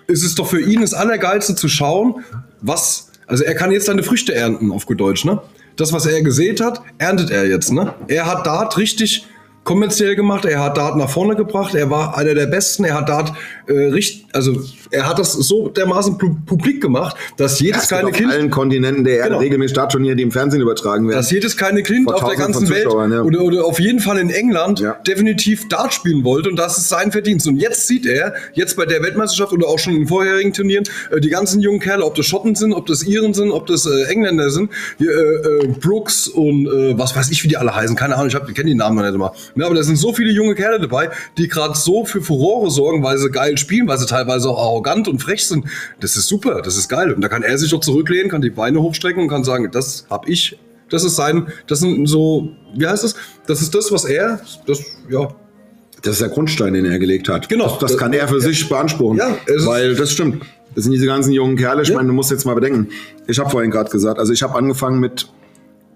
B: ist es doch für ihn das Allergeilste zu schauen, was, also er kann jetzt seine Früchte ernten, auf gut Deutsch, ne? Das, was er gesät hat, erntet er jetzt, ne? Er hat Dart richtig kommerziell gemacht, er hat Dart nach vorne gebracht, er war einer der Besten, er hat Dart äh, richtig, also er hat das so dermaßen pu- publik gemacht, dass jedes
D: Es gibt
B: kleine
D: auf
B: Kind
D: allen Kontinenten der Erde
B: Genau.
D: regelmäßig Startturniere, die im Fernsehen übertragen werden.
B: dass jedes kleine Kind
D: Vor
B: auf der
D: Tausenden
B: ganzen
D: von
B: Welt
D: Zuschauern, ja.
B: oder, oder auf jeden Fall in England
D: Ja.
B: definitiv Dart spielen wollte und das ist sein Verdienst. Und jetzt sieht er, jetzt bei der Weltmeisterschaft oder auch schon in vorherigen Turnieren, äh, die ganzen jungen Kerle, ob das Schotten sind, ob das Iren sind, ob das äh, Engländer sind, hier, äh, äh, Brooks und äh, was weiß ich, wie die alle heißen, keine Ahnung, ich, hab- ich kenne die Namen noch nicht immer. Ja, aber da sind so viele junge Kerle dabei, die gerade so für Furore sorgen, weil sie geil spielen, weil sie teilweise auch arrogant und frech sind. Das ist super, das ist geil. Und da kann er sich doch zurücklehnen, kann die Beine hochstrecken und kann sagen, das hab ich das ist sein, das sind so, wie heißt es? Das ist das, was er, das, ja.
D: Das ist der Grundstein, den er gelegt hat.
B: Genau.
D: Das, das kann er für sich beanspruchen.
B: Ja, es ist-
D: weil das stimmt. Das sind diese ganzen jungen Kerle. Ich
B: Ja.
D: meine, du musst jetzt mal bedenken. Ich habe vorhin gerade gesagt, also ich habe angefangen mit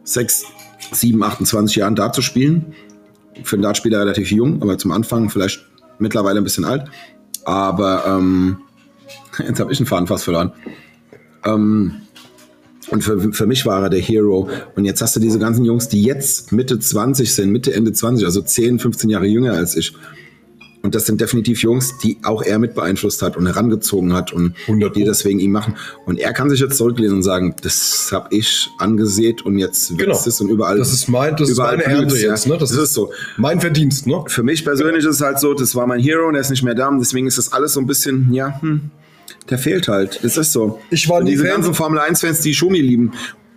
D: sechs, sieben, 28 Jahren Dart zu spielen. Für einen Dartspieler relativ jung, aber zum Anfang vielleicht mittlerweile ein bisschen alt. Aber ähm, jetzt habe ich einen Faden fast verloren. Ähm, Und für, für mich war er der Hero. Und jetzt hast du diese ganzen Jungs, die jetzt Mitte 20 sind, Mitte, Ende 20, also 10, 15 Jahre jünger als ich. Und das sind definitiv Jungs, die auch er mit beeinflusst hat und herangezogen hat und
B: 100
D: die das wegen ihm machen. Und er kann sich jetzt zurücklehnen und sagen, das habe ich angesehen und jetzt wächst
B: Genau.
D: es und überall.
B: Das ist mein- das ist
D: überall
B: meine Ernte
D: blüht's, ja.
B: jetzt, ne?
D: Das,
B: Das
D: ist so.
B: Mein Verdienst, ne?
D: Für mich persönlich ist es halt so, das war mein Hero und er ist nicht mehr da. Und deswegen ist das alles so ein bisschen, ja, hm, der fehlt halt. Das ist so.
B: Ich war
D: Und
B: nie
D: diese
B: Fan-
D: ganzen Formel 1-Fans, die Schumi lieben.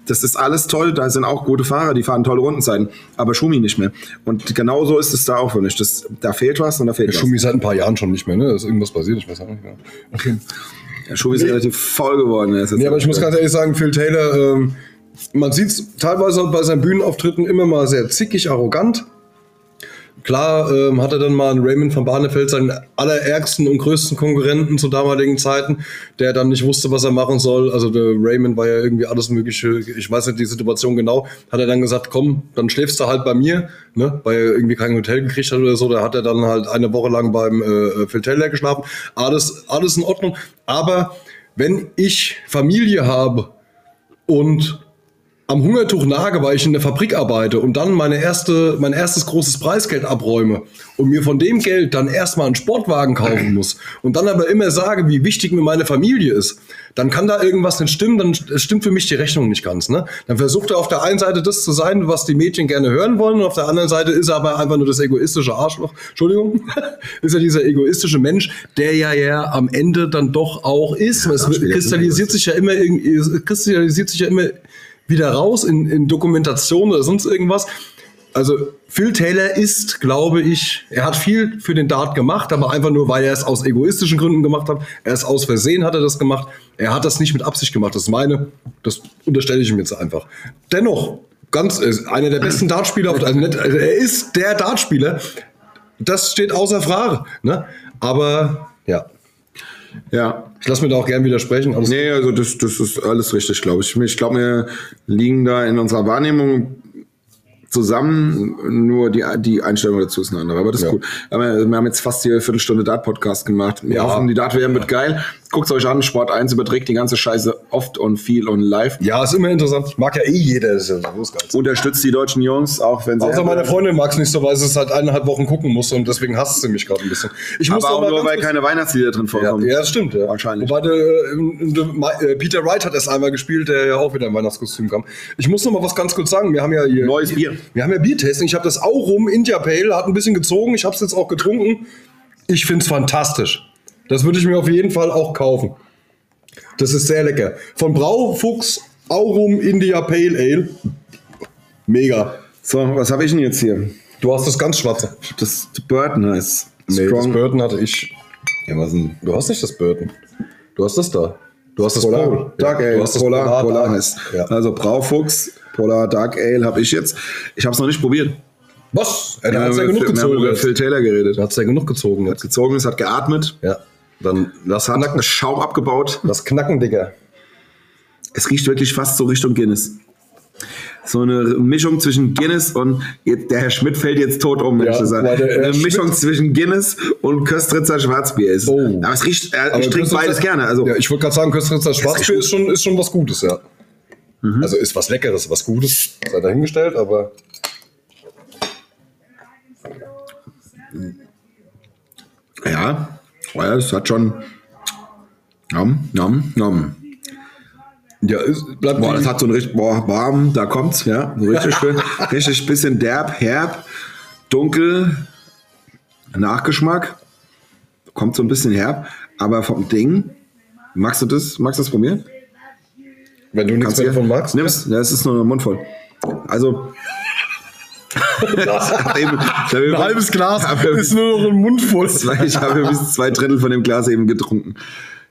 D: Das ist alles toll, da sind auch gute Fahrer, die fahren tolle Rundenzeiten, aber Schumi nicht mehr. Und genauso ist es da auch für mich. Das, da fehlt was und da fehlt
B: Der Schumi ist seit ein paar Jahren schon nicht mehr, ne? Da ist irgendwas passiert, ich weiß auch nicht genau. mehr. Okay.
D: was. Der Schumi ist relativ faul geworden. Er ist jetzt
B: Nee, aber ich muss ganz ehrlich sagen, Phil Taylor, ähm, man sieht es teilweise bei seinen Bühnenauftritten immer mal sehr zickig, arrogant. Klar ähm, hat er dann mal einen Raymond van Barneveld, seinen allerärgsten und größten Konkurrenten zu damaligen Zeiten, der dann nicht wusste, was er machen soll. Also der Raymond war ja irgendwie alles Mögliche, ich weiß nicht die Situation genau, hat er dann gesagt, komm, dann schläfst du halt bei mir, ne? weil er irgendwie kein Hotel gekriegt hat oder so. Da hat er dann halt eine Woche lang beim äh, äh, Phil Taylor geschlafen. Alles, alles in Ordnung. Aber wenn ich Familie habe und am Hungertuch nage, weil ich in der Fabrik arbeite und dann meine erste, mein erstes großes Preisgeld abräume und mir von dem Geld dann erstmal einen Sportwagen kaufen muss und dann aber immer sage, wie wichtig mir meine Familie ist, dann kann da irgendwas nicht stimmen, dann st- stimmt für mich die Rechnung nicht ganz. Ne? Dann versucht er auf der einen Seite das zu sein, was die Mädchen gerne hören wollen und auf der anderen Seite ist er aber einfach nur das egoistische Arschloch, Entschuldigung, ist er dieser egoistische Mensch, der ja ja am Ende dann doch auch ist. Es
D: Arschloch.
B: kristallisiert sich ja immer, irgend- es kristallisiert sich ja immer wieder raus in, in Dokumentation oder sonst irgendwas. Also Phil Taylor ist, glaube ich, er hat viel für den Dart gemacht, aber einfach nur, weil er es aus egoistischen Gründen gemacht hat. Er ist aus Versehen hat er das gemacht. Er hat das nicht mit Absicht gemacht. Das ist meine, das unterstelle ich ihm jetzt einfach. Dennoch, ganz er ist einer der besten Dartspieler. auf- Also nicht, also er ist der Dartspieler. Das steht außer Frage. Ne? Aber ja,
D: Ja,
B: ich lasse mir da auch gern widersprechen. Alles
D: Nee, also das, das ist alles richtig, glaube ich. Ich glaube, wir liegen da in unserer Wahrnehmung zusammen, nur die, die Einstellung dazu ist eine andere. Aber das ist
B: Ja.
D: gut. Aber wir haben jetzt fast hier eine Viertelstunde Dart-Podcast gemacht. Wir
B: Ja.
D: hoffen, die Dart-WM wird geil. Guckt euch an, Sport 1 überträgt die ganze Scheiße oft und viel und live.
B: Ja, ist immer interessant. Mag ja eh jeder. Ist ja so geil.
D: Unterstützt die deutschen Jungs, auch wenn sie...
B: Außer meine Freundin mag es nicht so, weil sie es halt eineinhalb Wochen gucken muss und deswegen hasst sie mich gerade ein bisschen. Ich muss
D: aber
B: noch
D: auch
B: mal
D: nur,
B: ganz
D: weil
B: kurz-
D: keine Weihnachtslieder drin
B: ja,
D: vorkommen.
B: ja, das stimmt. Ja.
D: Wahrscheinlich.
B: Wobei der, äh, der, Ma- äh, Peter Wright hat erst einmal gespielt, der ja auch wieder im Weihnachtskostüm kam. Ich muss noch mal was ganz kurz sagen. Wir haben ja hier,
D: Neues Bier.
B: Wir haben ja Biertasting. Ich habe das auch rum. India Pale hat ein bisschen gezogen. Ich habe es jetzt auch getrunken. Ich finde es fantastisch. Das würde ich mir auf jeden Fall auch kaufen. Das ist sehr lecker. Von Braufuchs Aurum India Pale Ale. Mega.
D: So, was habe ich denn jetzt hier?
B: Du hast das ganz schwarze.
D: Das Burton heißt.
B: Nee, das
D: Strong.
B: Burton hatte ich.
D: ja, was denn?
B: Du hast nicht das Burton. Du hast das da. Du hast das
D: Polar,
B: Pole.
D: Dark
B: Ja,
D: Ale.
B: Du hast das
D: Polar, Polar,
B: Dark.
D: heißt.
B: Ja.
D: Also Braufuchs, Polar Dark Ale habe ich jetzt. Ich habe es noch nicht probiert.
B: Was? Ja,
D: Wir
B: da
D: haben
B: hat's ja
D: über
B: genug
D: Phil- wir haben über Phil
B: gezogen.
D: Taylor geredet.
B: Da
D: Hat
B: hat's ja genug gezogen. jetzt.
D: gezogen, es hat geatmet.
B: Ja. Dann lass
D: Es hat einen
B: knacken.
D: Schaum abgebaut.
B: Lass knacken, Digga.
D: Es riecht wirklich fast so Richtung Guinness. So eine Mischung zwischen Guinness und jetzt, der Herr Schmidt fällt jetzt tot um, wenn
B: Ja,
D: ich das sage.
B: weil der äh, Herr
D: Eine
B: Schmidt-
D: Mischung zwischen Guinness und Köstritzer Schwarzbier ist. es.
B: Oh.
D: Aber es riecht, äh, ich trinke
B: Köstritzer-
D: beides gerne. Also
B: ja, ich wollte gerade sagen, Köstritzer Schwarzbier ist schon, ist schon was Gutes, ja. Also ist was Leckeres, was Gutes. Sei dahingestellt, aber.
D: Ja, ja, es hat schon
A: Nom, nom, nom.
B: Ja, ist, bleibt
A: Boah, das
B: die-
A: hat so ein richtig, boah, warm, da kommt's, ja. So richtig schön, richtig bisschen derb, herb, dunkel, Nachgeschmack. Kommt so ein bisschen herb, aber vom Ding, magst du das, magst du das probieren?
B: wenn du nichts
A: Kannst
B: mehr
A: du
B: davon magst.
A: Nimm's, ja, es ist nur ein Mund voll. Also. ich hab eben, ich hab eben,
B: Ein halbes Glas
A: Aber-
B: ist nur noch ein Mund voll.
A: zwei, ich habe bis zwei Drittel von dem Glas eben getrunken.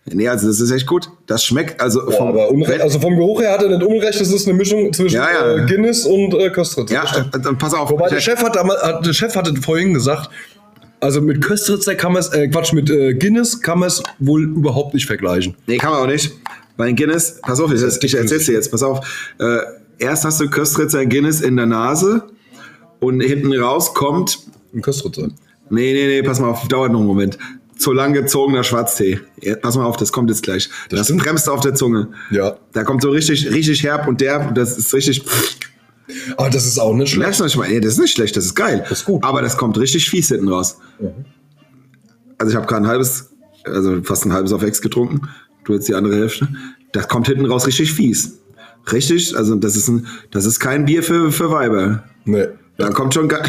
A: Nee, also das ist echt gut. Das schmeckt, also
B: Boah, aber unre- also vom Geruch her hat er nicht unrecht, das ist eine Mischung zwischen
A: Ja, ja.
B: Äh, Guinness und äh, Köstritz.
A: ja,
B: Das stimmt.
A: äh, dann pass auf.
B: Wobei der
A: Ich-
B: Chef, hat damals, hat, der Chef hatte vorhin gesagt, also mit Köstritzer kann man es, äh, Quatsch, mit äh, Guinness kann man es wohl überhaupt nicht vergleichen.
A: Nee, kann man auch nicht. Weil ein Guinness, pass auf, ich, ich erzähl's dir jetzt, pass auf. Äh, erst hast du Köstritzer Guinness in der Nase und hinten raus kommt,
B: Ein Köstritzer.
A: nee, nee, nee, pass mal auf, dauert noch einen Moment. Zu lang gezogener Schwarztee. Ja, pass mal auf, das kommt jetzt gleich. Das, bremst auf der Zunge.
B: Ja.
A: Da kommt so richtig, richtig herb und derb, das ist richtig, pff,
B: Aber das ist auch nicht schlecht.
A: merkst du nicht mal, nee, das ist nicht schlecht, das ist geil.
B: Das ist gut.
A: Aber das kommt richtig fies hinten raus. Also ich habe gerade ein halbes, also fast ein halbes auf Ex getrunken. Du jetzt die andere Hälfte. Das kommt hinten raus richtig fies. Richtig, also das ist ein, das ist kein Bier für, für Weiber.
B: Nee.
A: Da kommt schon gar.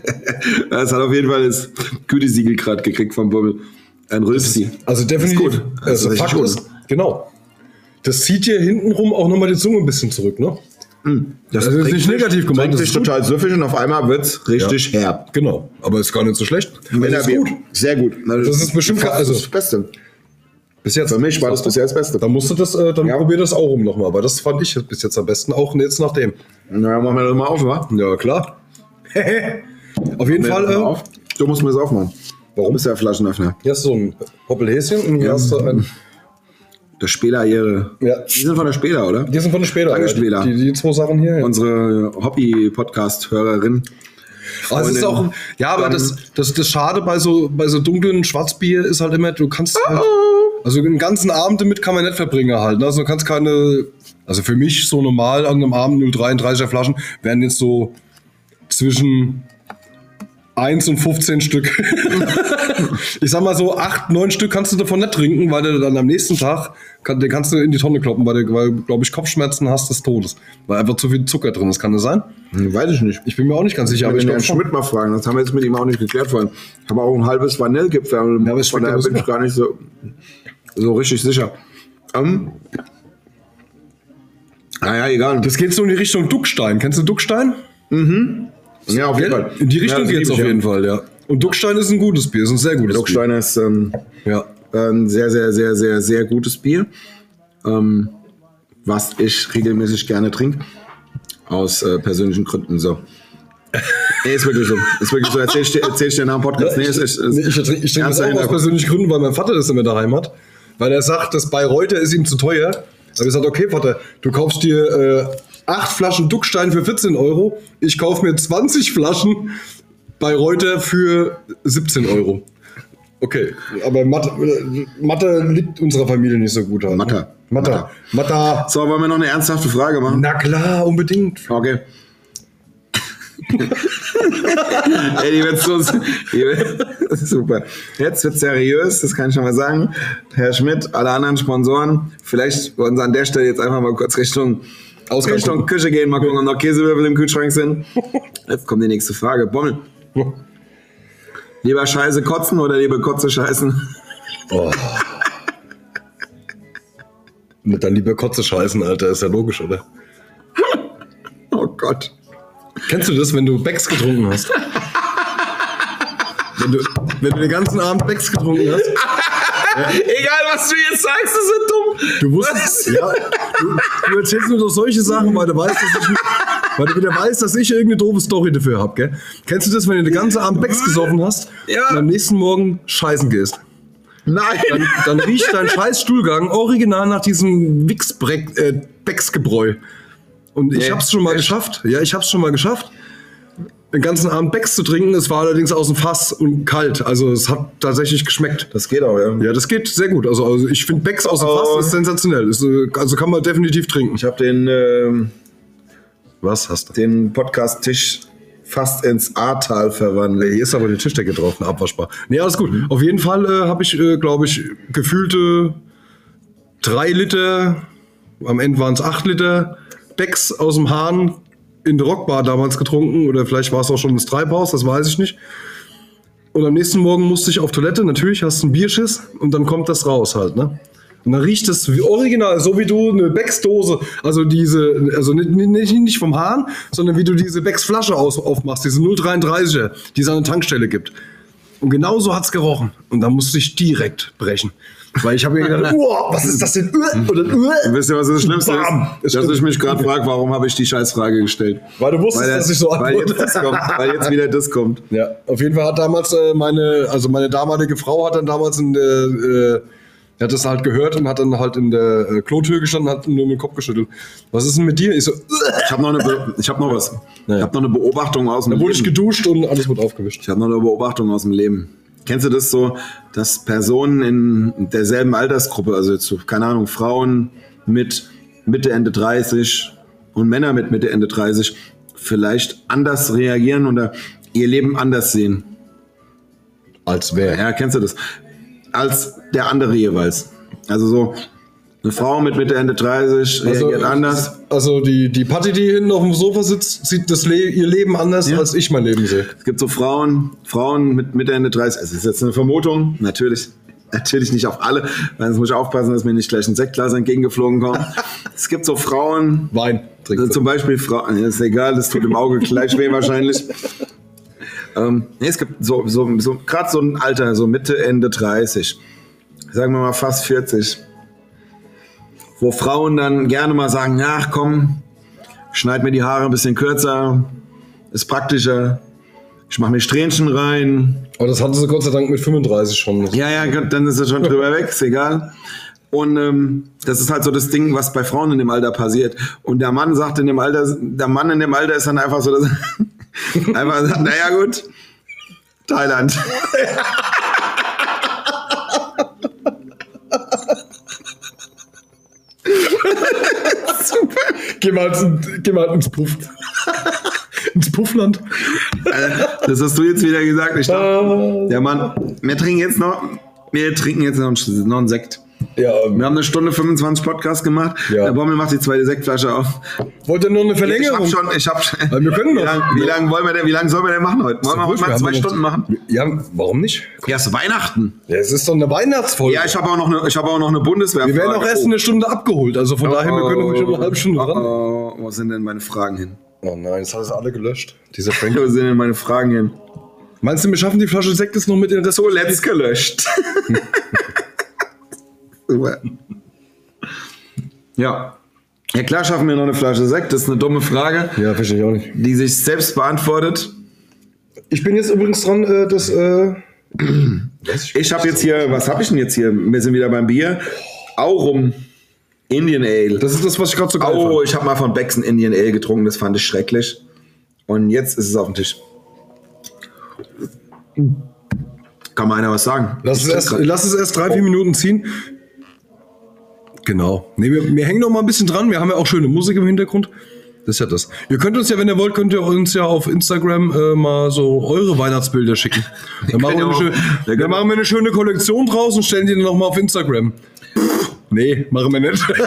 A: das hat auf jeden Fall das Gütesiegel gerade gekriegt vom Bummel. Ein Rülpsi.
B: Also definitiv.
A: Ist gut. Das
B: Also
A: ist richtig
B: Fakt
A: gut.
B: ist, genau. Das zieht hier hintenrum auch nochmal die Zunge ein bisschen zurück, ne? das ist
A: trinkt
B: nicht
A: Hm. sich-
B: negativ gemeint,
A: trinkt
B: das
A: sich
B: ist gut.
A: total süffig und auf einmal wird's richtig herb.
B: Genau. Aber ist gar nicht so schlecht. das ist
A: Männerbier.
B: gut.
A: Sehr gut.
B: Das ist bestimmt-
A: fast
B: also-
A: das Beste.
B: Bis jetzt.
A: Für mich war das bisher das Beste.
B: Dann musst du das, äh, dann
A: Ja.
B: probier das auch rum nochmal. Aber das fand ich bis jetzt am besten, auch jetzt nach dem.
A: Na, machen wir das mal auf, wa?
B: Ja, klar. Auf jeden
A: Fall,
B: Fall.
A: äh,
B: Äh,
A: Du musst mir das aufmachen.
B: Warum?
A: Du bist ja Flaschenöffner.
B: hier hast du so ein Hoppelhäschen und hier
A: Ja.
B: hast du ein.
A: Der Spela ihre.
B: Ja.
A: Die sind von der Spela, oder?
B: Die sind von der Später.
A: Danke,
B: ja, die,
A: Späler.
B: die, die zwei Sachen hier. ja.
A: Unsere Hobby-Podcast-Hörerin.
B: Aber es ist
A: Freundin.
B: auch, ja, aber
A: Dann-
B: das, das, das Schade bei so, bei so dunklen Schwarzbier ist halt immer, du kannst halt, also einen ganzen Abend damit kann man nicht verbringen halt. ne? Also du kannst keine, also für mich so normal an einem Abend 0,33er Flaschen wären jetzt so zwischen 1 und 15 Stück. ich sag mal so 8, 9 Stück kannst du davon nicht trinken, weil du dann am nächsten Tag, kann, den kannst du in die Tonne kloppen, weil du, weil, glaube ich, Kopfschmerzen hast des Todes. Weil einfach zu viel Zucker drin ist, kann das sein?
A: Hm, Weiß ich nicht.
B: Ich bin mir auch nicht ganz sicher,
A: Ja,
B: aber
A: aber
B: ich
A: den Herrn
B: glaube schon.
A: Schmidt mal fragen. Das haben wir jetzt mit ihm auch nicht geklärt vorhin. Ich habe auch ein halbes Vanillegipfel. also
B: Ja, aber es
A: von
B: schmeckt
A: daher
B: ja
A: bin ich
B: super.
A: gar nicht so, so richtig sicher. Ähm, naja, egal.
B: Das geht so in die Richtung Duckstein. Kennst du Duckstein?
A: ja, auf jeden Fall.
B: In die Richtung
A: ja,
B: geht's auf jeden Fall, ja. Und Duckstein ist ein gutes Bier, ist ein sehr gutes
A: Ducksteiner ist ähm,
B: Bier. Ja.
A: ein sehr, sehr, sehr, sehr, sehr gutes Bier. Ähm, was ich regelmäßig gerne trinke. Aus äh, persönlichen Gründen so. Nee, ist wirklich so. Ist wirklich so. Erzähl ich dir, erzähl ich dir nach dem Podcast. Nee, ist, ist, ist,
B: Nee, ich trinke ich trinke das
A: ernster
B: auch aus
A: Hintergrund.
B: persönlichen Gründen, weil mein Vater das immer daheim hat. Weil er sagt, das Bayreuther ist ihm zu teuer. Aber ich sage, okay, Vater, du kaufst dir äh, acht Flaschen Duckstein für 14 Euro. Ich kaufe mir 20 Flaschen Bayreuther für 17 Euro. Okay, aber Mathe, Mathe liegt unserer Familie nicht so gut an. ne?
A: Mathe.
B: Mathe. Mathe.
A: So, wollen wir noch eine ernsthafte Frage machen?
B: Na klar, unbedingt.
A: Okay. Ey, die wird so. Die wird, super. Jetzt wird seriös, das kann ich schon mal sagen. Herr Schmidt, alle anderen Sponsoren, vielleicht wollen sie an der Stelle jetzt einfach mal kurz Richtung,
B: Ausgang
A: Richtung
B: gucken.
A: Küche gehen, mal gucken, ob noch Käsewürfel im Kühlschrank sind. Jetzt kommt die nächste Frage. Bommel, lieber Scheiße kotzen oder lieber Kotze scheißen?
B: Oh. Na, dann lieber Kotze scheißen, Alter, ist ja logisch, oder?
A: Oh Gott.
B: Kennst du das, wenn du Becks getrunken hast? Wenn du, wenn du den ganzen Abend Becks getrunken hast,
A: Egal, was du jetzt sagst, das ist dumm.
B: du wusstest, ja, du, du erzählst nur so solche Sachen, weil du weißt, dass ich, weil du wieder weißt, dass ich irgendeine doofe Story dafür hab, gell? Kennst du das, wenn du den ganzen Abend Becks gesoffen hast
A: Ja.
B: und am nächsten Morgen scheißen gehst?
A: Nein.
B: Dann, dann riecht dein scheiß Stuhlgang original nach diesem Wichsbreck, äh, Becksgebräu. Und ich
A: Nee,
B: hab's schon mal geschafft. Ja, ich hab's schon mal geschafft. Den ganzen Abend Becks zu trinken, es war allerdings aus dem Fass und kalt. Also es hat tatsächlich geschmeckt.
A: Das geht auch, ja.
B: Ja, das geht sehr gut. Also, also ich finde Becks aus dem
A: Oh.
B: Fass ist sensationell. Ist, äh, also kann man definitiv trinken.
A: Ich habe den. ähm,
B: Was hast du?
A: den Podcast-Tisch fast ins Ahrtal verwandelt.
B: Hier ist aber die Mhm. Tischdecke drauf, ne, abwaschbar. Nee, alles gut. Auf jeden Fall äh, habe ich, äh, glaube ich, gefühlte drei Liter, am Ende waren es acht Liter Becks aus dem Hahn in der Rockbar damals getrunken oder vielleicht war es auch schon ins Treibhaus, das weiß ich nicht. Und am nächsten Morgen musste ich auf Toilette, natürlich hast du einen Bierschiss und dann kommt das raus halt, ne? Und dann riecht es wie original, so wie du eine Becks-Dose, also diese, also nicht, nicht, nicht vom Hahn, sondern wie du diese Becks-Flasche aus- aufmachst, diese 033er, die es an der Tankstelle gibt. Und genau so hat es gerochen. Und da musste ich direkt brechen. Weil ich habe mir gedacht, "Uah, was ist das denn? Uah, Oder, äh? uah."
A: Wisst ihr, was das Schlimmste
B: Bam.
A: ist? Dass ich mich gerade frage, warum habe ich die Scheißfrage gestellt?
B: Weil du wusstest,
A: der-
B: dass ich so
A: weil
B: antworte.
A: jetzt, das kommt, weil jetzt wieder das kommt.
B: Ja, auf jeden Fall hat damals äh, meine, also meine damalige Frau hat dann damals in der, äh, die hat das halt gehört und hat dann halt in der äh, Klotür gestanden und hat nur mit dem Kopf geschüttelt. Was ist denn mit dir? Ich so, äh, "Uah."
A: Ich habe noch, eine Be- ich hab noch was. Ich
B: Naja.
A: habe noch eine Beobachtung aus dem
B: dann wurde ich
A: Leben.
B: geduscht und alles wurde aufgewischt.
A: Ich habe noch eine Beobachtung aus dem Leben. Kennst du das so, dass Personen in derselben Altersgruppe, also jetzt, so, keine Ahnung, Frauen mit Mitte, Ende 30 und Männer mit Mitte, Ende 30 vielleicht anders reagieren oder ihr Leben anders sehen?
B: Als wäre.
A: Ja, kennst du das? Als der andere jeweils. Also so, eine Frau mit Mitte, Ende 30 reagiert anders.
B: Also die, die Patti, die hinten auf dem Sofa sitzt, sieht das Le ihr Leben anders,
A: Ja.
B: als ich mein Leben sehe.
A: Es gibt so Frauen, Frauen mit Mitte, Ende 30. Es ist jetzt eine Vermutung, natürlich. Natürlich nicht auf alle, weil sonst muss ich aufpassen, dass mir nicht gleich ein Sektglas entgegengeflogen kommt. es gibt so Frauen,
B: Wein.
A: also
B: trinkt.
A: zum Beispiel Frauen, ist egal, das tut im Auge gleich weh wahrscheinlich. Ähm, nee, es gibt so, so, so gerade so ein Alter, so Mitte, Ende 30, sagen wir mal fast 40, wo Frauen dann gerne mal sagen, ach komm, schneid mir die Haare ein bisschen kürzer, ist praktischer, ich mache mir Strähnchen rein,
B: Aber das hatte sie Gott sei Dank mit 35 schon.
A: ja, ja, gut, dann ist er schon drüber weg, ist egal. Und ähm, das ist halt so das Ding, was bei Frauen in dem Alter passiert. Und der Mann sagt in dem Alter, der Mann in dem Alter ist dann einfach so, dass einfach sagt, naja gut, Thailand.
B: Geh, mal, halt geh mal ins Puff. ins Puffland.
A: Das hast du jetzt wieder gesagt. Ich dachte,
B: Ja,
A: der Mann, wir trinken jetzt noch, wir trinken jetzt noch einen, noch einen Sekt. Wir haben eine Stunde 25 Podcast gemacht.
B: Ja.
A: Der Bommel macht die zweite Sektflasche auf.
B: wollt ihr nur eine Verlängerung?
A: Ich hab schon, ich hab
B: Weil wir können
A: Wie
B: noch.
A: lang, wie lang wollen wir denn, wie lang sollen wir denn machen heute? Wollen wir heute
B: Ruhig,
A: mal
B: haben
A: zwei
B: noch-
A: Stunden machen?
B: Ja, warum nicht?
A: Ja, es ist Weihnachten.
B: Ja, es ist doch eine Weihnachtsfolge.
A: Ja, ich habe auch noch eine, ich habe auch noch eine Bundeswehr.
B: wir werden auch erst eine Stunde abgeholt, also von daher, wir können ruhig schon eine halbe Stunde
A: oh,
B: ran.
A: oh, wo sind denn meine Fragen hin?
B: Oh nein, jetzt hat es alle gelöscht. Dieser
A: Wo sind denn meine Fragen hin?
B: Meinst du, wir schaffen die Flasche Sekt jetzt noch mit in das
A: So, let's gelöscht. Super. Ja. Ja klar schaffen wir noch eine Flasche Sekt, das ist eine dumme Frage,
B: Ja, verstehe ich auch nicht.
A: die sich selbst beantwortet.
B: Ich bin jetzt übrigens dran, äh, das. Äh,
A: Ich habe jetzt hier, was habe ich denn jetzt hier? Wir sind wieder beim Bier. Aurum Indian Ale.
B: das ist das, was ich gerade so geil
A: Oh,
B: fand.
A: ich habe mal von Beck's ein Indian Ale getrunken, das fand ich schrecklich. Und jetzt ist es auf dem Tisch. Kann mal einer was sagen?
B: Lass es, erst, lass es erst
A: Oh.
B: drei, vier Minuten ziehen. Genau. Nee, wir, wir hängen noch mal ein bisschen dran. Wir haben ja auch schöne Musik im Hintergrund. Das ist ja das. Ihr könnt uns ja, wenn ihr wollt, könnt ihr uns ja auf Instagram äh, mal so eure Weihnachtsbilder schicken. Dann machen,
A: Genau. ja
B: wir eine,
A: auch-
B: schöne,
A: wir können
B: dann machen wir eine schöne Kollektion draus und stellen die dann noch mal auf Instagram. Pff, Nee, machen wir nicht.
A: Ich hätte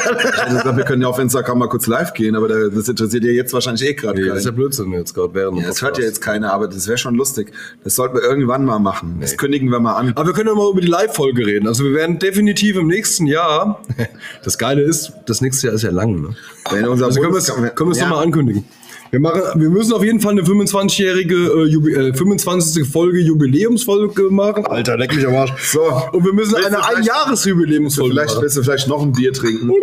A: gesagt, wir können ja auf Instagram mal kurz live gehen, aber da- das interessiert ihr jetzt wahrscheinlich eh gerade. keinen.
B: Blödsinn jetzt gerade. Während
A: das hört ja jetzt keiner, aber das wäre schon lustig. Das sollten wir irgendwann mal machen. Das kündigen wir mal an.
B: Aber wir können ja mal über die Live-Folge reden. Also wir werden definitiv im nächsten Jahr. Das Geile ist, das nächste Jahr ist ja lang. Ne?
A: Wenn unser
B: Also können wir es
A: Bundes-
B: können wir es
A: Ja.
B: nochmal ankündigen. Wir, machen, wir müssen auf jeden Fall eine 25-jährige äh, Jubi- äh, 25. Folge Jubiläumsfolge machen. Alter, leck mich am Arsch.
A: So.
B: Und wir müssen
A: Willst du
B: eine
A: vielleicht-
B: Einjahresjubiläumsfolge
A: Vielleicht
B: machen.
A: willst du vielleicht noch ein Bier trinken.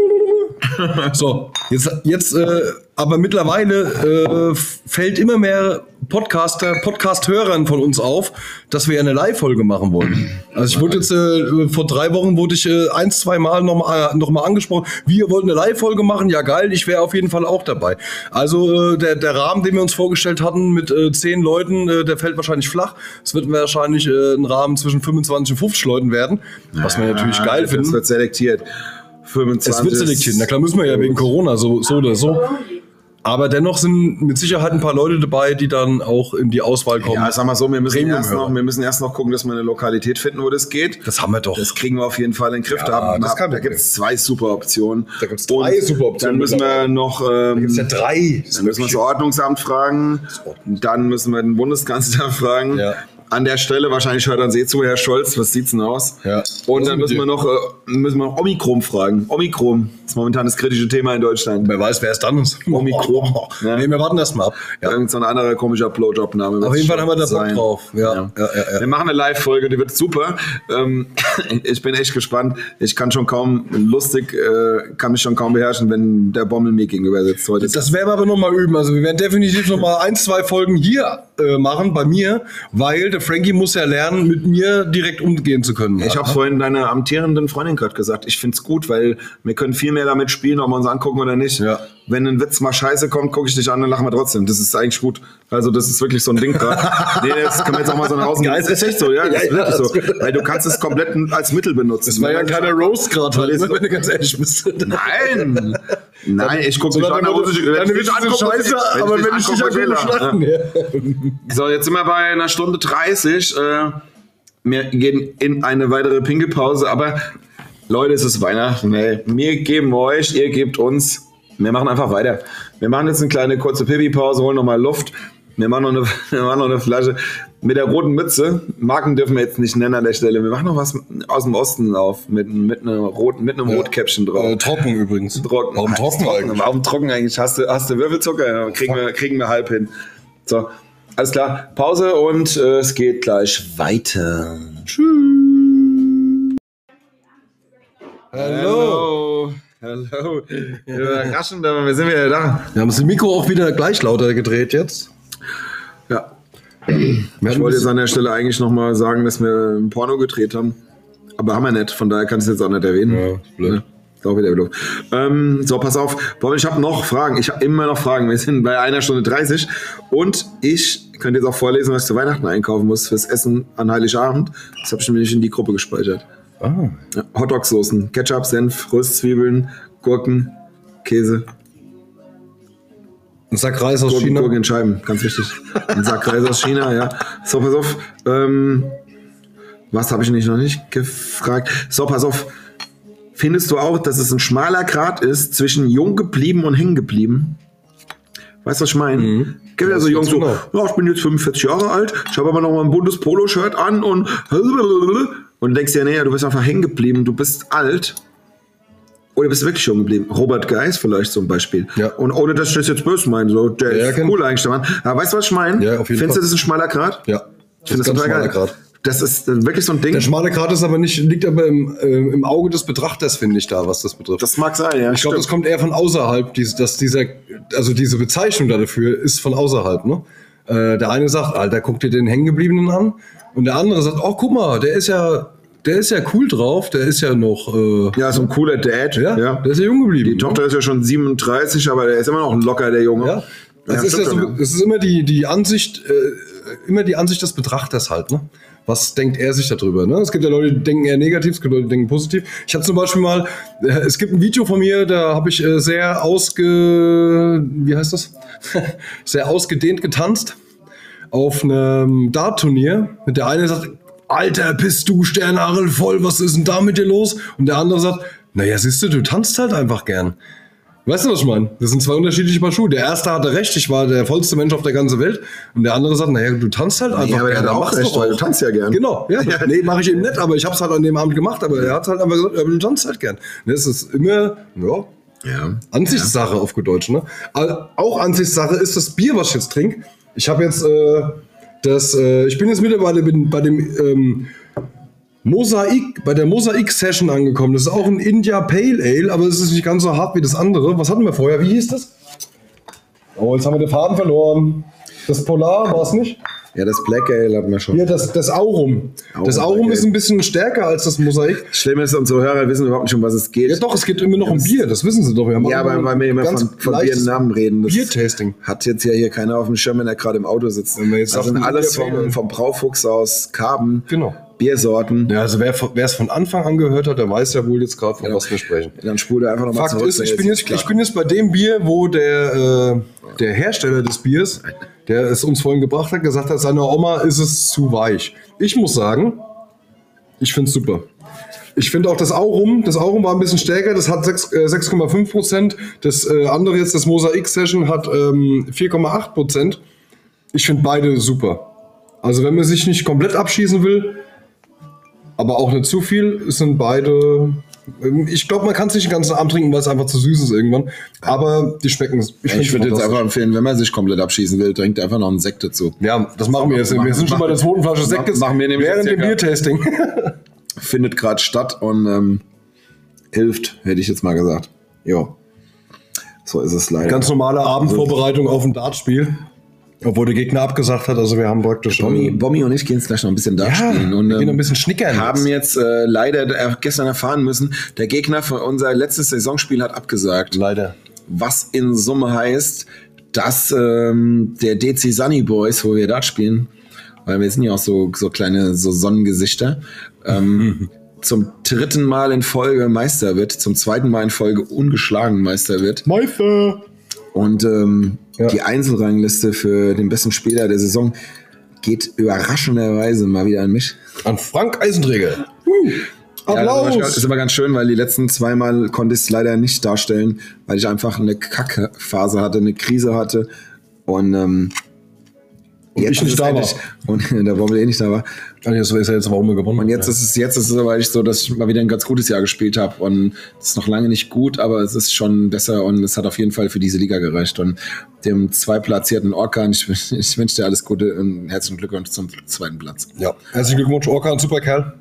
B: So, jetzt, jetzt äh, aber mittlerweile äh, fällt immer mehr Podcaster, Podcast-Hörern von uns auf, dass wir ja eine Live-Folge machen wollen. Also ich wurde jetzt, äh, vor drei Wochen wurde ich äh, ein, zwei Mal nochmal äh, noch mal angesprochen, wir wollten eine Live-Folge machen, ja geil, ich wäre auf jeden Fall auch dabei. Also äh, der, der Rahmen, den wir uns vorgestellt hatten mit äh, zehn Leuten, äh, der fällt wahrscheinlich flach. Es wird wahrscheinlich äh, ein Rahmen zwischen 25 und 50 Leuten werden, was wir natürlich geil
A: das
B: finden.
A: wird selektiert. 25.
B: Es wird selektiert. Na klar, müssen wir ja wegen Corona so, so oder so. Aber dennoch sind mit Sicherheit ein paar Leute dabei, die dann auch in die Auswahl kommen.
A: Ja, sag mal so, wir müssen,
B: Premium-Hörer.
A: erst noch, wir müssen erst noch gucken, dass wir eine Lokalität finden, wo das geht.
B: das haben wir doch.
A: Das kriegen wir auf jeden Fall in den Griff.
B: Ja,
A: da
B: das
A: da,
B: kann
A: da
B: man
A: gibt es zwei super Optionen.
B: Da gibt's drei
A: Und
B: super Optionen
A: Dann müssen wir
B: mittlerweile.
A: noch.
B: Da
A: Ähm,
B: gibt's ja drei.
A: dann müssen wir das Ordnungsamt fragen.
B: Ordnungsamt.
A: Dann müssen wir den Bundeskanzler fragen.
B: Ja.
A: An der Stelle wahrscheinlich hört dann Sie zu, Herr Scholz, was sieht's denn aus?
B: Ja.
A: Und
B: Was
A: dann
B: mit
A: müssen
B: dir?
A: wir noch äh, müssen wir noch Omikron fragen. Omikron ist momentan das kritische Thema in Deutschland.
B: Wer weiß, wer es dann ist.
A: Omikron.
B: Ja. Nee, wir warten erstmal ab. Ja.
A: Irgend so ein anderer komischer Blowjob-Name.
B: Auf
A: wird's
B: jeden Fall
A: schon
B: haben wir da Bock
A: sein.
B: drauf. Ja, ja, ja, ja.
A: Wir machen eine Live-Folge, die wird super. Ähm, ich bin echt gespannt. Ich kann schon kaum, lustig, äh, kann mich schon kaum beherrschen, wenn der Bommel mir gegenüber sitzt heute.
B: Das werden wir aber nochmal üben. Also wir werden definitiv nochmal ein, zwei Folgen hier äh, machen bei mir, weil der Frankie muss ja lernen, mit mir direkt umgehen zu können.
A: Ich habe vorhin deiner amtierenden Freundin gerade gesagt, ich find's gut, weil wir können viel mehr damit spielen, ob wir uns angucken oder nicht.
B: Ja.
A: Wenn ein Witz mal scheiße kommt, gucke ich dich an und lachen wir trotzdem. Das ist eigentlich gut. Also das ist wirklich so ein Ding gerade. nee, das können wir jetzt auch mal so nach außen
B: Geil.
A: Das ist echt so, ja, das ist
B: Ja, ja,
A: wirklich
B: das
A: so. Weil du kannst es komplett als Mittel benutzen.
B: das war ja ein kleiner Roast gerade, halt,
A: Verlesen.
B: ne, wenn du ganz ehrlich bist.
A: Nein! Nein, ich gucke
B: So,
A: dich
B: dann
A: an, aber
B: würde-
A: ich,
B: dann
A: wenn ich
B: wird
A: dich
B: es
A: angucke,
B: scheiße,
A: muss ich-
B: aber wenn ich dich
A: angucke,
B: angucke,
A: muss ich lachen.
B: schlachten. Ja.
A: So, jetzt sind wir bei einer Stunde 30. Äh, wir gehen in eine weitere Pinkelpause, aber Leute, es ist Weihnachten. Ey. Wir geben euch, ihr gebt uns. Wir machen einfach weiter. Wir machen jetzt eine kleine kurze Pipi-Pause, holen nochmal Luft. Wir machen, noch eine, wir machen noch eine Flasche mit der roten Mütze. Marken dürfen wir jetzt nicht nennen an der Stelle. Wir machen noch was aus dem Osten auf mit, mit, einer roten, mit einem Rotkäppchen drauf.
B: Äh, trocken übrigens.
A: Trocken.
B: Warum
A: Ah,
B: trocken eigentlich?
A: Warum trocken eigentlich? Hast du, hast du Würfelzucker? Ja, kriegen, wir, kriegen wir halb hin. So, alles klar. Pause und äh, es geht gleich weiter.
B: Hallo.
A: Oh. Hallo. Überraschend, aber wir sind wieder da.
B: Wir haben das Mikro auch wieder gleich lauter gedreht jetzt.
A: Ja.
B: Wir
A: Ich
B: hatten
A: wollte jetzt an der Stelle eigentlich nochmal sagen, dass wir ein Porno gedreht haben. Aber haben wir nicht, von daher kannst du jetzt auch nicht erwähnen.
B: Ja, ist blöd.
A: Ne? Ist auch wieder blöd. Ähm, so, pass auf. Bob, ich habe noch Fragen. Ich habe immer noch Fragen. Wir sind bei einer Stunde 30. Und ich könnte jetzt auch vorlesen, was ich zu Weihnachten einkaufen muss fürs Essen an Heiligabend. Das habe ich nämlich in die Gruppe gespeichert.
B: Ah.
A: Ja, Hotdog-Soßen, Ketchup, Senf, Röstzwiebeln, Gurken, Käse,
B: Ein Sack Reis aus
A: Gurken,
B: China.
A: Gurken in Scheiben, ganz wichtig. Ein Sack Reis aus China, ja. So, pass auf. Ähm, was habe ich nicht noch nicht gefragt? So, pass auf. Findest du auch, dass es ein schmaler Grat ist zwischen jung geblieben und hängen geblieben? Weißt du, was ich meine?
B: Mhm.
A: Gibt ja so
B: ganz
A: Jungs so,
B: genau.
A: ja, ich bin jetzt 45 Jahre alt, ich habe aber noch mal ein buntes Poloshirt an und und denkst dir, nee, ja, du bist einfach hängen geblieben, du bist alt. Oder bist du wirklich jung geblieben? Robert Geis vielleicht zum Beispiel.
B: Ja.
A: Und ohne, dass ich das jetzt böse meine, so, der
B: Ja,
A: ist
B: kenn-
A: cool eigentlich, der Mann. Aber weißt du, was ich meine?
B: Ja, auf jeden
A: Findest
B: Fall.
A: du, das ist ein schmaler Grat?
B: Ja.
A: Ich finde das
B: Ganz
A: total geil.
B: schmaler Grat.
A: Das ist äh, wirklich so ein Ding.
B: Der schmale Grat ist aber nicht, liegt aber im, äh, im Auge des Betrachters, finde ich da, was das betrifft.
A: Das mag sein, ja.
B: ich glaube, das
A: stimmt.
B: kommt eher von außerhalb, dies, dass dieser, also diese Bezeichnung da dafür ist von außerhalb, ne? Äh, der eine sagt, Alter, guck dir den Hängengebliebenen an. Und der andere sagt, oh, guck mal, der ist ja, der ist ja cool drauf, der ist ja noch, äh,
A: ja, so ein cooler Dad.
B: ja, der ist ja jung geblieben.
A: Die Tochter ist ja schon 37, aber der ist immer noch ein locker, der Junge.
B: Ja.
A: ne? Ja,
B: Es ist, ja
A: stimmt
B: so,
A: schon, ja.
B: es ist immer die, die Ansicht, äh, immer die Ansicht des Betrachters halt, ne? Was denkt er sich darüber? Ne? Es gibt ja Leute, die denken eher negativ, es gibt Leute, die denken positiv. Ich habe zum Beispiel mal, äh, es gibt ein Video von mir, da habe ich äh, sehr ausge, wie heißt das? sehr ausgedehnt getanzt auf einem Dart-Turnier. Und Der eine sagt, Alter, bist du Sternhagel voll, was ist denn da mit dir los? Und der andere sagt, naja, siehst du, du tanzt halt einfach gern. Weißt du, was ich meine? Das sind zwei unterschiedliche Paar Schuhe. Der erste hatte recht, ich war der vollste Mensch auf der ganzen Welt. Und der andere sagt, naja, du tanzt halt einfach.
A: aber der
B: gern,
A: hat
B: dann
A: auch
B: mach's
A: recht,
B: doch
A: weil du tanzt ja gern.
B: Genau, ja. Nee, mache ich eben nicht, aber ich hab's halt an dem Abend gemacht. Aber er hat halt einfach gesagt, ja, aber du tanzt halt gern. Und das ist immer, ja,
A: Ja.
B: Ansichtssache auf gut Deutsch, ne? Aber auch Ansichtssache ist das Bier, was ich jetzt trinke. Ich habe jetzt äh, das, äh, ich bin jetzt mittlerweile bin bei dem ähm, Mosaik, bei der Mosaik-Session angekommen. Das ist auch ein India Pale Ale, aber es ist nicht ganz so hart wie das andere. Was hatten wir vorher? Wie hieß das? Oh, jetzt haben wir den Faden verloren. Das Polar war es nicht?
A: ja, das Black Ale hat man schon.
B: Hier, das, das Aurum. Das
A: Aurum,
B: Aurum
A: okay.
B: ist ein bisschen stärker als das Mosaik.
A: Schlimm ist, unsere Hörer wissen überhaupt nicht, um was es geht.
B: Ja, doch, es geht immer noch um Bier, das wissen Sie doch. Wir haben
A: Ja,
B: auch
A: aber
B: ein
A: weil wir immer
B: ganz
A: von, von
B: leichtes
A: Biernamen reden. Das
B: Biertasting.
A: Hat jetzt ja hier keiner auf dem Schirm, wenn er gerade im Auto sitzt.
B: Wenn wir jetzt
A: das
B: sagen,
A: sind alles
B: Bier-
A: vom, vom Braufuchs aus Karben.
B: Genau.
A: Biersorten.
B: Ja, also wer wer es von Anfang an gehört hat, der weiß ja wohl jetzt gerade, von was wir sprechen.
A: Dann spul da einfach nochmal
B: Fakt ist, ich bin, jetzt, ich bin jetzt bei dem Bier, wo der, äh, der Hersteller des Biers, der es uns vorhin gebracht hat, gesagt hat, seiner Oma ist es zu weich. Ich muss sagen, ich finde es super. Ich finde auch das Aurum, das Aurum war ein bisschen stärker, das hat sechs- äh, 6,5 Prozent. Das äh, andere jetzt, das Mosaik Session, hat ähm, 4,8 Prozent. Ich finde beide super. Also wenn man sich nicht komplett abschießen will, aber auch nicht zu viel, es sind beide. ähm, Ich glaube, man kann es nicht den ganzen Abend trinken, weil es einfach zu süß ist irgendwann. Aber die schmecken.
A: Ich, ich würde jetzt einfach empfehlen, wenn man sich komplett abschießen will, trinkt einfach noch einen Sekt dazu.
B: Ja, das machen wir jetzt. Wir sind schon bei der zweiten Flasche Sekt. jetzt
A: Machen wir nämlich
B: während
A: jetzt
B: dem
A: hier
B: Biertasting.
A: Findet gerade statt und ähm, hilft, hätte ich jetzt mal gesagt. Jo. So ist es leider.
B: Ganz normale Abendvorbereitung auf ein Dartspiel. Obwohl der Gegner abgesagt hat, also wir haben praktisch.
A: Bommi, Bommi und ich gehen jetzt gleich noch ein bisschen da
B: ja,
A: spielen und
B: wir gehen
A: ähm,
B: ein bisschen schnickern.
A: haben jetzt äh, leider äh, gestern erfahren müssen, der Gegner für unser letztes Saisonspiel hat abgesagt.
B: leider.
A: was in Summe heißt, dass ähm, der DC Sunny Boys, wo wir Dart spielen, weil wir sind ja auch so, so kleine so Sonnengesichter, ähm, zum dritten Mal in Folge Meister wird, zum zweiten Mal in Folge ungeschlagen Meister wird.
B: Meister!
A: Und ähm,
B: Ja.
A: die Einzelrangliste für den besten Spieler der Saison geht überraschenderweise mal wieder an mich.
B: An Frank Eisenträger.
A: Ja, das ist,
B: Applaus!
A: aber, ist aber ganz schön, weil die letzten zweimal konnte ich es leider nicht darstellen, weil ich einfach eine Kackphase hatte, eine Krise hatte und ähm, jetzt
B: ich
A: ist
B: nicht
A: es
B: da
A: endlich- und der Bommel eh nicht da war.
B: Also jetzt weiß er jetzt, warum wir gewonnen
A: Und jetzt ist es jetzt ist es aber echt so, dass ich mal wieder ein ganz gutes Jahr gespielt habe und es ist noch lange nicht gut, aber es ist schon besser und es hat auf jeden Fall für diese Liga gereicht und dem zweitplatzierten Orkan, ich, wün- ich wünsche dir alles Gute und herzlichen Glückwunsch zum zweiten Platz.
B: Ja. Herzlichen Glückwunsch, Orca, ein super Kerl.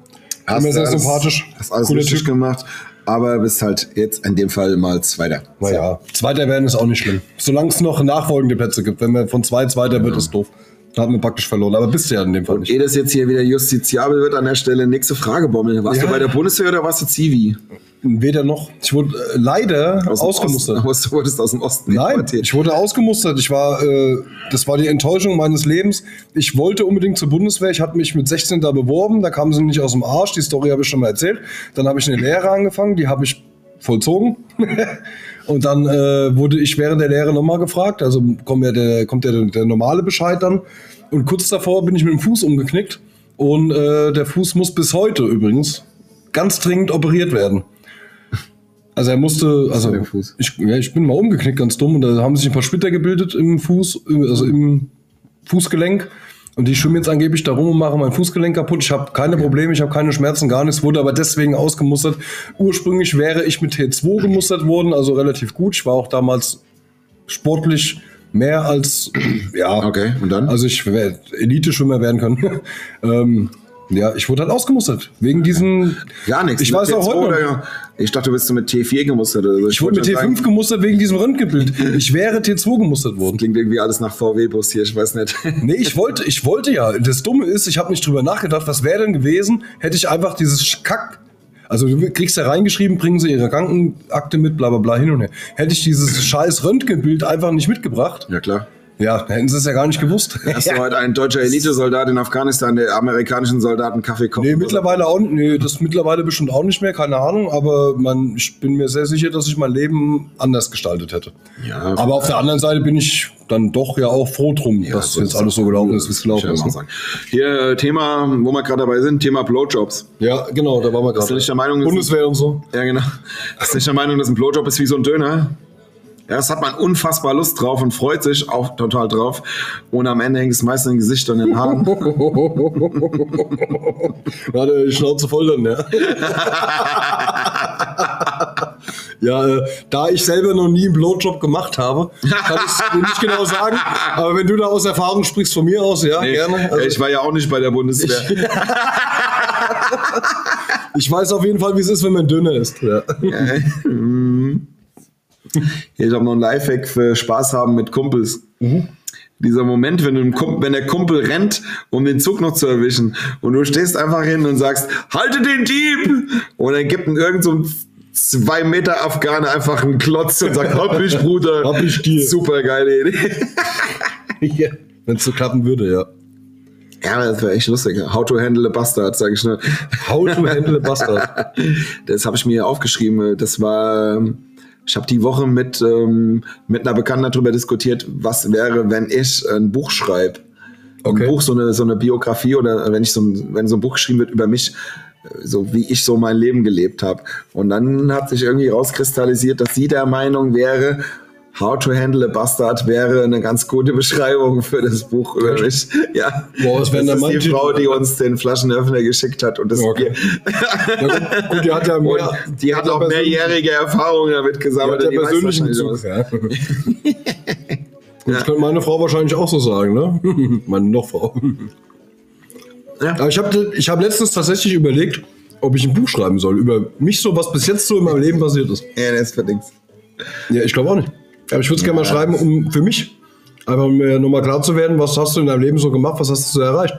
B: Immer sehr
A: alles-
B: sympathisch.
A: Hast alles
B: Cooler
A: richtig
B: Typ.
A: gemacht, aber bist halt jetzt in dem Fall mal Zweiter.
B: Naja, zweiter werden ist auch nicht schlimm. Solange es noch nachfolgende Plätze gibt. Wenn wir von zwei zweiter wird, ist doof. Da hat man praktisch verloren. Aber bist du ja in dem Fall nicht.
A: Ehe das jetzt hier wieder justiziabel wird an der Stelle, nächste Frage, Bommel. Warst
B: Ja.
A: du bei der Bundeswehr oder warst du Zivi?
B: Weder noch. Ich wurde äh, leider ausgemustert.
A: Aus dem Osten. Du wurdest aus dem Osten.
B: Nein,
A: deportiert.
B: ich wurde ausgemustert. Ich war, äh, das war die Enttäuschung meines Lebens. Ich wollte unbedingt zur Bundeswehr. Ich hatte mich mit 16 da beworben. Da kamen sie nicht aus dem Arsch. Die Story habe ich schon mal erzählt. Dann habe ich eine Lehre angefangen. Die habe ich vollzogen. Und dann äh, wurde ich während der Lehre nochmal gefragt. Also kommt ja, der, kommt ja der, der normale Bescheid dann. Und kurz davor bin ich mit dem Fuß umgeknickt. Und äh, der Fuß muss bis heute übrigens ganz dringend operiert werden. Also er musste, also
A: mit dem Fuß?
B: ich, ja, ich bin mal umgeknickt, ganz dumm, und da haben sich ein paar Splitter gebildet im Fuß, äh, also im Fußgelenk. Und die schwimmen jetzt angeblich da rum und machen mein Fußgelenk kaputt. Ich habe keine Probleme, ich habe keine Schmerzen, gar nichts, wurde aber deswegen ausgemustert. Ursprünglich wäre ich mit T2 gemustert worden, also relativ gut. Ich war auch damals sportlich mehr als, ja,
A: Okay, und dann?
B: also ich wäre Elite-Schwimmer werden können. ähm, ja, ich wurde halt ausgemustert. Wegen diesen.
A: Gar nichts.
B: Ich
A: Mit
B: weiß auch
A: T2
B: heute.
A: oder- Ich dachte, du bist so mit T4 gemustert oder so.
B: Ich wurde mit
A: wollte
B: T5
A: schon sagen,
B: gemustert wegen diesem Röntgenbild. Ich wäre T2 gemustert worden.
A: Klingt irgendwie alles nach VW-Bus hier, ich weiß nicht.
B: Nee, ich wollte, ich wollte ja. Das Dumme ist, ich habe nicht drüber nachgedacht, was wäre denn gewesen, hätte ich einfach dieses Kack. Also du kriegst ja reingeschrieben, bringen sie ihre Krankenakte mit, bla bla bla hin und her. Hätte ich dieses scheiß Röntgenbild einfach nicht mitgebracht,
A: Ja, klar.
B: ja, dann hätten sie es ja gar nicht gewusst.
A: Hast du heute ein deutscher Elitesoldat in Afghanistan, der amerikanischen Soldaten Kaffee kocht?
B: Nee, mittlerweile auch nicht. Nee, das mittlerweile bestimmt auch nicht mehr, keine Ahnung. Aber man, ich bin mir sehr sicher, dass ich mein Leben anders gestaltet hätte.
A: Ja.
B: aber auf der anderen Seite bin ich dann doch ja auch froh drum, dass
A: so
B: jetzt
A: ist
B: alles so gelaufen ist, wie es
A: Ich
B: gelaufen
A: würde mal
B: ist. ne?
A: sagen. Hier, äh, Thema, wo wir gerade dabei sind, Thema Blowjobs.
B: Ja, genau, da waren wir gerade.
A: du nicht der Meinung, dass-
B: Bundeswehr und so.
A: Ja, genau. Ist nicht der Meinung, dass ein Blowjob ist wie so ein Döner? Ja, das hat man unfassbar Lust drauf und freut sich auch total drauf. Und am Ende hängt es meist in den Gesicht und in den Haaren.
B: Warte, die Schnauze voll dann, ja. ja, äh, da ich selber noch nie einen Blowjob gemacht habe, kann ich dir nicht genau sagen. Aber wenn du da aus Erfahrung sprichst, von mir aus, ja,
A: Nee,
B: gerne. Also,
A: ich war ja auch nicht bei der Bundeswehr.
B: ich weiß auf jeden Fall, wie es ist, wenn man dünner ist. Ja.
A: Hier, ich habe noch ein Lifehack für Spaß haben mit Kumpels.
B: Mhm.
A: Dieser Moment, wenn, du einen Kump wenn der Kumpel rennt, um den Zug noch zu erwischen und du stehst einfach hin und sagst, halte den Dieb! Und dann gibt ein irgend so ein zwei Meter Afghane einfach einen Klotz und sagt, hab ich, Bruder.
B: Hab ich dir.
A: Super geile Idee.
B: Wenn es so klappen würde, ja.
D: Ja, aber das wäre echt lustig. How to handle a bastard, sage ich nur.
B: How to handle a bastard.
D: Das habe ich mir aufgeschrieben. Das war, ich habe die Woche mit, ähm, mit einer Bekannten darüber diskutiert, was wäre, wenn ich ein Buch schreibe.
B: Okay.
D: Ein Buch, so eine, so eine Biografie oder wenn, ich so ein, wenn so ein Buch geschrieben wird über mich, so wie ich so mein Leben gelebt habe. Und dann hat sich irgendwie rauskristallisiert, dass sie der Meinung wäre, How to Handle a Bastard wäre eine ganz gute Beschreibung für das Buch über mich. Ja.
B: Boah, was
D: das
B: wäre denn da
D: ist
B: mein
D: die
B: Titel?
D: Frau, die uns den Flaschenöffner geschickt hat und das
B: Okay. Na gut, gut, die hat ja
D: Bier.
B: mehr,
D: Und die hat auch mehrjährige Erfahrung damit
B: Die hat
D: gesammelt.
B: ja
D: und die weiß
B: persönlichen Bezug.
D: wahrscheinlich
B: Ja. Das könnte meine Frau wahrscheinlich auch so sagen, ne? meine Nochfrau.
D: was. Ja.
B: Aber ich habe ich hab letztens tatsächlich überlegt, ob ich ein Buch schreiben soll über mich so, was bis jetzt so in meinem Leben passiert ist.
D: Ja, das verdient.
B: Ja, ich glaube auch nicht. Aber ich würde es gerne mal
D: Ja.
B: schreiben, um für mich einfach um mir nochmal klar zu werden, was hast du in deinem Leben so gemacht, was hast du so erreicht.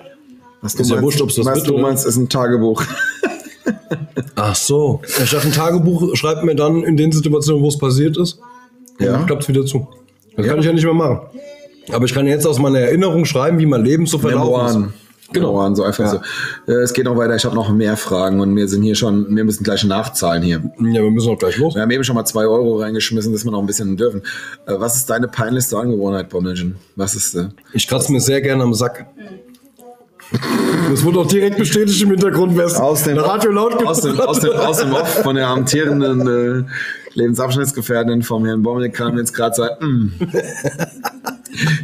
D: Was
B: Ist ja wurscht, ob's das
D: was
B: wird,
D: du
B: oder?
D: meinst, ist ein Tagebuch.
B: Ach so. Ich dachte, ein Tagebuch schreibt mir dann in den Situationen, wo es passiert ist,
D: Ja.
B: klappt es wieder zu. Das kann ich ja nicht mehr machen. Aber ich kann jetzt aus meiner Erinnerung schreiben, wie mein Leben so verlaufen ist.
D: Memoiren. Genau. Memoiren, so einfach
B: Ja.
D: so. Äh, es geht noch weiter. Ich habe noch mehr Fragen und wir sind hier schon, wir müssen gleich nachzahlen hier.
B: Ja, wir müssen auch gleich los.
D: Wir haben eben schon mal zwei Euro reingeschmissen, dass wir noch ein bisschen dürfen. Äh, was ist deine peinlichste Angewohnheit, Bommelchen? Was ist äh,
B: Ich kratze mir sehr gerne am Sack. Das wurde auch direkt bestätigt im Hintergrund, wer es Radio laut
D: aus dem,
B: gemacht
D: aus dem,
B: hat.
D: aus dem Off von der amtierenden äh, Lebensabschnittsgefährtin vom Herrn Bommel kam jetzt gerade sein. Mm.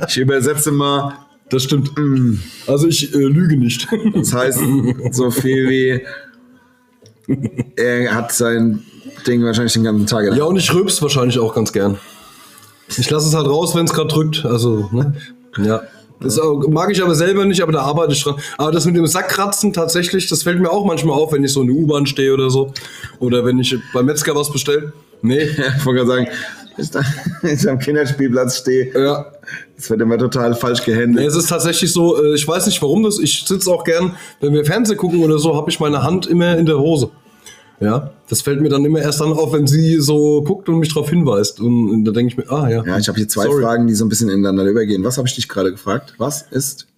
D: Ich übersetze mal
B: Das stimmt.
D: Mm.
B: Also ich äh, lüge nicht.
D: Das heißt, so viel wie er hat sein Ding wahrscheinlich den ganzen Tag
B: Ja,
D: gedacht.
B: und ich rülps wahrscheinlich auch ganz gern. Ich lasse es halt raus, wenn es gerade drückt. Also, ne? Ja. Das auch- mag ich aber selber nicht, aber da arbeite ich dran. Aber das mit dem Sackkratzen tatsächlich, das fällt mir auch manchmal auf, wenn ich so in der U-Bahn stehe oder so. Oder wenn ich beim Metzger was bestelle. Nee.
D: Ich wollte gerade sagen, ich da- ich am Kinderspielplatz stehe,
B: Ja.
D: es wird immer total falsch
B: Nee,
D: gehandelt.
B: es ist tatsächlich so, äh, ich weiß nicht warum das, ich sitze auch gern, wenn wir Fernsehen gucken oder so, habe ich meine Hand immer in der Hose. Ja, das fällt mir dann immer erst dann auf, wenn sie so guckt und mich darauf hinweist. Und, da denke ich mir, ah ja.
D: Ja, ich habe hier zwei
B: Sorry.
D: Fragen, die so ein bisschen ineinander übergehen. Was habe ich dich gerade gefragt? Was ist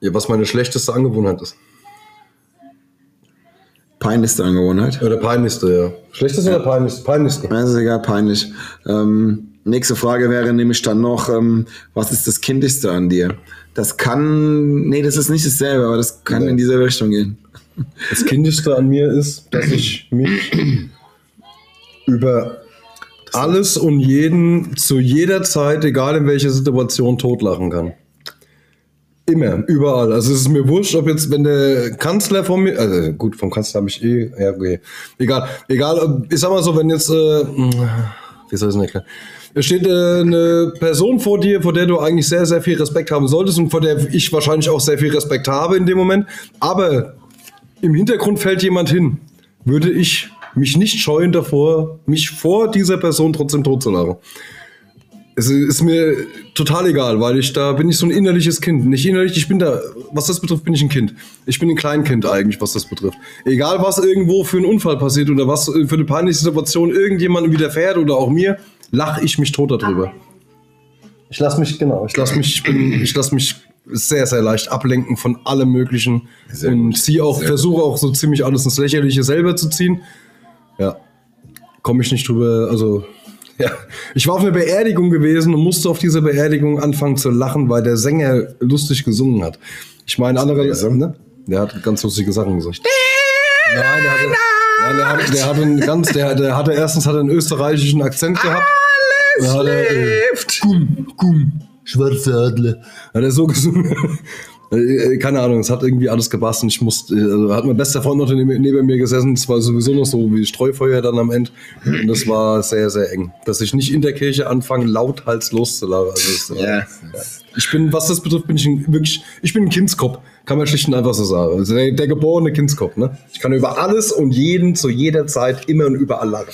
B: Ja, was meine schlechteste Angewohnheit ist.
D: peinlichste Angewohnheit?
B: Oder peinlichste, ja. Schlechteste oder peinlichste? Peinlichste.
D: Ja, ist egal, peinlich. Ähm, nächste Frage wäre nämlich dann noch, ähm, was ist das Kindischste an dir? Das kann, nee, das ist nicht dasselbe, aber das kann
B: Nee.
D: in diese Richtung gehen.
B: Das Kindischste an mir ist, dass ich mich über alles und jeden zu jeder Zeit, egal in welcher Situation, totlachen kann. Immer, überall. Also es ist mir wurscht, ob jetzt, wenn der Kanzler von mir, also gut, vom Kanzler habe ich eh, ja, okay. Egal, egal, ob- ich sag mal so, wenn jetzt, äh, wie soll ich es denn erklären? Es steht äh, eine Person vor dir, vor der du eigentlich sehr, sehr viel Respekt haben solltest und vor der ich wahrscheinlich auch sehr viel Respekt habe in dem Moment, aber im Hintergrund fällt jemand hin, würde ich mich nicht scheuen davor, mich vor dieser Person trotzdem tot zu lachen. Es ist mir total egal, weil ich da bin ich so ein innerliches Kind. Nicht innerlich, ich bin da, was das betrifft, bin ich ein Kind. Ich bin ein Kleinkind eigentlich, was das betrifft. Egal, was irgendwo für einen Unfall passiert oder was für eine peinliche Situation irgendjemandem widerfährt oder auch mir, lache ich mich tot darüber. Ich lasse mich, genau, ich lasse mich, ich, bin, ich lasse mich sehr, sehr leicht ablenken von allem Möglichen
D: Sehr
B: und
D: gut.
B: ziehe auch,
D: Sehr
B: versuche auch so ziemlich alles ins Lächerliche selber zu ziehen. Ja, komme ich nicht drüber, also ja. Ich war auf einer Beerdigung gewesen und musste auf dieser Beerdigung anfangen zu lachen, weil der Sänger lustig gesungen hat. Ich meine, andere, ne? Der hat ganz lustige Sachen gesungen. Nein, der hatte, nein, der hatte, der hatte einen ganz, der, der hatte erstens hat er einen österreichischen Akzent gehabt. Alles hat er, äh, Kum, kum, schwarze Adler. Hat er so gesungen. Äh, äh, Keine Ahnung, es hat irgendwie alles gepasst und ich musste, äh, also hat mein bester Freund noch neben, neben mir gesessen, es war sowieso noch so wie Streufeuer dann am Ende und das war sehr, sehr eng. Dass ich nicht in der Kirche anfange, lauthals loszulachen. Also es, äh, ich bin, was das betrifft, bin ich ein, wirklich, ich bin ein Kindskopf. Kann man schlicht und einfach so sagen. Also der, der geborene Kindskopf, ne? Ich kann über alles und jeden zu jeder Zeit immer und überall lachen.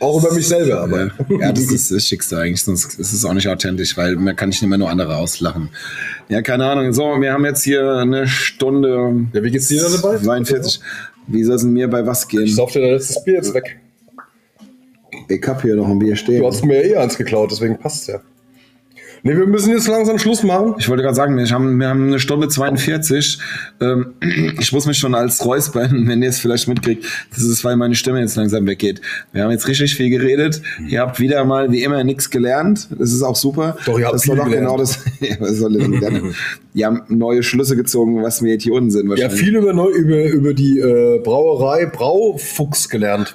B: Auch über mich selber, aber.
D: Ja, ja das ist das Schicksal eigentlich, sonst ist es auch nicht authentisch, weil man kann nicht immer nur andere auslachen. Ja, keine Ahnung. So, wir haben jetzt hier eine Stunde.
B: Ja, wie geht's dir da dabei?
D: 42. Wie soll es denn mir bei was gehen?
B: sauf dir dein letztes Bier jetzt weg.
D: Ich hab hier noch ein Bier stehen.
B: mir ja eh eins geklaut, deswegen passt's ja. Nee, wir müssen jetzt langsam Schluss machen.
A: Ich wollte gerade sagen, wir haben, wir haben eine Stunde 42. Ähm, ich muss mich schon als Räuspern, wenn ihr es vielleicht mitkriegt. Das ist, weil meine Stimme jetzt langsam weggeht. Wir haben jetzt richtig viel geredet. Ihr habt wieder mal, wie immer, nichts gelernt. Das ist auch super.
B: Doch, ihr habt
A: das
B: viel
A: soll auch
B: gelernt.
A: genau das. was soll ihr denn lernen? Ihr habt neue Schlüsse gezogen, was wir jetzt hier unten sind.
B: Ja,
A: wahrscheinlich.
B: viel über, neu, über, über die äh, Brauerei Braufuchs gelernt.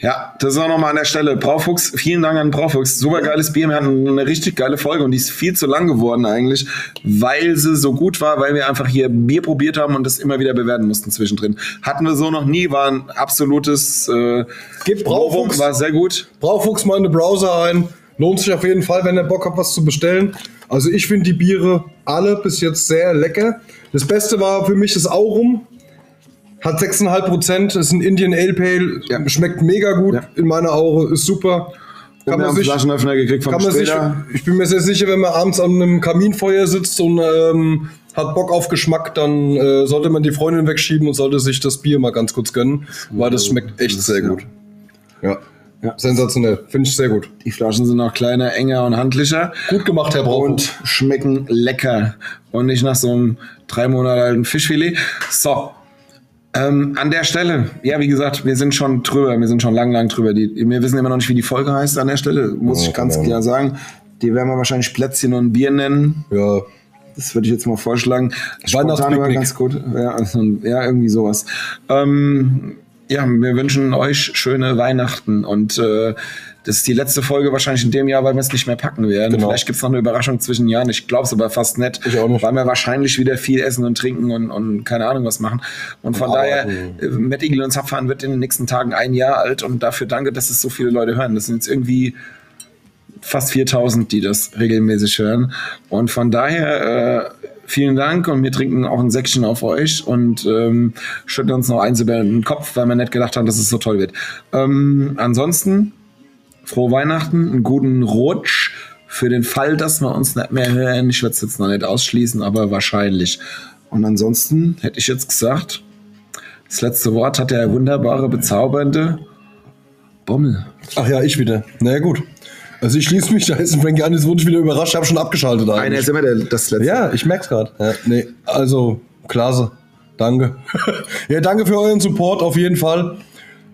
A: Ja, das ist auch nochmal an der Stelle. Braufuchs, vielen Dank an Braufuchs. Super geiles Bier. Wir hatten eine richtig geile Folge und die ist viel zu lang geworden eigentlich, weil sie so gut war, weil wir einfach hier Bier probiert haben und das immer wieder bewerten mussten zwischendrin. Hatten wir so noch nie, war ein absolutes äh,
B: Gebt Braufuchs.
A: war sehr gut.
B: Braufuchs mal in den Browser ein. Lohnt sich auf jeden Fall, wenn ihr Bock habt, was zu bestellen. Also ich finde die Biere alle bis jetzt sehr lecker. Das Beste war für mich das Aurum. Hat 6,5 Prozent, ist ein Indian Ale Pale,
A: Ja.
B: schmeckt mega gut
A: Ja.
B: in meiner Aure, ist super.
A: Und wir haben einen Flaschenöffner gekriegt vom
B: kann man sich,
A: Später.
B: ich bin mir sehr sicher, wenn man abends an einem Kaminfeuer sitzt und ähm, hat Bock auf Geschmack, dann äh, sollte man die Freundin wegschieben und sollte sich das Bier mal ganz kurz gönnen, weil das schmeckt echt sehr
A: ja.
B: gut. Ja.
A: Ja.
B: Sensationell. Finde ich sehr gut.
A: Die Flaschen sind auch kleiner, enger und handlicher.
B: Gut gemacht, Herr Braun.
A: und schmecken lecker und nicht nach so einem drei Monate alten Fischfilet. So, ähm, an der Stelle, ja, wie gesagt, wir sind schon drüber, wir sind schon lang, lang drüber. Die, wir wissen immer noch nicht, wie die Folge heißt an der Stelle, muss
B: Ja,
A: ich ganz
B: genau.
A: klar sagen. Die werden wir wahrscheinlich Plätzchen und Bier nennen.
B: ja.
A: Das würde ich jetzt mal vorschlagen. Spontan
B: Weihnachtspicknick.
A: war ganz gut. Ja, also, ja irgendwie sowas. Ähm, ja, wir wünschen euch schöne Weihnachten und äh, das ist die letzte Folge wahrscheinlich in dem Jahr, weil wir es nicht mehr packen werden.
B: Genau.
A: Vielleicht gibt es noch eine Überraschung zwischen Jahren. Ich glaube es aber fast nicht,
B: Ich auch nicht.
A: weil wir wahrscheinlich wieder viel essen und trinken und, und keine Ahnung was machen. Und von daher,
B: arbeiten.
A: äh, Matt Eagle und Zapfahren wird in den nächsten Tagen ein Jahr alt und dafür danke, dass es so viele Leute hören. Das sind jetzt irgendwie fast 4000, die das regelmäßig hören. Und von daher äh, vielen Dank und wir trinken auch ein Säckchen auf euch und ähm, schütten uns noch eins über den Kopf, weil wir nicht gedacht haben, dass es so toll wird. Ähm, ansonsten frohe Weihnachten, einen guten Rutsch für den Fall, dass wir uns nicht mehr hören. Ich würde es jetzt noch nicht ausschließen, aber wahrscheinlich. Und ansonsten hätte ich jetzt gesagt, das letzte Wort hat der wunderbare, bezaubernde Bommel.
B: Ach ja, ich wieder. Na ja, gut. Also ich schließe mich da jetzt Frankie an, jetzt wurde ich wieder überrascht, ich habe schon abgeschaltet
A: Einer
B: eigentlich.
A: ist immer der, das letzte.
B: Ja, ich merk's gerade. Ja, nee, also, klasse. Danke. ja, danke für euren Support auf jeden Fall.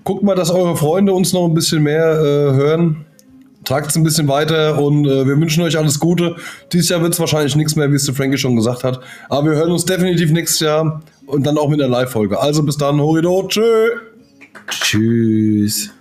B: Guckt mal, dass eure Freunde uns noch ein bisschen mehr äh, hören. Tragt's ein bisschen weiter und äh, wir wünschen euch alles Gute. Dieses Jahr wird's wahrscheinlich nichts mehr, wie es der Frankie schon gesagt hat. Aber wir hören uns definitiv nächstes Jahr und dann auch mit einer Live-Folge. Also bis dann, Horido, tschö!
A: Tschüss.